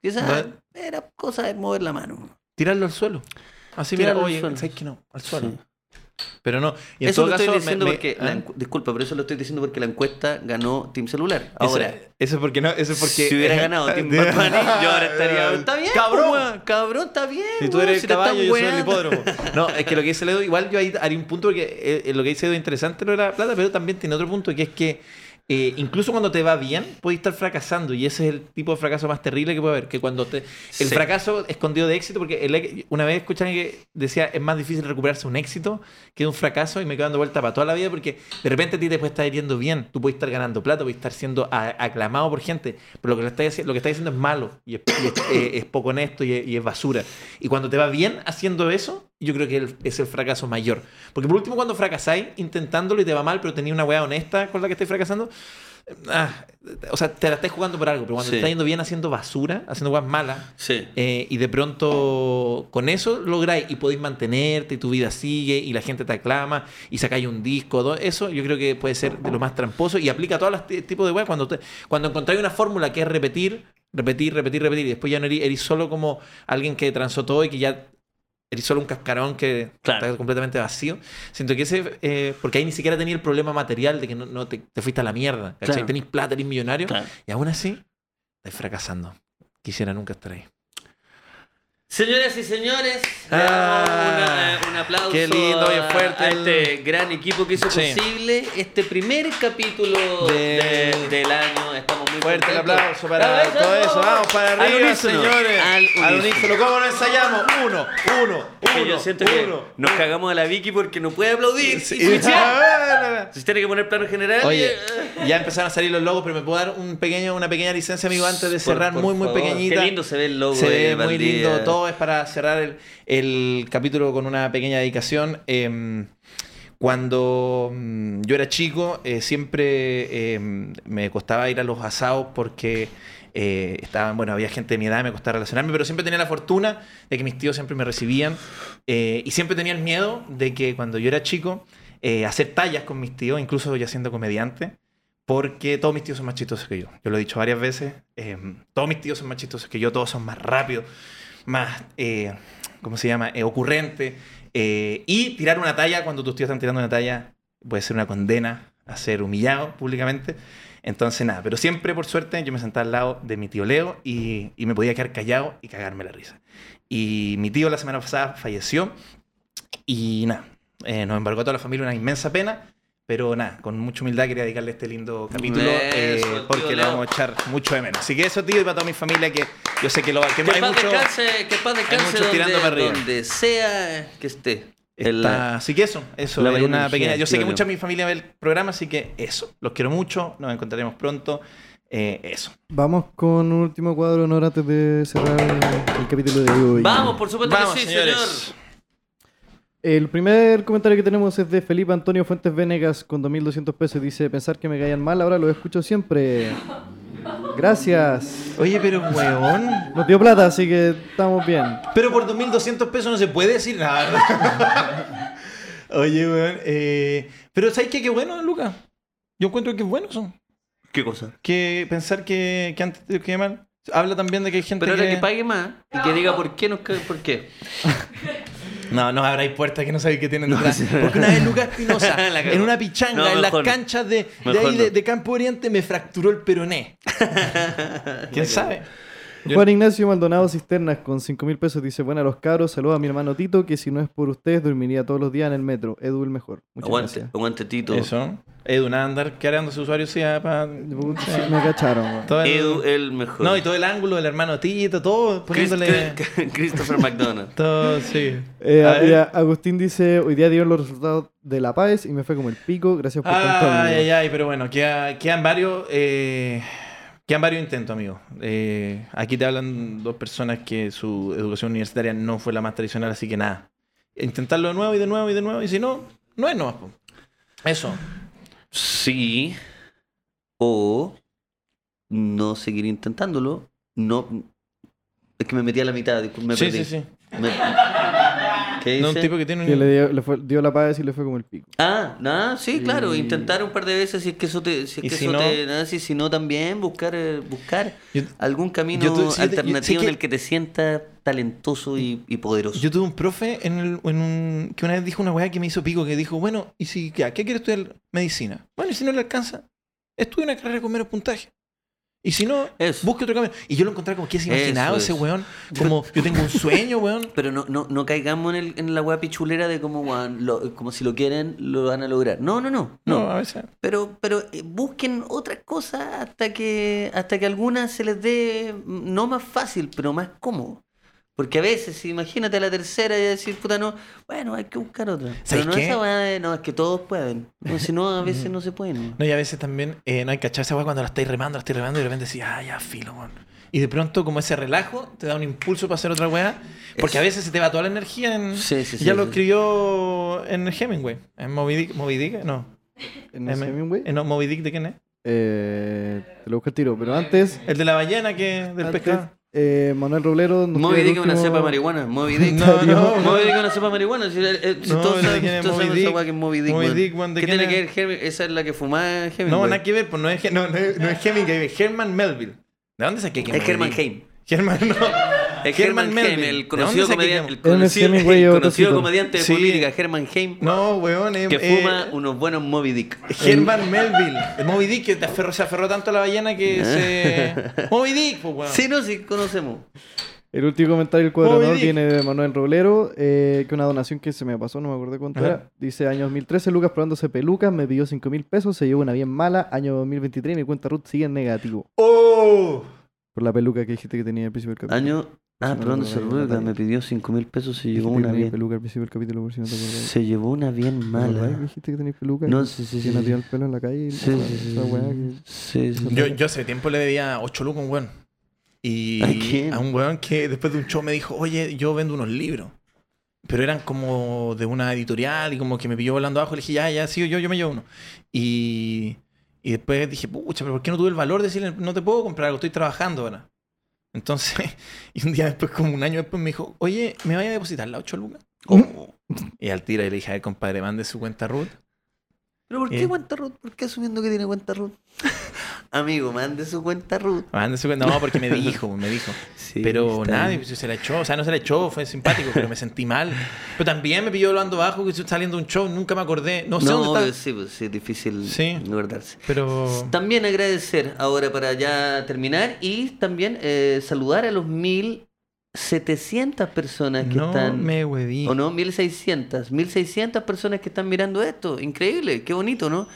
Quizás
Va-
era cosa de mover la mano.
Tirarlo al suelo. Así, mira,
Tirarlo al
oye,
suelo.
¿sabes que no? Al suelo.
Sí.
Pero no. Y en
Eso
todo
lo
caso,
estoy
me-
diciendo
me-
porque,
ah,
la encu- disculpa, pero eso lo estoy diciendo porque la encuesta ganó Team Celular.
eso-
Ahora.
Eso es porque no. Eso es porque.
si hubiera
[LAUGHS]
ganado Tim Bad Bunny, yo ahora estaría. Está bien,
Cabrón.
cabrón, cabrón, está bien.
Si tú
weón,
eres el
te
caballo,
están
yo soy el
weando.
hipódromo. No, es que lo que dice Ledo, igual yo ahí haría un punto porque eh, eh, lo que dice Ledo es interesante lo era plata, pero también tiene otro punto que es que eh, incluso cuando te va bien, puedes estar fracasando y ese es el tipo de fracaso más terrible que puede haber. Que cuando te. El
Sí.
fracaso escondido de éxito, porque el ex- una vez escuché a alguien que decía es más difícil recuperarse un éxito que un fracaso y me quedo dando vuelta para toda la vida porque de repente a ti te puede estar yendo bien, tú puedes estar ganando plata, puedes estar siendo a- aclamado por gente, pero lo que, lo estás, haci- lo que estás haciendo es malo y es, y es- eh, es poco honesto y es, y es basura. Y cuando te va bien haciendo eso, yo creo que el- es el fracaso mayor. Porque por último, cuando fracasáis intentándolo y te va mal, pero tenías una weá honesta con la que estáis fracasando, ah, o sea, te la estáis jugando por algo, pero cuando
Sí.
te está yendo bien haciendo basura, haciendo weas malas,
Sí.
eh, y de pronto con eso lográis y podéis mantenerte y tu vida sigue y la gente te aclama y sacáis un disco. dos- Eso yo creo que puede ser de lo más tramposo y aplica a todos los t- tipos de weas. Cuando, te- cuando encontráis una fórmula que es repetir, repetir, repetir, repetir y después ya no eres, eres solo como alguien que transó todo y que ya eres solo un cascarón que
Claro.
está completamente vacío. Siento que ese, eh, porque ahí ni siquiera tenía el problema material de que no, no te, te fuiste a la mierda. ¿cachai?
Claro.
Tenís plata, eres millonario
Claro.
y aún así estás fracasando. Quisiera nunca estar ahí.
Señoras y señores, le
Ah,
damos una- eh, un aplauso.
qué lindo, bien
a-
fuerte
A
el-
este gran equipo que hizo
Sí.
posible este primer capítulo
De-
de- del año. Estamos muy
Fuerte el
contentos.
aplauso para
Bravo,
todo eso. Vamos para
Al
arriba,
unísono,
señores.
Al unísono.
¿Cómo nos ensayamos? Uno, uno,
Que
uno.
yo siento
uno.
que nos cagamos a la Vicky porque no puede aplaudir.
Sí.
Y switchear.
[LAUGHS]
Si tiene que poner plano general.
Oye,
eh,
ya empezaron a salir los logos, pero me puedo dar un pequeño, una pequeña licencia, amigo, antes de
por-
cerrar,
por
muy, muy
favor.
pequeñita.
Qué lindo se ve el logo.
Se
de
ve muy
Valdivia.
lindo todo. Es para cerrar el, el capítulo con una pequeña dedicación. Em, cuando mm, yo era chico, eh, siempre em, me costaba ir a los asados porque eh, estaban, bueno, había gente de mi edad, me costaba relacionarme, pero siempre tenía la fortuna de que mis tíos siempre me recibían eh, y siempre tenía el miedo de que cuando yo era chico, eh, hacer tallas con mis tíos, incluso ya siendo comediante, porque todos mis tíos son más chistosos que yo. Yo lo he dicho varias veces. eh, todos mis tíos son más chistosos que yo. Todos son más rápidos, más, eh, ¿cómo se llama? Eh, ocurrente. eh, y tirar una talla cuando tus tíos están tirando una talla puede ser una condena a ser humillado públicamente. Entonces, nada. Pero siempre, por suerte, yo me sentaba al lado de mi tío Leo y, y me podía quedar callado y cagarme la risa. Y mi tío la semana pasada falleció. Y nada. eh, nos embargó a toda la familia una inmensa pena. Pero nada, con mucha humildad quería dedicarle este lindo capítulo eh,
Eso, tío
porque le
Leo.
vamos a echar mucho de menos. Así que eso, tío, y para toda mi familia que yo sé que lo que
Que
hay
paz
mucho-
descanse, que paz descanse
muchos tirando para
donde,
arriba.
donde sea que esté. El-
Está- así que eso, eso
la
es
mayor
una
energía,
pequeña. Yo sé
tío
que
Leo.
mucha de mi familia ve el programa, así que eso. Los quiero mucho, nos encontraremos pronto. eh, eso.
Vamos con un último cuadro de honor antes de cerrar el capítulo de hoy.
Vamos, por supuesto
Vamos,
que sí,
señores.
El primer comentario que tenemos es de Felipe Antonio Fuentes Venegas con 2.200 pesos. Dice, pensar que me caían mal, ahora lo escucho siempre. Gracias.
Oye, pero weón.
Nos dio plata, así que estamos bien.
Pero por 2.200 pesos no se puede decir nada. [LAUGHS] Oye, weón. eh, pero ¿sabes qué? Qué bueno, Luca. Yo encuentro que es bueno eso.
señor. ¿Qué cosa?
Que pensar que, que antes te queman. Habla también de que hay gente
Pero ahora que pague más y que diga por qué nos ca- por qué.
No, no abráis puertas que no sabéis que tienen detrás. Porque una vez Lucas Espinosa,
[LAUGHS] La cagó.
en una pichanga,
No,
en las
mejor no.
canchas de, de,
Mejor
ahí de,
no.
de Campo Oriente, me fracturó el
[LAUGHS]
peroné. ¿Quién sabe? Yo-
Juan Ignacio Maldonado Cisternas con 5.000 pesos. Dice, bueno, los cabros, saludos a mi hermano Tito, que si no es por ustedes, dormiría todos los días en el metro. Edu el mejor. Muchas
Aguante,
gracias.
aguante Tito.
Eso. Edu Nandar, ¿qué harán los usuarios? Sí, ah, pa-
Puta, sí, Me cacharon. weón.
todo el-
Edu el mejor.
No, y todo el ángulo del hermano Tito, todo
Chris-
poniéndole.
Chris- [LAUGHS] Christopher McDonald.
Todo, sí.
Eh,
A ver.
mira, Agustín dice, hoy día dieron los resultados de La Paz [LAUGHS]
Ah,
y me fue como el pico. Gracias por contarme.
Ay, ay, ay, pero bueno, queda- quedan varios. eh, Quedan varios intentos, amigo. Eh, aquí te hablan dos personas que su educación universitaria no fue la más tradicional, así que nada. Intentarlo de nuevo y de nuevo y de nuevo, y si no, no es nomás. po. Eso.
Sí. O no seguir intentándolo. No. Es que me metí a la mitad, disculpe.
sí, sí, sí.
¿Qué
No, un
hice?
tipo que tiene un...
Que le dio, le fue- dio la paz y le fue como el pico.
Ah, nada, sí, claro,
Y-
intentar un par de veces si es que eso te, si es
Mm. Y
que
si
eso
no-
te- nada, si, si no también buscar eh, buscar
Yo-
algún camino
yo tu- sí, yo-
alternativo
sí que-
en el que te sientas talentoso y, y poderoso.
Yo tuve un profe en, el- en un, que una vez dijo una weá que me hizo pico, que dijo, bueno, ¿y si ya, qué quiere estudiar medicina? Bueno, y si no le alcanza, estudia una carrera con menos puntaje. Y si no,
Eso.
busque otro camino. Y yo lo encontré como que es imaginado
Eso
ese
es.
weón. Como yo tengo un sueño, weón.
Pero no, no, no caigamos en, el- en la weá pichulera de como, "Guau, lo- como si lo quieren, lo van a lograr. No, no, no.
No,
[LAUGHS] no.
a veces.
Pero, pero eh, busquen otras cosas hasta que, hasta que alguna se les dé, mm, no más fácil, pero más cómodo. Porque a veces, si imagínate a la tercera y decir, puta, no, bueno, hay que buscar otra. Pero
¿Sabes
no
qué? Mm.
esa weá de, no, es que todos pueden. No, si no, a veces no se pueden.
No, y a veces también eh, no hay que cachar esa weá cuando la estáis remando, la estáis remando y de repente decís, ah, ya filo, weón. Y de pronto, como ese relajo, te da un impulso para hacer otra weá. Porque a veces se te va toda la energía en.
Sí, sí, sí,
ya lo
sí.
escribió en Hemingway. ¿En Moby Dick? ¿Moby Dick? No.
En ese
M-
Hemingway.
eh, no, Moby Dick, ¿de quién es?
Eh, te lo busco el tiro. Pero antes.
El de la ballena que, del
antes,
pescado.
eh, Manuel Roblero. nos
Moby
tira el
Dick es una
último-
cepa de marihuana.
[LAUGHS]
Moby Dick.
No,
no.
Moby Dick es una cepa de marihuana. Si, eh, eh, si
No,
todos
pero
saben,
¿quién es
todos
Moby
saben esa
Dick?
weá que es Moby Dick.
Moby
weón.
Dick, weón, ¿de
¿Qué
quién
tiene que ver
es?
Hemingway? Esa es la que fumaba Hemingway.
No, nada que ver, pues no es, He- no, no es- no es Hemingway, es Herman Melville. ¿De dónde saqué que
Es
Moby
Herman
Dick?
Heim.
Herman, no.
Es Herman Heim,
Melville.
Eh, el
¿De dónde
conocido
saqué que-
comediante, el
Ernest
conocido,
Hemingway
el
o
conocido
Totito.
comediante de
Sí.
política, Herman Heim,
No, weón, es.
que
eh,
fuma unos buenos Moby Dick.
Herman Melville. El Moby Dick que te aferró- se aferró tanto a la ballena [LAUGHS] que se. Moby Dick, pues weón.
Sí, no, sí, conocemos.
El último comentario del cuadranador
Moby Dick.
viene de Manuel Roblero, eh, que una donación que se me pasó, no me acuerdo cuánto
Ajá.
era. Dice, año 2013, Lucas probándose pelucas, me pidió 5 mil pesos, se llevó una bien mala. Año 2023, mi cuenta Ruth sigue en negativo.
¡Oh!
Por la peluca que dijiste que tenía al principio del capítulo.
Año. Ah,
no
perdón,
lo
se
recuerdo,
ruega,
Natalia.
me pidió 5 mil pesos, se
Dijiste
llevó
que
una
tenías
bien.
peluca al principio del capítulo, por si no te acordás.
Se llevó una bien
¿No te acordás que
mala.
dijiste que tenías peluca?
No,
Que-
sí, sí,
que
sí.
no te dio el pelo en la calle. y
Sí,
esa-
sí, sí,
esa weá que-
sí, sí.
Yo, yo hace tiempo le debía 8 lucas a un weón. Y
¿A quién?
a un weón que después de un show me dijo, oye, yo vendo unos libros. Pero eran como de una editorial y como que me pilló volando abajo. Le dije, ya, ya, sí, yo, yo me llevo uno. Y, y después dije, pucha, pero ¿por qué no tuve el valor de decirle, no te puedo comprar algo, estoy trabajando ahora? Entonces, [LAUGHS] y un día después, como un año después, me dijo, oye, ¿me vaya a depositar la 8 lucas? Y al tiro y le dije, a ver, compadre, mande su cuenta root.
Pero ¿por qué
Eh.
cuenta Ruth? ¿Por qué asumiendo que tiene cuenta Ruth? [LAUGHS] Amigo, mande su cuenta Ruth.
Mande su cuenta. No, porque me dijo, me dijo.
Sí,
Pero
está
nada,
bien.
se la echó. O sea, no se la echó, fue simpático, pero me sentí mal. Pero también me pilló hablando bajo, que estoy saliendo de un show, nunca me acordé. No sé
No,
dónde
pero
está.
sí, pues, sí, es difícil
Sí.
guardarse.
Pero.
También agradecer ahora para ya terminar y también eh, saludar a los 1700 personas que
no
están
me hueví.
o no 1600, 1600 personas que están mirando esto, increíble, qué bonito, ¿no?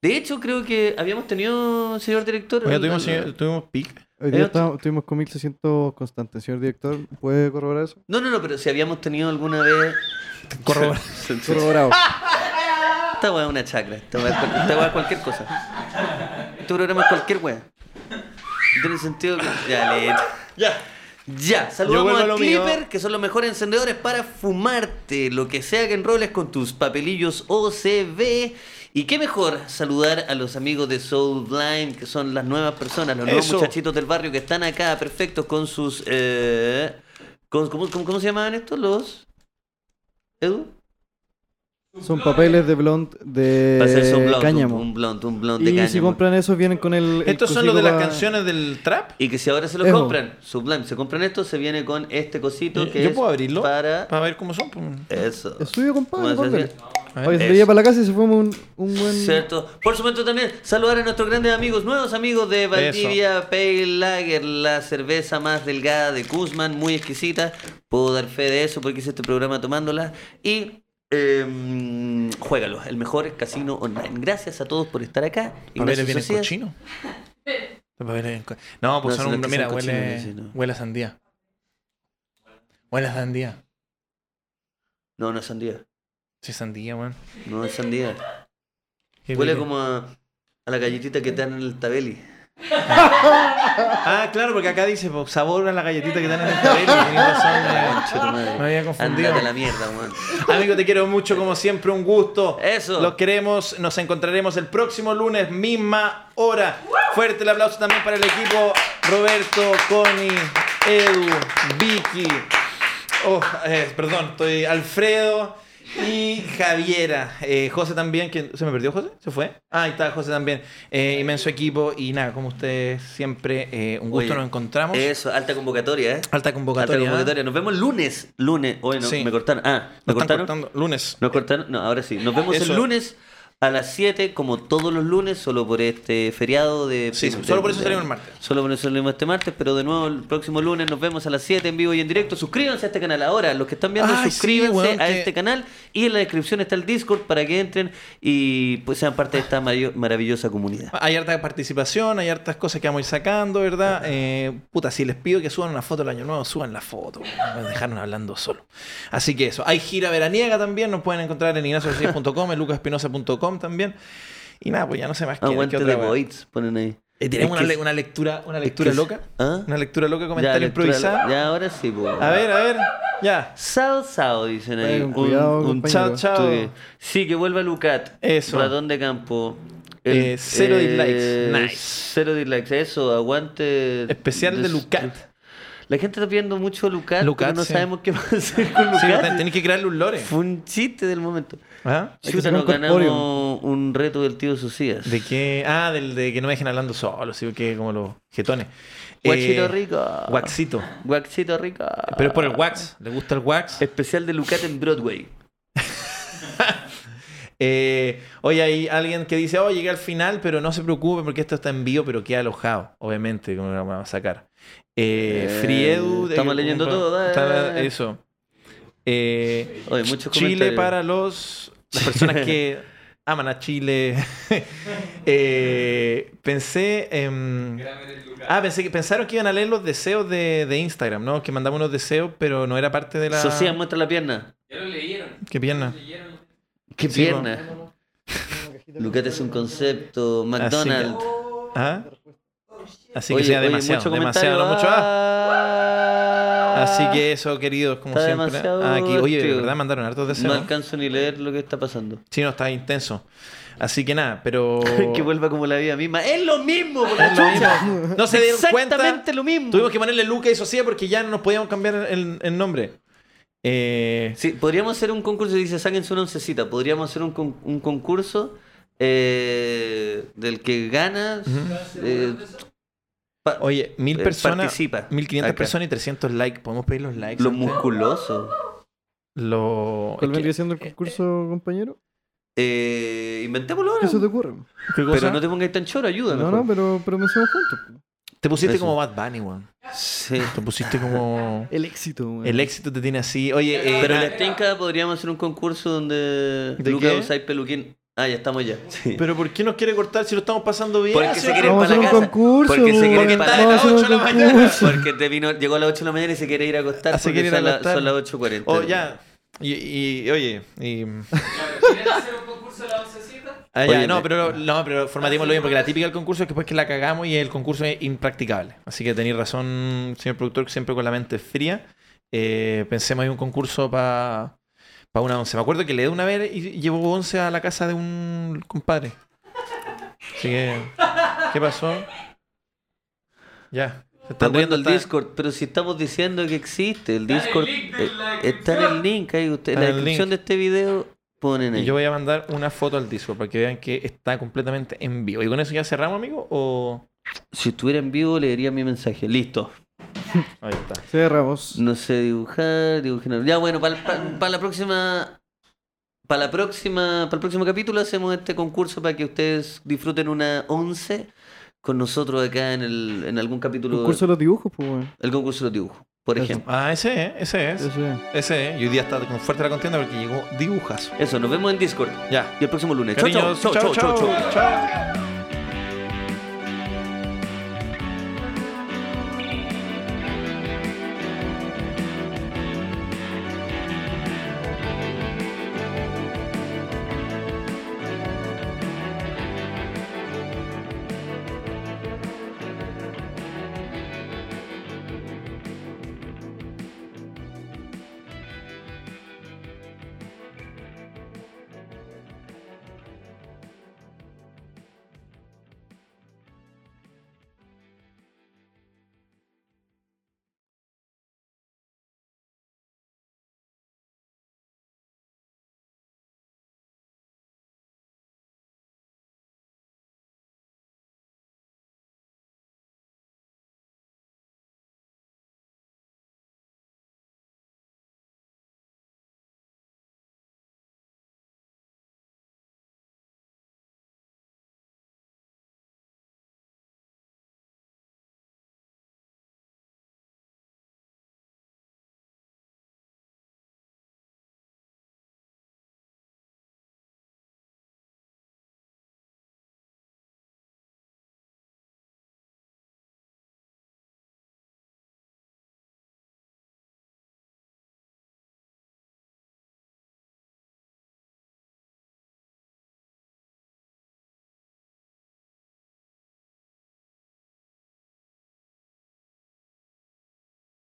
De hecho, creo que habíamos tenido, señor director,
Oiga,
el-
tuvimos,
el-
señor- tuvimos pic.
[LAUGHS]
Hoy día
Eh,
estaba- estuvimos con 1600 constantes, señor director. ¿Puede corroborar eso?
No, no, no, pero si habíamos tenido alguna vez
Corro.
Corroborado.
esta weá es una chacra, esta weá es cual- esta weá es cualquier cosa. Este programa es cualquier weá. No Tiene sentido que... Ya, letra.
ya.
Ya,
Yo
saludamos
vuelvo a
a
lo
Clipper,
mío.
que son los mejores encendedores para fumarte lo que sea que enroles con tus papelillos OCB. Y qué mejor saludar a los amigos de Soul Blind, que son las nuevas personas, los nuevos
Eso.
muchachitos del barrio que están acá, perfectos con sus. eh, con- ¿cómo, cómo, cómo se llamaban estos? Los. Edu?
[LAUGHS] Son papeles de blond de
Va a ser eso, un blunt,
Eh, cáñamo.
Un, un blunt, un blunt de
y si
cáñamo.
compran esos, vienen con el. el
Estos son los de
cosico
las
pa-
canciones del trap.
Y que si ahora se los
Eso.
compran, Sublime, se compran esto, se viene con este cosito que
¿Yo
es
puedo abrirlo?
para...
Para ver cómo son. pues.
Eso.
Es suyo, compadre.
¿Cómo se
póngale.
hace?
A ver.
Oye, se
Eso.
lo lleva para la casa y se fue un, un buen.
Cierto. Por supuesto también saludar a nuestros grandes amigos, nuevos amigos de Valdivia Pale Lager, la cerveza más delgada de Guzmán, muy exquisita. Puedo dar fe de eso porque hice este programa tomándola. Y eh, juégalo, el mejor casino online. Gracias a todos por estar acá.
Los papeles
Ignacio
vienen
Socias.
cochinos. Los papeles vienen co- No,
No,
pues son
son los
un.
que
Mira,
son cochinos,
huele,
sí, no.
huele a sandía. Huele a sandía.
No, no es sandía.
Sí, sandía, weón.
No es sandía.
Qué
Huele
rico.
como a, a la galletita que te dan en el tabeli.
Ah, claro, porque acá dice po, sabor a la galletita que dan en el cabello. Tenía razón,
Concha tu madre.
me, me había confundido.
Andate a la mierda, weón.
Amigo, te quiero mucho, como siempre, un gusto.
Eso.
Los queremos, nos encontraremos el próximo lunes, misma hora. Fuerte el aplauso también para el equipo Roberto, Connie, Edu, Vicky. Oh, eh, perdón, estoy Alfredo y Javiera. Eh, José también, que se me perdió José, se fue. Ah, ahí está José también. Eh, inmenso equipo y nada, como ustedes siempre, eh, un gusto
Oye,
nos encontramos.
Eso, alta convocatoria, ¿eh?
Alta convocatoria.
Alta convocatoria. Nos vemos lunes. Lunes. Hoy no,
Sí.
me cortaron. Ah,
Nos
¿me
están
cortaron?
cortando. Lunes.
¿Nos cortaron? No, ahora sí. Nos vemos
Eh, Eso.
el lunes a las 7, como todos los lunes, solo por este feriado de...
Sí,
de-
solo por eso
de-
salimos el martes.
Solo por eso salimos este martes, pero de nuevo el próximo lunes nos vemos a las 7 en vivo y en directo. Suscríbanse a este canal ahora. Los que están viendo,
Ay, sí,
suscríbanse
weón,
a
que-
este canal. Y en la descripción está el Discord para que entren y pues sean parte de esta mario- maravillosa comunidad.
Hay harta participación, hay hartas cosas que vamos a ir sacando, ¿verdad? Eh, puta, si les pido que suban una foto el año nuevo, suban la foto. Me dejaron hablando solo. Así que eso. Hay gira veraniega también, nos pueden encontrar en ignacio.com, en lucasespinosa.com también. Y nada, pues ya no sé más qué, qué
Aguante
otra
de
wea.
Voids, ponen ahí.
Eh, tenemos
Es
una,
que-
le- una lectura, una lectura
es-
loca.
¿Ah?
Una lectura loca,
Ya,
comentario
lectura-
improvisado.
Ya, ahora sí, pues.
A ver, a ver, ya.
Sao Sao, dicen ahí.
Vayan con cuidado,
Chao,
compañero.
chao.
tuit. Sí, que vuelva Lucat.
Eso.
Ratón de campo.
Eh, cero dislikes. Nice.
Cero dislikes. Eso, aguante.
Especial de
Des-
Lucat.
La gente está viendo mucho a Lucat,
Lucat,
pero no
sí.
sabemos qué [LAUGHS] va a hacer con
Sí,
Lucat.
ten- tenéis que crearle un lore.
Fue un chiste del momento.
¿Ah?
que
Chuta,
sacar
nos
un
ganamos
corpóreo.
un reto del tío Socias.
¿De qué? Ah, del de que no me dejen hablando solo, sino que como los jetones.
Guachito
Eh,
rico.
Waxito.
Guaxito rico.
Pero es por el wax. ¿Le gusta el wax?
Especial de Lucat en Broadway.
Eh, hoy hay alguien que dice, oh, llegué al final, pero no se preocupe porque esto está en vivo, pero queda alojado, obviamente, como lo vamos a sacar. Eh,
Eh,
Friedu.
estamos leyendo todo, eh.
está- eso. Eh,
Oye, muchos
Chile
comentarios. [LAUGHS]
para los las personas que [LAUGHS] aman a Chile. [LAUGHS] Eh, pensé. em, ah, pensé que pensaron que iban a leer los deseos de, de Instagram, ¿no? Que mandamos unos deseos, pero no era parte de la.
Socias, muestra la pierna.
Qué pierna.
¿Qué
Sí, po.
pierna? Lucat es un concepto. McDonald's.
Ajá. ¿Ah? Así que
Oye,
sea
oye,
demasiado,
mucho comentario.
demasiado, no mucho. ah.
Ah.
Así que eso, queridos, como
Está
siempre.
demasiado
Ah, aquí, oye, de
divertido.
verdad mandaron hartos
No
deseos.
alcanzo ni leer lo que está pasando.
Sí, no, está intenso. Así que nada,
[LAUGHS]
pero.
Oh.
que vuelva como la vida misma. Es lo mismo, por la
Es lo
chucha!
mismo. No se dieron cuenta.
Exactamente lo mismo.
Tuvimos que ponerle Luca y Socia porque ya no nos podíamos cambiar el, el nombre. Eh,
Sí, podríamos hacer un concurso, dice, sáquense una oncecita. Podríamos hacer un, con- un concurso eh, del que gana. eh, pa-
oye, mil
Eh,
personas,
participa.
mil quinientas
Acá.
personas y 300 likes. ¿Podemos pedir los likes?
Los
antes?
musculosos.
Lo-
¿Cuál
es que-
vendría siendo el concurso, compañero?
Eh, inventémoslo ahora.
¿Qué se te ocurre?
¿Qué cosa?
Pero no te pongas tan choro, ayúdame.
No, no, pero, pero pensemos juntos.
Te pusiste
Eso.
como Bad Bunny, weón.
Sí.
Te pusiste [LAUGHS] como...
El éxito, weón.
El éxito te tiene así. Oye, eh,
Pero
ah,
en la Tenka podríamos hacer un concurso donde
¿De
Lucas
qué?
Usai Peluquín. Ah, ya estamos ya. Sí.
pero ¿por qué nos quiere cortar si lo estamos pasando bien? Ah,
Porque
Sí,
se quiere ir
Vamos a
para la
hacer un
casa.
concurso,
Porque se quiere
porque
ir
está
para
de
la
las
casa.
8 de la mañana.
Porque te vino, llegó a las 8 de la mañana y se quiere ir a acostar
Ah, se
porque
quiere ir a
son, la-
acostar.
son las 8.40.
Oh, ya. Y, y- oye, y... Ah, ya,
Oye,
no,
me-
pero, no, pero formatémoslo bien, porque la típica del concurso es que después que la cagamos y el concurso es impracticable. Así que tenéis razón, señor productor, siempre con la mente fría. Eh, pensemos en un concurso para una once. Me acuerdo que le di una vez y llevó once a la casa de un compadre. Así que, ¿qué pasó? Ya. Se
Está
están riendo
poniendo el
está-
Discord, pero si estamos diciendo que existe el Discord, eh, está en el link ahí usted, en
Está
la
en el
descripción de este video ponen
Y
ahí.
yo voy a mandar una foto al Discord para que vean que está completamente en vivo. ¿Y con eso ya cerramos, amigo? ¿O...?
Si estuviera en vivo leería mi mensaje. Listo.
Ahí está.
Cerramos.
No sé dibujar, dibujar. Ya bueno, para la próxima. Para la próxima. Para el próximo capítulo hacemos este concurso para que ustedes disfruten una 11 con nosotros acá en el, en algún
El
capítulo.
concurso de los dibujos, pues, weón.
El concurso de los dibujos, por
Eso.
ejemplo.
Ah, ese es, ese es.
Eso es.
Ese, ¿eh? y hoy día está con fuerte la contienda porque llegó dibujazo.
Eso, nos vemos en Discord.
Ya.
Y el próximo lunes. Chau,
Cariños,
chau, chau, chau, chau, chau.
chau.